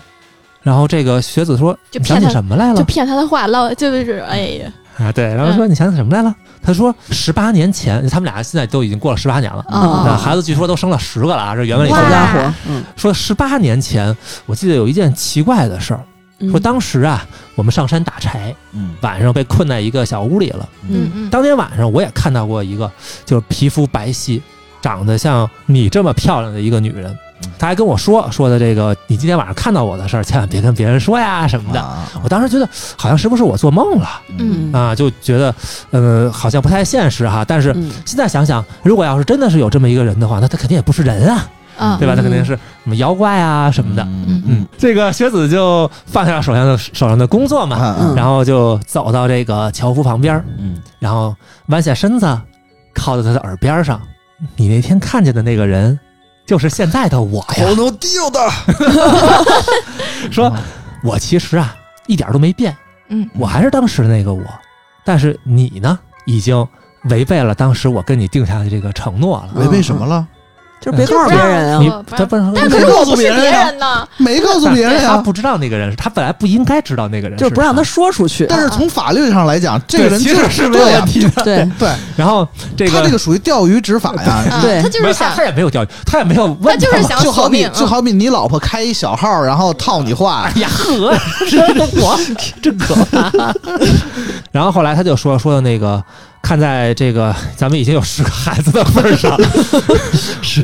Speaker 4: 然后这个学子说，
Speaker 6: 就
Speaker 4: 你想
Speaker 6: 骗
Speaker 4: 起
Speaker 6: 他
Speaker 4: 什么来
Speaker 6: 就嗯
Speaker 4: 了？
Speaker 6: 骗他的话唠，就是哎呀，
Speaker 4: 啊，对，然后说你想起什么来了？他说十八年前，他们俩现在都已经过了十八年了。
Speaker 6: 哦
Speaker 4: 那孩子据说都生了十个了啊！这原文里
Speaker 3: 好
Speaker 4: 说
Speaker 6: 哇
Speaker 4: 的，
Speaker 3: 家伙，嗯
Speaker 4: 说十八年前，我记得有一件奇怪的事儿，
Speaker 3: 嗯
Speaker 4: 说当时啊，我们上山打柴，
Speaker 1: 嗯
Speaker 4: 晚上被困在一个小屋里了。
Speaker 6: 嗯嗯，
Speaker 4: 当天晚上我也看到过一个，就是皮肤白皙、长得像你这么漂亮的一个女人
Speaker 1: 嗯，
Speaker 4: 她还跟我说说的这个，你今天晚上看到我的事儿，千万别跟别人说呀什
Speaker 1: 啊
Speaker 4: 么的。我当时觉得好像是不是我做梦了
Speaker 6: 嗯
Speaker 4: 啊，就觉得呃好像不太现实哈。但是
Speaker 3: 嗯
Speaker 4: 现在想想，如果要是真的是有这么一个人的话，那他肯定也不是人啊，
Speaker 6: 啊
Speaker 4: 对吧？他肯定
Speaker 3: 嗯
Speaker 4: 是什么妖怪啊什么的。
Speaker 1: 嗯
Speaker 4: 嗯，这个学子就放下手上的手上的工作嘛，
Speaker 1: 嗯
Speaker 4: 然后就走到这个樵夫旁边儿，
Speaker 1: 嗯
Speaker 4: 然后弯下身子，靠在他的耳边上。你那天看见的那个人，就是现在的我呀。
Speaker 1: 头丢的，
Speaker 4: 说，我其实啊一点都没变，
Speaker 6: 嗯，
Speaker 4: 我还是当时那个我，但是你呢，已经违背了当时我跟你定下的这个承诺了。
Speaker 1: 违背什么了？
Speaker 3: 就是别告诉
Speaker 6: 就不
Speaker 3: 别
Speaker 6: 让
Speaker 3: 人
Speaker 6: 嗯
Speaker 3: 啊，
Speaker 4: 你
Speaker 6: 不
Speaker 4: 他不是，
Speaker 6: 但
Speaker 1: 你
Speaker 6: 可是
Speaker 1: 没
Speaker 6: 我
Speaker 1: 告诉
Speaker 6: 不是
Speaker 1: 别人
Speaker 6: 别
Speaker 1: 呀
Speaker 6: 人呢，
Speaker 1: 没告诉别人
Speaker 4: 他
Speaker 1: 呀。
Speaker 4: 不知道那个人是他本来不应该知道那个人，
Speaker 3: 就是不让他。说出去，
Speaker 1: 但是从法律上来讲，这
Speaker 4: 对
Speaker 1: 个人
Speaker 4: 其
Speaker 1: 就
Speaker 4: 实是没有
Speaker 1: 对呀
Speaker 4: 问，题的。
Speaker 3: 对，
Speaker 1: 对
Speaker 4: 然后这
Speaker 1: 他
Speaker 4: 个
Speaker 1: 这个属于钓鱼执法呀。
Speaker 6: 啊
Speaker 3: 对
Speaker 6: 他就
Speaker 4: 没有他
Speaker 6: 是想
Speaker 4: 他，也没有钓鱼，他也没有问
Speaker 6: 他就是
Speaker 4: 嘛
Speaker 6: 想
Speaker 1: 就
Speaker 6: 索
Speaker 1: 好比
Speaker 6: 命，嗯
Speaker 1: 就好比你老婆开一小号，然后套你话，
Speaker 4: 呀呵， 我真可怕。 然后后来他就说说的那个，看在这个咱们已经有十个孩子的份儿 上，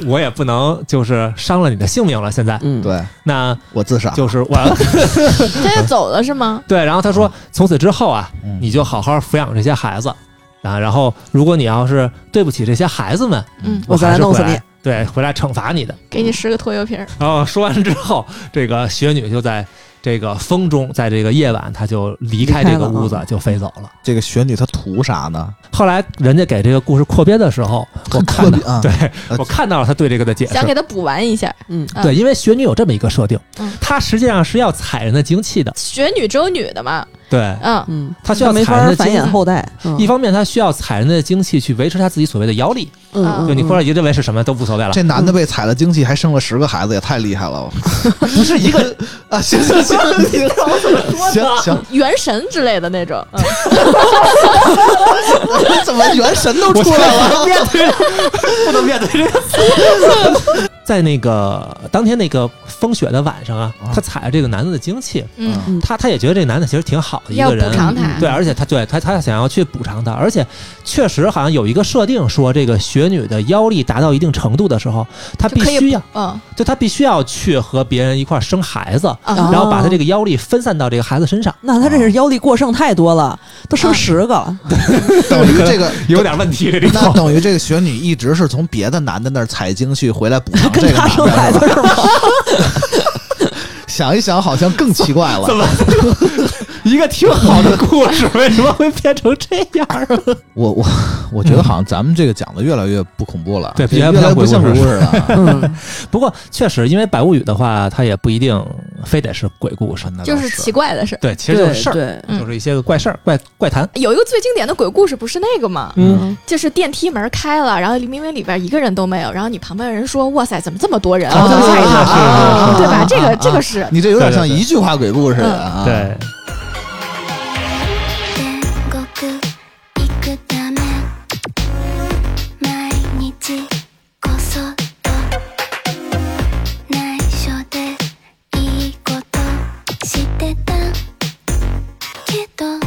Speaker 4: 我也不能就是伤了你的性命了。现在，
Speaker 3: 嗯，
Speaker 1: 对
Speaker 4: 那
Speaker 1: 我自杀。
Speaker 4: 就是 我
Speaker 6: 嗯他就走了是吗？
Speaker 4: 对。然后他
Speaker 3: 嗯
Speaker 4: 说，从此之后啊，
Speaker 1: 嗯
Speaker 4: 你就好好抚养这些孩子啊。然后，如果你要是对不起这些孩子们，
Speaker 6: 嗯，
Speaker 3: 我再
Speaker 4: 还
Speaker 3: 来
Speaker 4: 是
Speaker 3: 弄
Speaker 4: 回
Speaker 3: 死
Speaker 4: 来
Speaker 3: 你，
Speaker 4: 对，回来惩罚你的。
Speaker 6: 给你十个拖油瓶儿，
Speaker 4: 然后说完之后，这个雪女就在这个风中，在这个夜晚，她就离开这个屋
Speaker 3: 离嗯
Speaker 4: 子，就飞走了。
Speaker 1: 这个玄女她图啥呢？
Speaker 4: 后来人家给这个故事扩编的时 候，我看
Speaker 1: 特别
Speaker 4: 到，
Speaker 1: 啊
Speaker 4: 对
Speaker 1: 呃
Speaker 4: 我看到了他对这个的解释
Speaker 6: 想。给他补完一下。
Speaker 3: 嗯
Speaker 6: 啊
Speaker 4: 对，因为雪女有这么一个设定
Speaker 6: 嗯，
Speaker 4: 她实际上是要采人的精气的。
Speaker 6: 学女只有女的嘛，
Speaker 4: 对，
Speaker 6: 嗯
Speaker 3: 嗯，
Speaker 4: 他需要
Speaker 3: 没
Speaker 4: 残
Speaker 3: 法
Speaker 4: 忍的
Speaker 3: 繁
Speaker 4: 经
Speaker 3: 衍
Speaker 4: 济
Speaker 3: 后代，嗯
Speaker 4: 一方面她需要采人的精气去维持她自己所谓的妖力，
Speaker 3: 嗯嗯
Speaker 4: 就你
Speaker 3: 嗯
Speaker 4: 或者你认为是什么都无所谓了。
Speaker 1: 这男的被踩了精气，还生了十个孩子，也太厉害了！ 不是一个 啊，行行行，你让我怎么说行行，
Speaker 6: 元神之类的那种，嗯
Speaker 1: 怎么元神都出来了？
Speaker 4: 面对，不能面对这个词。在那个当天那个风雪的晚上啊
Speaker 1: 啊，
Speaker 4: 她踩了这个男的的精气，
Speaker 6: 嗯
Speaker 3: 嗯
Speaker 4: 她她也觉得这个男的其实挺好的一
Speaker 6: 要
Speaker 4: 个
Speaker 6: 补
Speaker 4: 人，
Speaker 6: 偿他。
Speaker 4: 对，而且他对他他想要去补偿他，而且确实好像有一个设定说，这个雪女的妖力达到一定程度的时候，她
Speaker 6: 就
Speaker 4: 必
Speaker 6: 可以
Speaker 4: 须要，
Speaker 6: 嗯，
Speaker 4: 就她必须要去和别人一块儿生孩子，
Speaker 6: 啊
Speaker 3: 啊
Speaker 4: 然后把她这个妖力分散到这个孩子身上，
Speaker 3: 那他这
Speaker 4: 啊
Speaker 3: 是妖力过剩太多了，都
Speaker 6: 啊
Speaker 3: 剩十个 了。
Speaker 1: 等于这 个
Speaker 4: 有点问题这里
Speaker 1: 那
Speaker 4: 头。
Speaker 1: 等于这个雪女一直是从别的男的那儿采精去回来补偿这
Speaker 3: 跟
Speaker 1: 个
Speaker 3: 他
Speaker 1: 男
Speaker 3: 生孩
Speaker 1: 的，
Speaker 3: 子是吗？
Speaker 1: 想一想好像更奇怪了。
Speaker 4: 么一个挺好的故事，为什么会变成这样？
Speaker 1: 我我我觉得好像咱们这个讲的越来越不恐怖了，
Speaker 4: 对
Speaker 1: 越来越不像鬼故事 了。
Speaker 3: 嗯，
Speaker 4: 不过确实，因为《百物语》的话，它也不一定非得是鬼故事，
Speaker 6: 就是奇怪的事儿。
Speaker 4: 对，其实就
Speaker 3: 对
Speaker 4: 是事儿，
Speaker 3: 对，
Speaker 6: 嗯
Speaker 4: 就是一些个怪事儿、怪怪谈。
Speaker 6: 有一个最经典的鬼故事不是那个吗？
Speaker 4: 嗯，
Speaker 6: 就是电梯门开了，然后明明里边一个人都没有，然后你旁边的人说：“哇塞，怎么这么多人？”
Speaker 4: 啊
Speaker 6: 我就吓
Speaker 4: 是
Speaker 6: 一
Speaker 4: 是
Speaker 6: 跳，
Speaker 4: 是
Speaker 6: 对吧？这
Speaker 1: 啊
Speaker 6: 个
Speaker 1: 啊
Speaker 6: 这个是
Speaker 1: 你这有点像
Speaker 4: 对对对
Speaker 1: 一句话鬼故事啊。，
Speaker 4: 对，
Speaker 8: 天国行くため毎日こそっと内緒でいいことしてたけど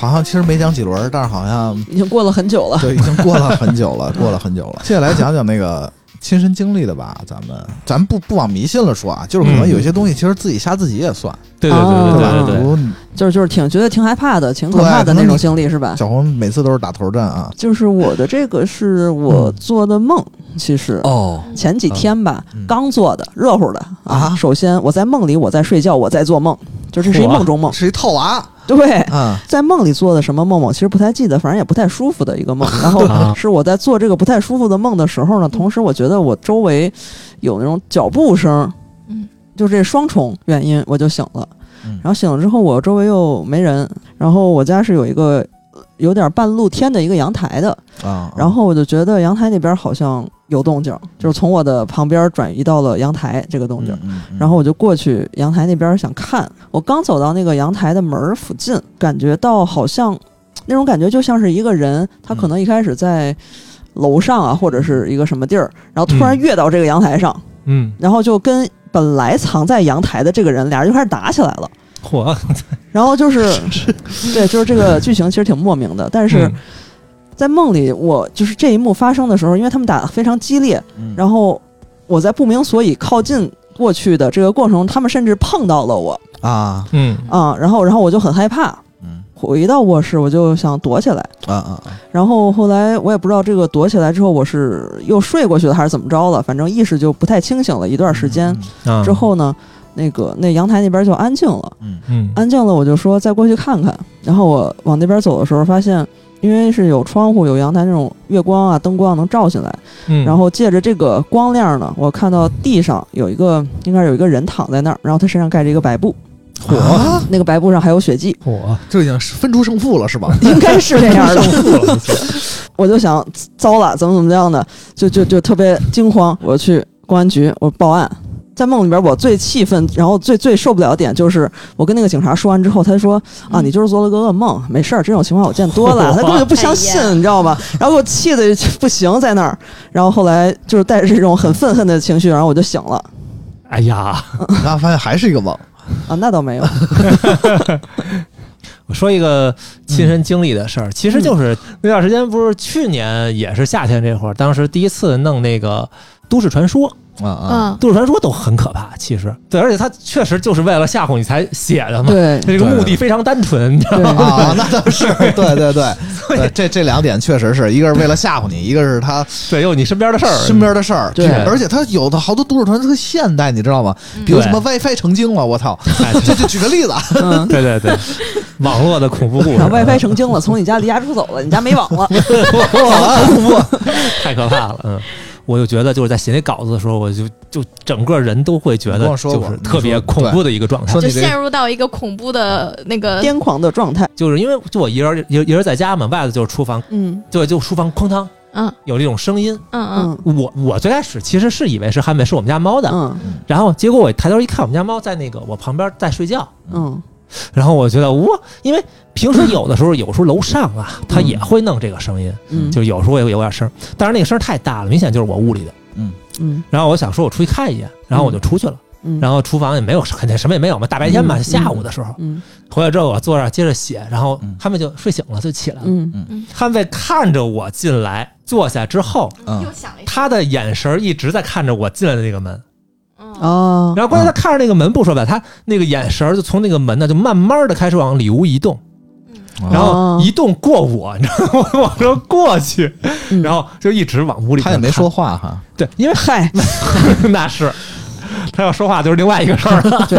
Speaker 1: 好像其实没讲几轮，但是好像
Speaker 3: 已经过了很久了。
Speaker 1: 对，已经过了很久了， 过了很久了。接下来讲讲那个亲身经历的吧，咱们咱不不往迷信了说啊，就是可能有些东西其实自己吓自己也算，
Speaker 4: 对对
Speaker 3: 嗯
Speaker 4: 对
Speaker 1: 吧？
Speaker 4: 对对
Speaker 1: 比
Speaker 4: 对。
Speaker 1: 如
Speaker 3: 就是就是挺觉得挺害怕的，挺可
Speaker 1: 对
Speaker 3: 怕
Speaker 1: 可
Speaker 3: 的
Speaker 1: 能
Speaker 3: 那种
Speaker 1: 你
Speaker 3: 经历是吧？
Speaker 1: 小红每次都是打头阵啊，
Speaker 3: 就是我的这个是我做的梦，其实
Speaker 2: 哦，
Speaker 3: 前几天吧
Speaker 1: 嗯，
Speaker 3: 刚做的，热乎的
Speaker 1: 啊
Speaker 3: 首先我在梦里我在睡觉，我在做梦，就这是一
Speaker 4: 嚯
Speaker 3: 梦中梦。
Speaker 1: 是一套娃
Speaker 3: 对，
Speaker 1: 啊，
Speaker 3: 在梦里做的什么梦我其实不太记得，反正也不太舒服的一 个梦。然
Speaker 4: 啊
Speaker 3: 后是我在做这个不太舒服的梦的时候
Speaker 1: 嗯
Speaker 3: 呢，同时我觉得我周围有那种脚步声，
Speaker 6: 嗯，
Speaker 3: 就这双重原因我就醒了。
Speaker 1: 嗯
Speaker 3: 然后醒了之后，我周围又没人，然后我家是有一个呃有点半露天的一个阳台的，
Speaker 1: 啊，嗯
Speaker 3: 然后我就觉得阳台那边好像有动静，就是从我的旁边转移到了阳台这个动静。
Speaker 1: 嗯，嗯
Speaker 3: 然后我就过去阳台那边想看，我刚走到那个阳台的门儿附近，感觉到好像那种感觉就像是一个人，他
Speaker 1: 嗯
Speaker 3: 可能一开始在楼上啊，或者是一个什么地儿，然后突然
Speaker 4: 嗯
Speaker 3: 跃到这个阳台上，
Speaker 4: 嗯，
Speaker 3: 然后就跟本来藏在阳台的这个人，俩人就开始打起来了。
Speaker 4: 嚯，
Speaker 3: 然 后就是，对，就是这个剧情其实挺莫名的，但是
Speaker 4: 嗯
Speaker 3: 在梦里，我就是这一幕发生的时候，因为他们打得非常激烈，
Speaker 1: 嗯
Speaker 3: 然后我在不明所以靠近过去的这个过程中，他们甚至碰到了我
Speaker 1: 啊，
Speaker 4: 嗯，
Speaker 3: 啊，然后然后我就很害怕，
Speaker 1: 嗯
Speaker 3: 回到卧室我就想躲起来，
Speaker 1: 啊啊啊，
Speaker 3: 然后后来我也不知道这个躲起来之后我是又睡过去了还是怎么着了，反正意识就不太清醒了一段时间
Speaker 1: 嗯
Speaker 4: 啊
Speaker 3: 之，后呢，那个那阳台那边就安静了。
Speaker 1: 嗯
Speaker 4: 嗯，
Speaker 3: 安静了，我就说再过去看看。然后我往那边走的时候，发现因为是有窗户、有阳台那种月光啊、灯光能照进来，
Speaker 4: 嗯
Speaker 3: 然后借着这个光亮呢，我看到地上有一个应该有一个人躺在那儿，然后他身上盖着一个白布，
Speaker 1: 火、啊、
Speaker 3: 那个白布上还有血迹，
Speaker 4: 嚯，
Speaker 1: 就已经是分出胜负了是 吧？
Speaker 3: 应该是这样的。我就想糟了，怎么怎么样的，就就就特别惊慌。我去公安局，我报案。在梦里边，我最气愤，然后最最受不了的点就是，我跟那个警察说完之后，他说啊，
Speaker 6: 嗯
Speaker 3: 你就是做了个噩梦，没事儿，这种情况我见多了。他根本就不相信
Speaker 6: 哎，呀
Speaker 3: 你知道吧？然后给我气的不行，在那儿。然后后来就是带着这种很愤恨的情绪，然后我就醒了。
Speaker 4: 哎呀，
Speaker 1: 然后发现还是一个梦，
Speaker 3: 啊，那倒没有，
Speaker 4: 我说一个亲身经历的
Speaker 1: 嗯
Speaker 4: 事儿，其实就是那段时间，不是去年也是夏天这会儿，当时第一次弄那个。都市传说，
Speaker 1: 啊啊，
Speaker 6: 嗯，
Speaker 4: 都市传说都很可怕，其实对，而且它确实就是为了吓唬你才写的嘛，
Speaker 3: 对
Speaker 4: 这个目的非常单纯，你知道吗？
Speaker 3: 对
Speaker 1: 啊，那倒是，对对对，对这这两点确实是一个是为了吓唬你，一个是他
Speaker 4: 对，有你身边的事儿，
Speaker 1: 身边的事儿，
Speaker 3: 对
Speaker 1: 而且他有的好多都市传说特现代，你知道吗？
Speaker 6: 嗯
Speaker 1: 比如什么 WiFi 成精了，我操！
Speaker 4: 哎
Speaker 1: 这就举个例子啊，
Speaker 3: 嗯，
Speaker 4: 对对对，网络的恐怖故事嗯
Speaker 3: 然后 WiFi 成精了，从你家离家出走了，你家没网了。
Speaker 4: 太可怕了，嗯。我就觉得，就是在写那稿子的时候，我就就整个人都会觉
Speaker 1: 你
Speaker 4: 得
Speaker 1: 跟我说
Speaker 4: 就
Speaker 1: 过
Speaker 4: 是特别
Speaker 1: 你说
Speaker 4: 恐怖的一个状态
Speaker 1: 说，
Speaker 6: 就
Speaker 1: 你这
Speaker 6: 陷入到一个恐怖的那个
Speaker 3: 癫狂的状态，
Speaker 4: 就是因为就我一人一人一人在家嘛，外头就是厨房，
Speaker 3: 嗯
Speaker 4: 对，就厨房哐当
Speaker 6: 嗯
Speaker 4: 有这种声音。
Speaker 6: 嗯
Speaker 3: 嗯
Speaker 4: 我我最开始其实是以为是汉美是我们家猫的，
Speaker 3: 嗯
Speaker 4: 然后结果我抬头一看，我们家猫在那个我旁边在睡觉，
Speaker 3: 嗯
Speaker 4: 然后我觉得哇，因为平时有的时候有时候楼上啊，它也会弄这个声音，
Speaker 3: 嗯，
Speaker 4: 就有时候也有点声儿，但是那个声儿太大了，明显就是我屋里的。
Speaker 3: 嗯
Speaker 4: 然后我想说，我出去看一眼，然后我就出去了。
Speaker 3: 嗯
Speaker 4: 然后厨房也没有，肯定什么也没有嘛，大白天嘛，下午的时候
Speaker 3: 嗯
Speaker 4: 回来之后，我坐那儿接着写，然后
Speaker 1: 嗯
Speaker 4: 汉贝就睡醒了，就起来了。
Speaker 3: 嗯
Speaker 4: 汉贝看着我进来，坐下之后，
Speaker 1: 嗯
Speaker 6: 又想了一下，
Speaker 4: 他的眼神一直在看着我进来的那个门。
Speaker 6: 嗯，
Speaker 3: 哦，
Speaker 4: 然后关键他看着那个门不说吧，他那个眼神就从那个门呢就慢慢的开始往里屋移动，
Speaker 1: 哦
Speaker 4: 然后移动过我，你知道吗？往这过去，
Speaker 3: 嗯
Speaker 4: 然后就一直往屋里。
Speaker 1: 他也没说，话哈，
Speaker 4: 对，因为
Speaker 3: 嗨，
Speaker 4: 那是他要说话就是另外一 个事儿了。
Speaker 3: 对，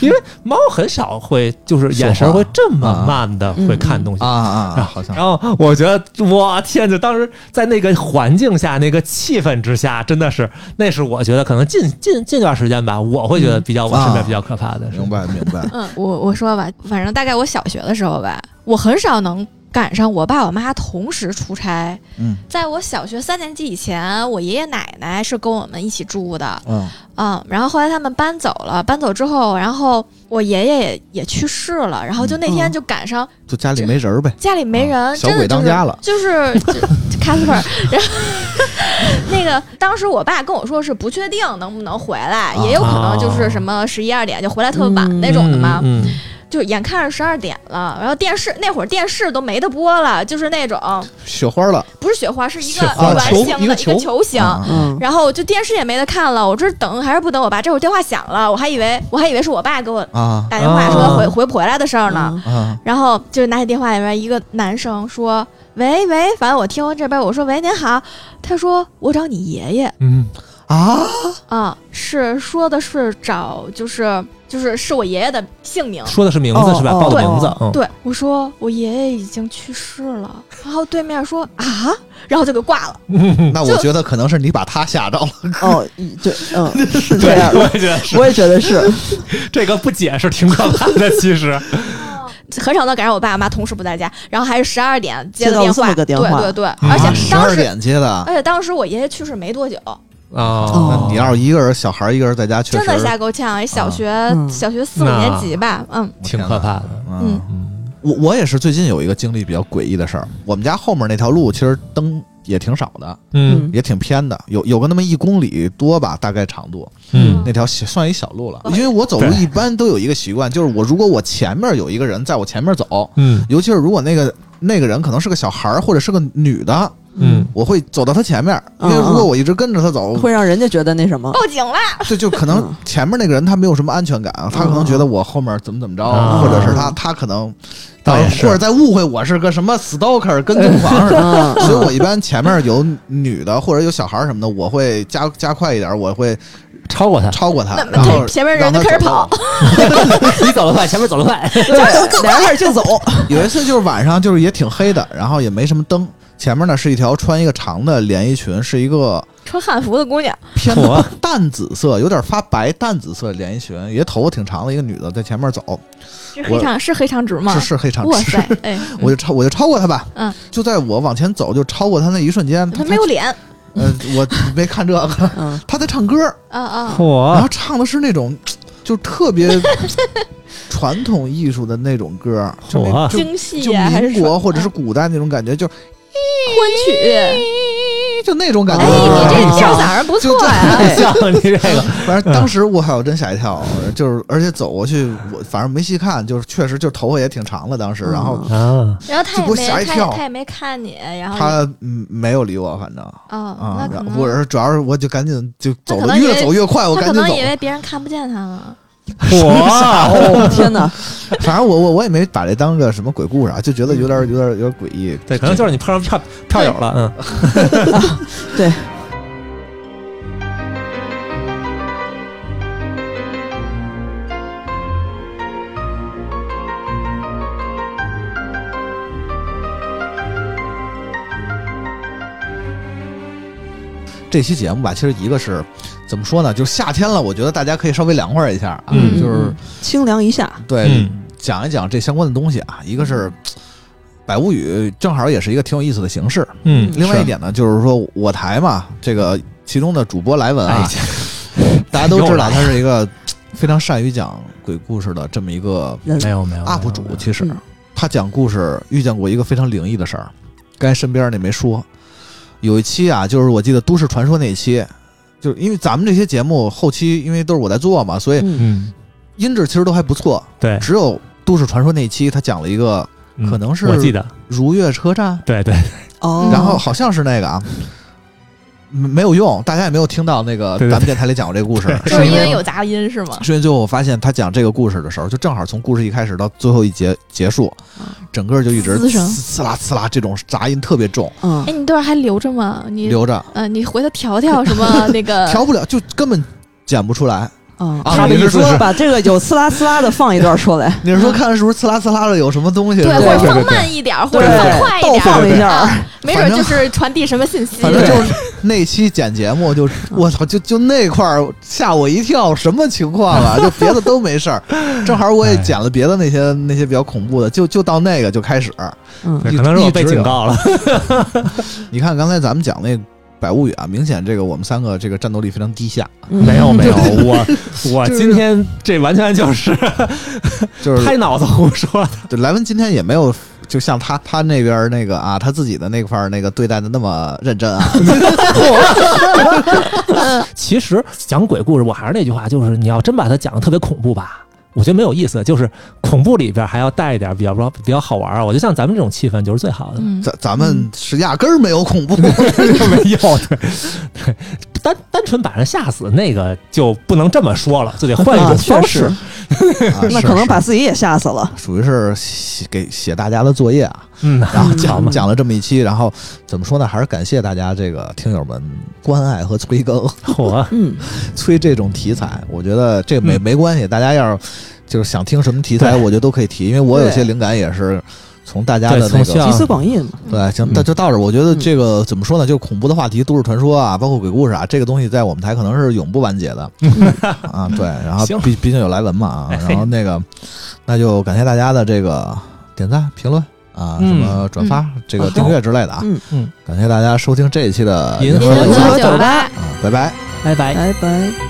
Speaker 4: 因为猫很少会就是眼神会这么慢的会看东西
Speaker 1: 啊。啊，啊好像
Speaker 4: 然后我觉得，我天，就当时在那个环境下、那个气氛之下，真的是，那是我觉得可能近近近段时间吧，我会觉得比较我身边比较可怕的是
Speaker 1: 明，白明白，
Speaker 6: 嗯，我我说吧，反正大概我小学的时候吧，我很少能赶上我爸我妈同时出差。
Speaker 1: 嗯
Speaker 6: 在我小学三年级以前，我爷爷奶奶是跟我们一起住的，
Speaker 1: 嗯
Speaker 6: 嗯，然后后来他们搬走了，搬走之后，然后我爷爷也也去世了，然后就那天
Speaker 3: 嗯
Speaker 6: 就赶上
Speaker 1: 就家里没人儿呗，
Speaker 6: 家里没人，
Speaker 1: 啊
Speaker 6: 真
Speaker 1: 小
Speaker 6: 的
Speaker 1: 鬼
Speaker 6: 就
Speaker 1: 当
Speaker 6: 是
Speaker 1: 家了
Speaker 6: 就 是就就 Casper，然后那个当时我爸跟我说是不确定能不能回来，也有可能就是什么十一二点就回来特别晚那种的嘛，
Speaker 4: 嗯，
Speaker 6: 就眼看着十二点了，然后电视那会儿电视都没得播了，就是那种
Speaker 1: 雪花了，
Speaker 6: 不是雪花，是一
Speaker 4: 雪
Speaker 6: 个
Speaker 4: 花
Speaker 6: 圆
Speaker 1: 球
Speaker 6: 形
Speaker 1: 一
Speaker 6: 的
Speaker 1: 个
Speaker 6: 一个
Speaker 1: 球
Speaker 6: 球形。
Speaker 1: 啊
Speaker 3: 嗯
Speaker 6: 然后就电视也没得看了，我这等还是不等我爸？这会儿电话响了，我还以为我还以为是我爸给我
Speaker 1: 啊
Speaker 6: 打电话说回、
Speaker 3: 啊
Speaker 6: 回不回来的事儿呢。
Speaker 1: 啊
Speaker 6: 然后就拿起电话里面一个男生说：“喂喂，反正我听这边我说喂您好。”他说：“我找你爷爷
Speaker 4: 嗯，
Speaker 1: 啊，
Speaker 6: 啊，是说的是找就是就是是我爷爷的姓名。”
Speaker 4: 嗯说的是名字是吧？
Speaker 3: 哦
Speaker 4: 报的
Speaker 6: 对
Speaker 4: 名字，嗯，
Speaker 6: 对，我说我爷爷已经去世了，然后对面说啊，然后就给挂了。
Speaker 1: 那我觉得可能是你把他吓着了，
Speaker 3: 哦，一对，嗯，是这样的，
Speaker 4: 也觉得是
Speaker 3: 我也觉得是，
Speaker 4: 这个不解释挺可怕的，其实，
Speaker 6: 很少能赶上我爸妈同时不在家，然后还是十二点接的
Speaker 3: 接到了
Speaker 6: 电
Speaker 3: 这
Speaker 6: 话，
Speaker 3: 么个电话
Speaker 6: 对对对，而
Speaker 1: 嗯
Speaker 6: 且
Speaker 1: 啊十
Speaker 6: 当
Speaker 1: 二
Speaker 6: 时、哎
Speaker 1: 点接的，
Speaker 6: 而且当时我爷爷去世没多久，
Speaker 4: 哦
Speaker 1: 那你要是一个人小孩儿一个人在家，确
Speaker 6: 真
Speaker 1: 实啊
Speaker 6: 的吓够呛，一小学、
Speaker 3: 嗯
Speaker 6: 小学四五
Speaker 4: 那
Speaker 6: 年级吧，嗯
Speaker 4: 挺可怕的，
Speaker 1: 嗯
Speaker 6: 嗯，
Speaker 4: 嗯，
Speaker 1: 我我也是最近有一个经历比较诡异的事儿，我们家后面那条路其实灯也挺少的，
Speaker 4: 嗯
Speaker 1: 也挺偏的，有有个那么一公里多吧，大概长度，
Speaker 4: 嗯
Speaker 1: 那条小算一小路了。因为我走路一般都有一个习惯，就是我如果我前面有一个人在我前面走，
Speaker 4: 嗯
Speaker 1: 尤其是如果那个那个人可能是个小孩儿或者是个女的，
Speaker 4: 嗯，
Speaker 1: 我会走到他前面，因
Speaker 3: 嗯
Speaker 1: 为如果我一直跟着他走，
Speaker 3: 会让人家觉得那什么，
Speaker 6: 报警了，
Speaker 1: 这就可能
Speaker 3: 嗯
Speaker 1: 前面那个人他没有什么安全感，啊他可能
Speaker 6: 嗯
Speaker 1: 觉得我后面怎么怎么着，或者是他他可能。
Speaker 4: 啊
Speaker 1: 啊
Speaker 4: 倒也是
Speaker 1: 或者在误会我是个什么 stalker 跟踪狂似的，
Speaker 3: 嗯，
Speaker 1: 所以我一般前面有女的或者有小孩儿什么的，我会加加快一点，我会
Speaker 4: 超过他，
Speaker 1: 超过他
Speaker 6: 那，
Speaker 1: 然后
Speaker 6: 那前面人
Speaker 1: 让
Speaker 6: 就
Speaker 1: 他
Speaker 6: 开始
Speaker 1: 走
Speaker 6: 跑，
Speaker 4: 你走得快，前面走得快，
Speaker 3: 对俩人开始竞走，
Speaker 1: 有一次就是晚上，就是也挺黑的，然后也没什么灯。前面呢是一条穿一个长的连衣裙，是一个
Speaker 6: 穿汉服的姑娘，
Speaker 1: 偏
Speaker 4: 嚯
Speaker 1: 淡紫色，有点发白淡紫色的连衣裙，也头发挺长的一个女的在前面走，
Speaker 6: 是黑长是黑长直吗
Speaker 1: 是？是黑长
Speaker 6: 哇
Speaker 1: 直
Speaker 6: 塞，， 哎，
Speaker 1: 我就超我就超过她吧，
Speaker 6: 嗯，
Speaker 1: 就在我往前走就超过她那一瞬间，她
Speaker 6: 他没有 脸，
Speaker 1: 呃，我没看这个，
Speaker 3: 嗯
Speaker 1: 她在唱歌，
Speaker 6: 啊啊，
Speaker 1: 然
Speaker 4: 嚯
Speaker 1: 后，唱的是那种就特别传统艺术的那种歌，就那
Speaker 4: 嚯
Speaker 1: 就
Speaker 6: 京戏
Speaker 1: 就
Speaker 6: 呀啊还是嗯
Speaker 1: 民
Speaker 6: 什
Speaker 1: 国
Speaker 6: 么
Speaker 1: 或者是古代那种感觉，就
Speaker 6: 昆 曲？
Speaker 1: 就那种感觉。
Speaker 6: 哎，你这
Speaker 4: 哦
Speaker 6: 今儿早上不错呀，
Speaker 1: 就
Speaker 4: 像你这个，
Speaker 1: 反正当时我还真吓一跳，就是而且走过去，我反正没细看，就是确实就头发也挺长了，当时，然后
Speaker 4: 啊，
Speaker 6: 然后
Speaker 1: 就给
Speaker 6: 他也
Speaker 1: 我
Speaker 6: 没
Speaker 1: 吓一
Speaker 6: 他
Speaker 1: 跳
Speaker 6: 也他也没看你，然后
Speaker 1: 他嗯没有理我，反正
Speaker 6: 哦，
Speaker 1: 啊
Speaker 6: 那，可
Speaker 1: 然
Speaker 6: 能
Speaker 1: 后我是主要是我就赶紧就走的
Speaker 6: 他可能以为
Speaker 1: 越走越快，我
Speaker 6: 他
Speaker 1: 赶
Speaker 6: 可
Speaker 1: 紧
Speaker 6: 能
Speaker 1: 走
Speaker 6: 以，为别人看不见他了。
Speaker 4: 嚯，
Speaker 3: 哦，天哪，
Speaker 1: 反正我我我也没把这当个什么鬼故事啊，就觉得有点
Speaker 6: 嗯
Speaker 1: 有点有点诡异，
Speaker 4: 对，可能就是你碰上票票友了，嗯。
Speaker 1: 这期节目吧，其实一个是怎么说呢，就是夏天了，我觉得大家可以稍微凉快一下啊，
Speaker 4: 嗯
Speaker 1: 就是
Speaker 3: 清凉一下，
Speaker 1: 对、
Speaker 4: 嗯
Speaker 1: 讲一讲这相关的东西啊，一个是。
Speaker 6: 嗯
Speaker 1: 百物语正好也是一个挺有意思的形式。
Speaker 4: 嗯，
Speaker 1: 另外一
Speaker 4: 是，
Speaker 1: 点呢，就是说我台嘛，这个其中的主播莱文啊
Speaker 4: 哎，，
Speaker 1: 大家都知
Speaker 4: 又
Speaker 1: 道
Speaker 4: 来
Speaker 1: 他是一个非常善于讲鬼故事的这么一个
Speaker 3: 人
Speaker 4: 没有没有
Speaker 1: UP 主。其实
Speaker 3: 嗯
Speaker 1: 他讲故事遇见过一个非常灵异的事儿，刚才身边那没说。有一期啊，就是我记得都市传说那一期，就是因为咱们这些节目后期因为都是我在做嘛，所以
Speaker 3: 嗯
Speaker 4: 嗯，
Speaker 1: 音质其实都还不错。
Speaker 4: 对，
Speaker 1: 只有都市传说那一期，他讲了一个
Speaker 4: 嗯
Speaker 1: 可能是
Speaker 4: 我记得，
Speaker 1: 如月车站，
Speaker 4: 对对
Speaker 3: 哦，
Speaker 1: 然后好像是那个啊，没没有用，大家也没有听到那个
Speaker 4: 对对对
Speaker 1: 咱们电台里讲过这个故事，
Speaker 6: 就是是
Speaker 1: 因
Speaker 6: 因为
Speaker 1: 为
Speaker 6: 有杂音是吗？
Speaker 1: 是因为最后我发现他讲这个故事的时候，就正好从故事一开始到最后一节结束，整个就一直
Speaker 6: 滋
Speaker 1: 呲
Speaker 6: 啊声
Speaker 1: 呲啦呲啦，这种杂音特别重，
Speaker 3: 嗯
Speaker 6: 哎，，你多少还留着吗？你
Speaker 1: 留着
Speaker 6: 呃，你回头 调调什么那个？
Speaker 1: 调不了，就根本剪不出来。
Speaker 3: 嗯
Speaker 1: 啊
Speaker 3: 他的
Speaker 1: 你
Speaker 3: 意
Speaker 1: 是
Speaker 3: 思
Speaker 1: 说
Speaker 3: 是把这个有刺啦刺啦的放一段出来，
Speaker 1: 你是说看是不是呲啦呲啦的有什么东西？
Speaker 6: 嗯对，
Speaker 1: 是
Speaker 6: 或
Speaker 1: 吧
Speaker 6: 者放慢一点儿，或者
Speaker 3: 对
Speaker 6: 放快一
Speaker 3: 倒
Speaker 6: 点儿，
Speaker 3: 放一下儿
Speaker 6: 啊没准儿就是传递什么信息。
Speaker 1: 反正就是那期剪节目
Speaker 6: 嗯
Speaker 1: 就，我操，就就那块儿吓我一跳，什么情况啊？就别的都没 事儿，正好
Speaker 6: 哎
Speaker 1: 我也剪了别的那些那些比较恐怖的，就就到那个就开始。
Speaker 3: 嗯
Speaker 4: 对，
Speaker 1: 一
Speaker 4: 可能是我
Speaker 1: 一直
Speaker 4: 被警
Speaker 1: 有
Speaker 4: 告了，
Speaker 1: 你看刚才咱们讲那《百物语》啊，明显这个我们三个这个战斗力非常低下，
Speaker 3: 嗯
Speaker 4: 没有没 有，我我今天这完全就是
Speaker 1: 就是
Speaker 4: 拍脑子胡说的，
Speaker 1: 对莱文今天也没有。就像他他那边儿那个啊，他自己的那块儿那个对待的那么认真 啊，
Speaker 4: 其实讲鬼故事，我还是那句话，就是你要真把它讲的特别恐怖吧，我觉得没有意思。就是恐怖里边还要带一点比较比较好玩儿。我觉得像咱们这种气氛就是最好的，
Speaker 6: 嗯，
Speaker 1: 咱咱们是压根儿没有恐 怖，啊
Speaker 4: 没有对对，单单纯把人吓死那个就不能这么说了，就得换一
Speaker 3: 啊
Speaker 4: 种
Speaker 3: 确
Speaker 4: 方
Speaker 3: 实
Speaker 4: 式。，
Speaker 1: 啊
Speaker 3: 那
Speaker 1: 是
Speaker 3: 可能
Speaker 1: 是
Speaker 3: 把自己也吓死了。
Speaker 1: 属于是写给写大家的作业啊，
Speaker 4: 嗯，
Speaker 1: 然后
Speaker 4: 好
Speaker 1: 讲
Speaker 4: 嘛，
Speaker 1: 讲了这么一期，然后怎么说呢？还是感谢大家这个听友们关爱和催更，
Speaker 4: 我
Speaker 3: 嗯，
Speaker 1: 催这种题材。我觉得这没、
Speaker 4: 嗯
Speaker 1: 没关系，大家要是就是想听什么题材，
Speaker 4: 对
Speaker 1: 我觉得都可以提，因为我有
Speaker 3: 对
Speaker 1: 些灵感也是从大家的
Speaker 4: 对
Speaker 1: 那
Speaker 4: 从需
Speaker 1: 个
Speaker 4: 要
Speaker 3: 集思广益嘛，
Speaker 1: 对，行，那
Speaker 4: 嗯
Speaker 1: 就到这儿。我觉得这个怎么说呢？就是恐怖的话题、都市传说啊，包括鬼故事啊，这个东西在我们台可能是永不完结 的啊。对，然后
Speaker 4: 嗯行
Speaker 1: 毕毕竟有莱文嘛啊
Speaker 4: 哎，嘿
Speaker 1: 然后那个那就感谢大家的这个点赞、评论啊，什
Speaker 4: 嗯
Speaker 1: 么转发、这个订阅之类的啊。
Speaker 3: 嗯
Speaker 4: 嗯，
Speaker 1: 感谢大家收听这一期的
Speaker 4: 银
Speaker 1: 银
Speaker 4: 河
Speaker 1: 河
Speaker 4: 九
Speaker 1: 九
Speaker 6: 喝
Speaker 1: 九
Speaker 6: 酒
Speaker 3: 走
Speaker 6: 吧。
Speaker 1: 啊，拜拜。
Speaker 4: 拜拜。
Speaker 3: 拜拜。